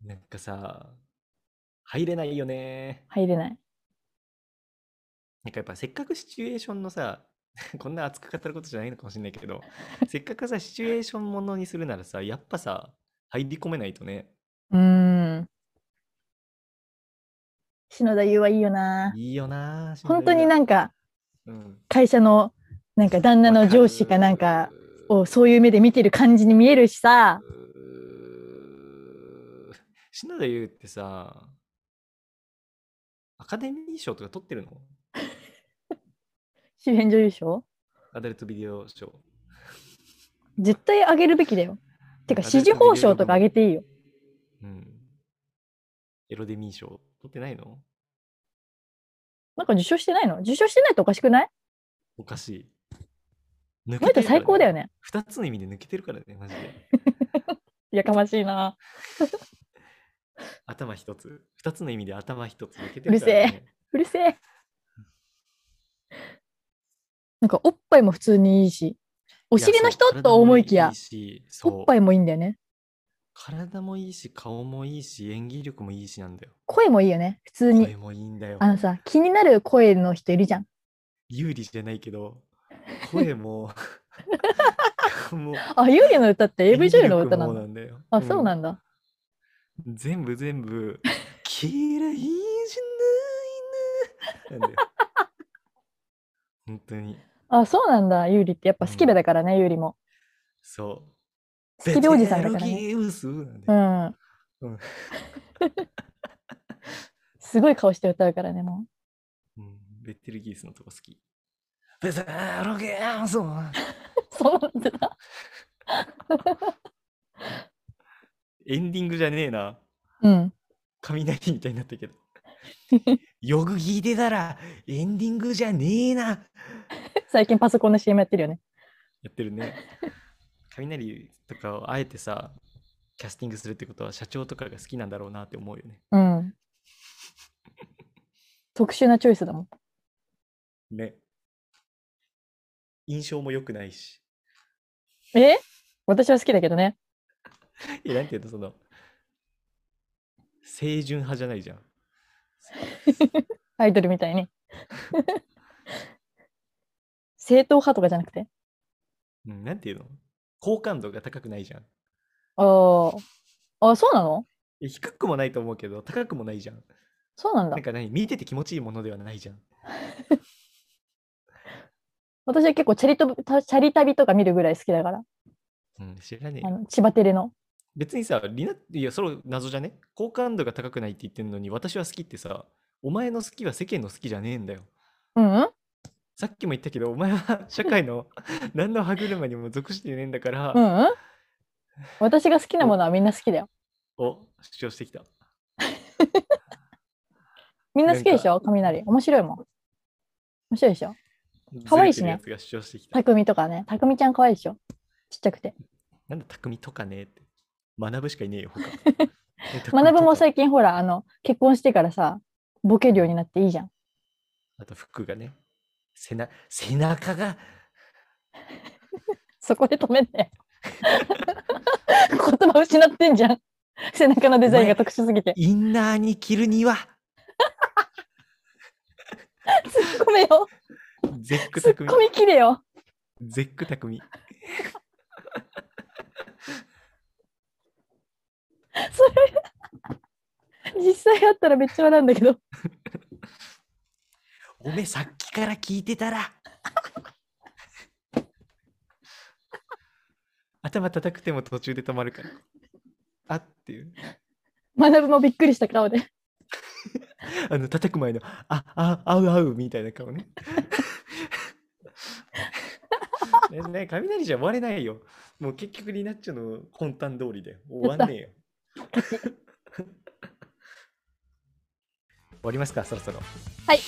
なんかさ、入れないよね。
入れない。
なんかやっぱせっかくシチュエーションのさ、 [LAUGHS] こんな熱く語ることじゃないのかもしれないけど、せっかくさ、シチュエーションものにするならさ、やっぱさ、入り込めないとね、
うーん。篠田優はいいよな。
いいよなぁ。
本当になんか、
うん、
会社の、なんか旦那の上司かなんかをそういう目で見てる感じに見えるしさ
わ。かる。うー篠田優ってさ、アカデミー賞とか取ってるの
主演女優賞
アダルトビデオ賞。
絶対あげるべきだよ。てか、支持報奨とかあげていいよ。
うん。エロデミー賞取ってないの
なんか受賞してないの受賞してないとおかしくない
おかしい。抜
この人最高だ
よ
よね。
2つの意味で抜けてるからね、マジで。
やかましいな。
頭一つ。2つの意味で頭一つ抜けて
う
る
るせ
か
え
ら、ね。
うるせえ。なんか、おっぱいも普通にいいし、お尻の人と思いきや、お
お
っ
っぱ
ぱ
い
い
いしそう
もいいんだよね。
体もいいし、顔もいいし、演技力もいいしなんだよ。
声もいいよね。普通
声
に。
もいいんだよ
あ。のさ、気になる声の人いるじゃん。
有利じゃないけど、声も、
[LAUGHS]
もう、
あ、ユーリの歌って AV 女優の歌な
演技力も
ん
な
だ。
んだよ。
あ、そうなんんだ。
全部全部、嫌いじゃないな。なんだ
[LAUGHS]
よ。本当に、
あ、そうなんだ。ユーリってやっぱスキベだからね、ユーリも。
そう。
スキベおじさんだか
ベテ
らね。
ランギウスなんだ
う
よ
ん
うん。
[LAUGHS] すごい顔して歌うからね、もう。
うん、ベテルギウスのとこ好き。ベテルギウス
そう [LAUGHS] なんだ。
エンディングじゃねえな。
うん。
雷みたいになったけど。 [LAUGHS] よく聞いてたらエンディングじゃねえな。
最近パソコンの CM やってるよね。
やってるね。雷とかをあえてさ、キャスティングするってことは社長とかが好きなんだろうなって思うよね。
うん。特殊なチョイスだもん。
ね。印象も良くないし。
え私は好きだけどね。
いや、なんていうの、その、清純派じゃないじゃん。
アイドルみたいに。 [LAUGHS] 正統派とかじゃなくて。
うん、なんていうの好感度が高くないじゃん。
ああ。あ、そうなの
いや低くもないと思うけど、高くもないじゃん。
そうなんだ
なん。か何見てて気持ちいいものではないじゃん。
私は結構チャリとたチャリ旅とか見るぐらい好きだから。
うん、知らねえ
あ
よ。
の千葉テレの。
別にさ、りないや、それ謎じゃね好感度が高くないって言ってんのに、私は好きってさ、お前の好きは世間の好きじゃねえんだよ。
うん、うん、
さっきも言ったけど、お前
[LAUGHS]
は社会の何の歯車にも属してねえんだから、
うん、うん。私が好きなものはみんな好きだよ。
を主張してきた。
みんな好きでしょ雷。面白いもん。面白いでしょ可愛いし
ず
ね
れてるやつが主張してきた。
匠とかね。匠ちゃん可愛いでしょちっちゃくて。
なんで匠とかねって。学ぶしかいねえ
[LAUGHS]
よ、他。え
学
匠と
ぶも
か
最近ほら、あの、結婚してからさ、ボケるようになっていいじゃん。
あと服がね。背な背中が
そこで止めん [LAUGHS] ね。言葉失ってんじゃん。背中のデザインが特殊すぎて。
インナーに着るには、
ごめんよ。
ゼック
ツッ
匠
コ。ミきれよ。
ゼック匠。
実際あったらめっちゃ笑うんだけど。
おめえさっきから聞いてたら。 [LAUGHS] 頭叩くても途中で止まるから。あっていう。
学ぶもびっくりした顔で。
あの叩く前の、あ、あ、あうあうみたいな顔 [LAUGHS] ね。ねね雷じゃ終われないよ。もう結局リナッチョの魂胆通りだよ。終わんねえ [LAUGHS] よ。終わりますか、そろそろ。
はい。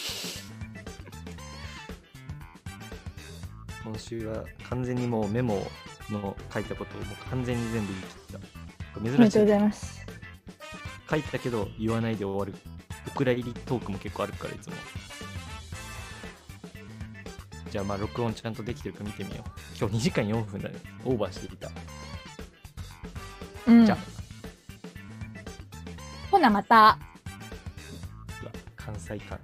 今週は完全にもうメモの書いたことをもう完全に全部言い切った。
おめ
珍
でとうご
しい。
ざいます。
書いたけど言わないで終わる。お蔵入りトークも結構あるから、いつも。じゃあまあ録音ちゃんとできてるか見てみよう。今日2時間4分だね。オーバーしていた。
うん
じゃあ、
ほなまた。
うわ関西感。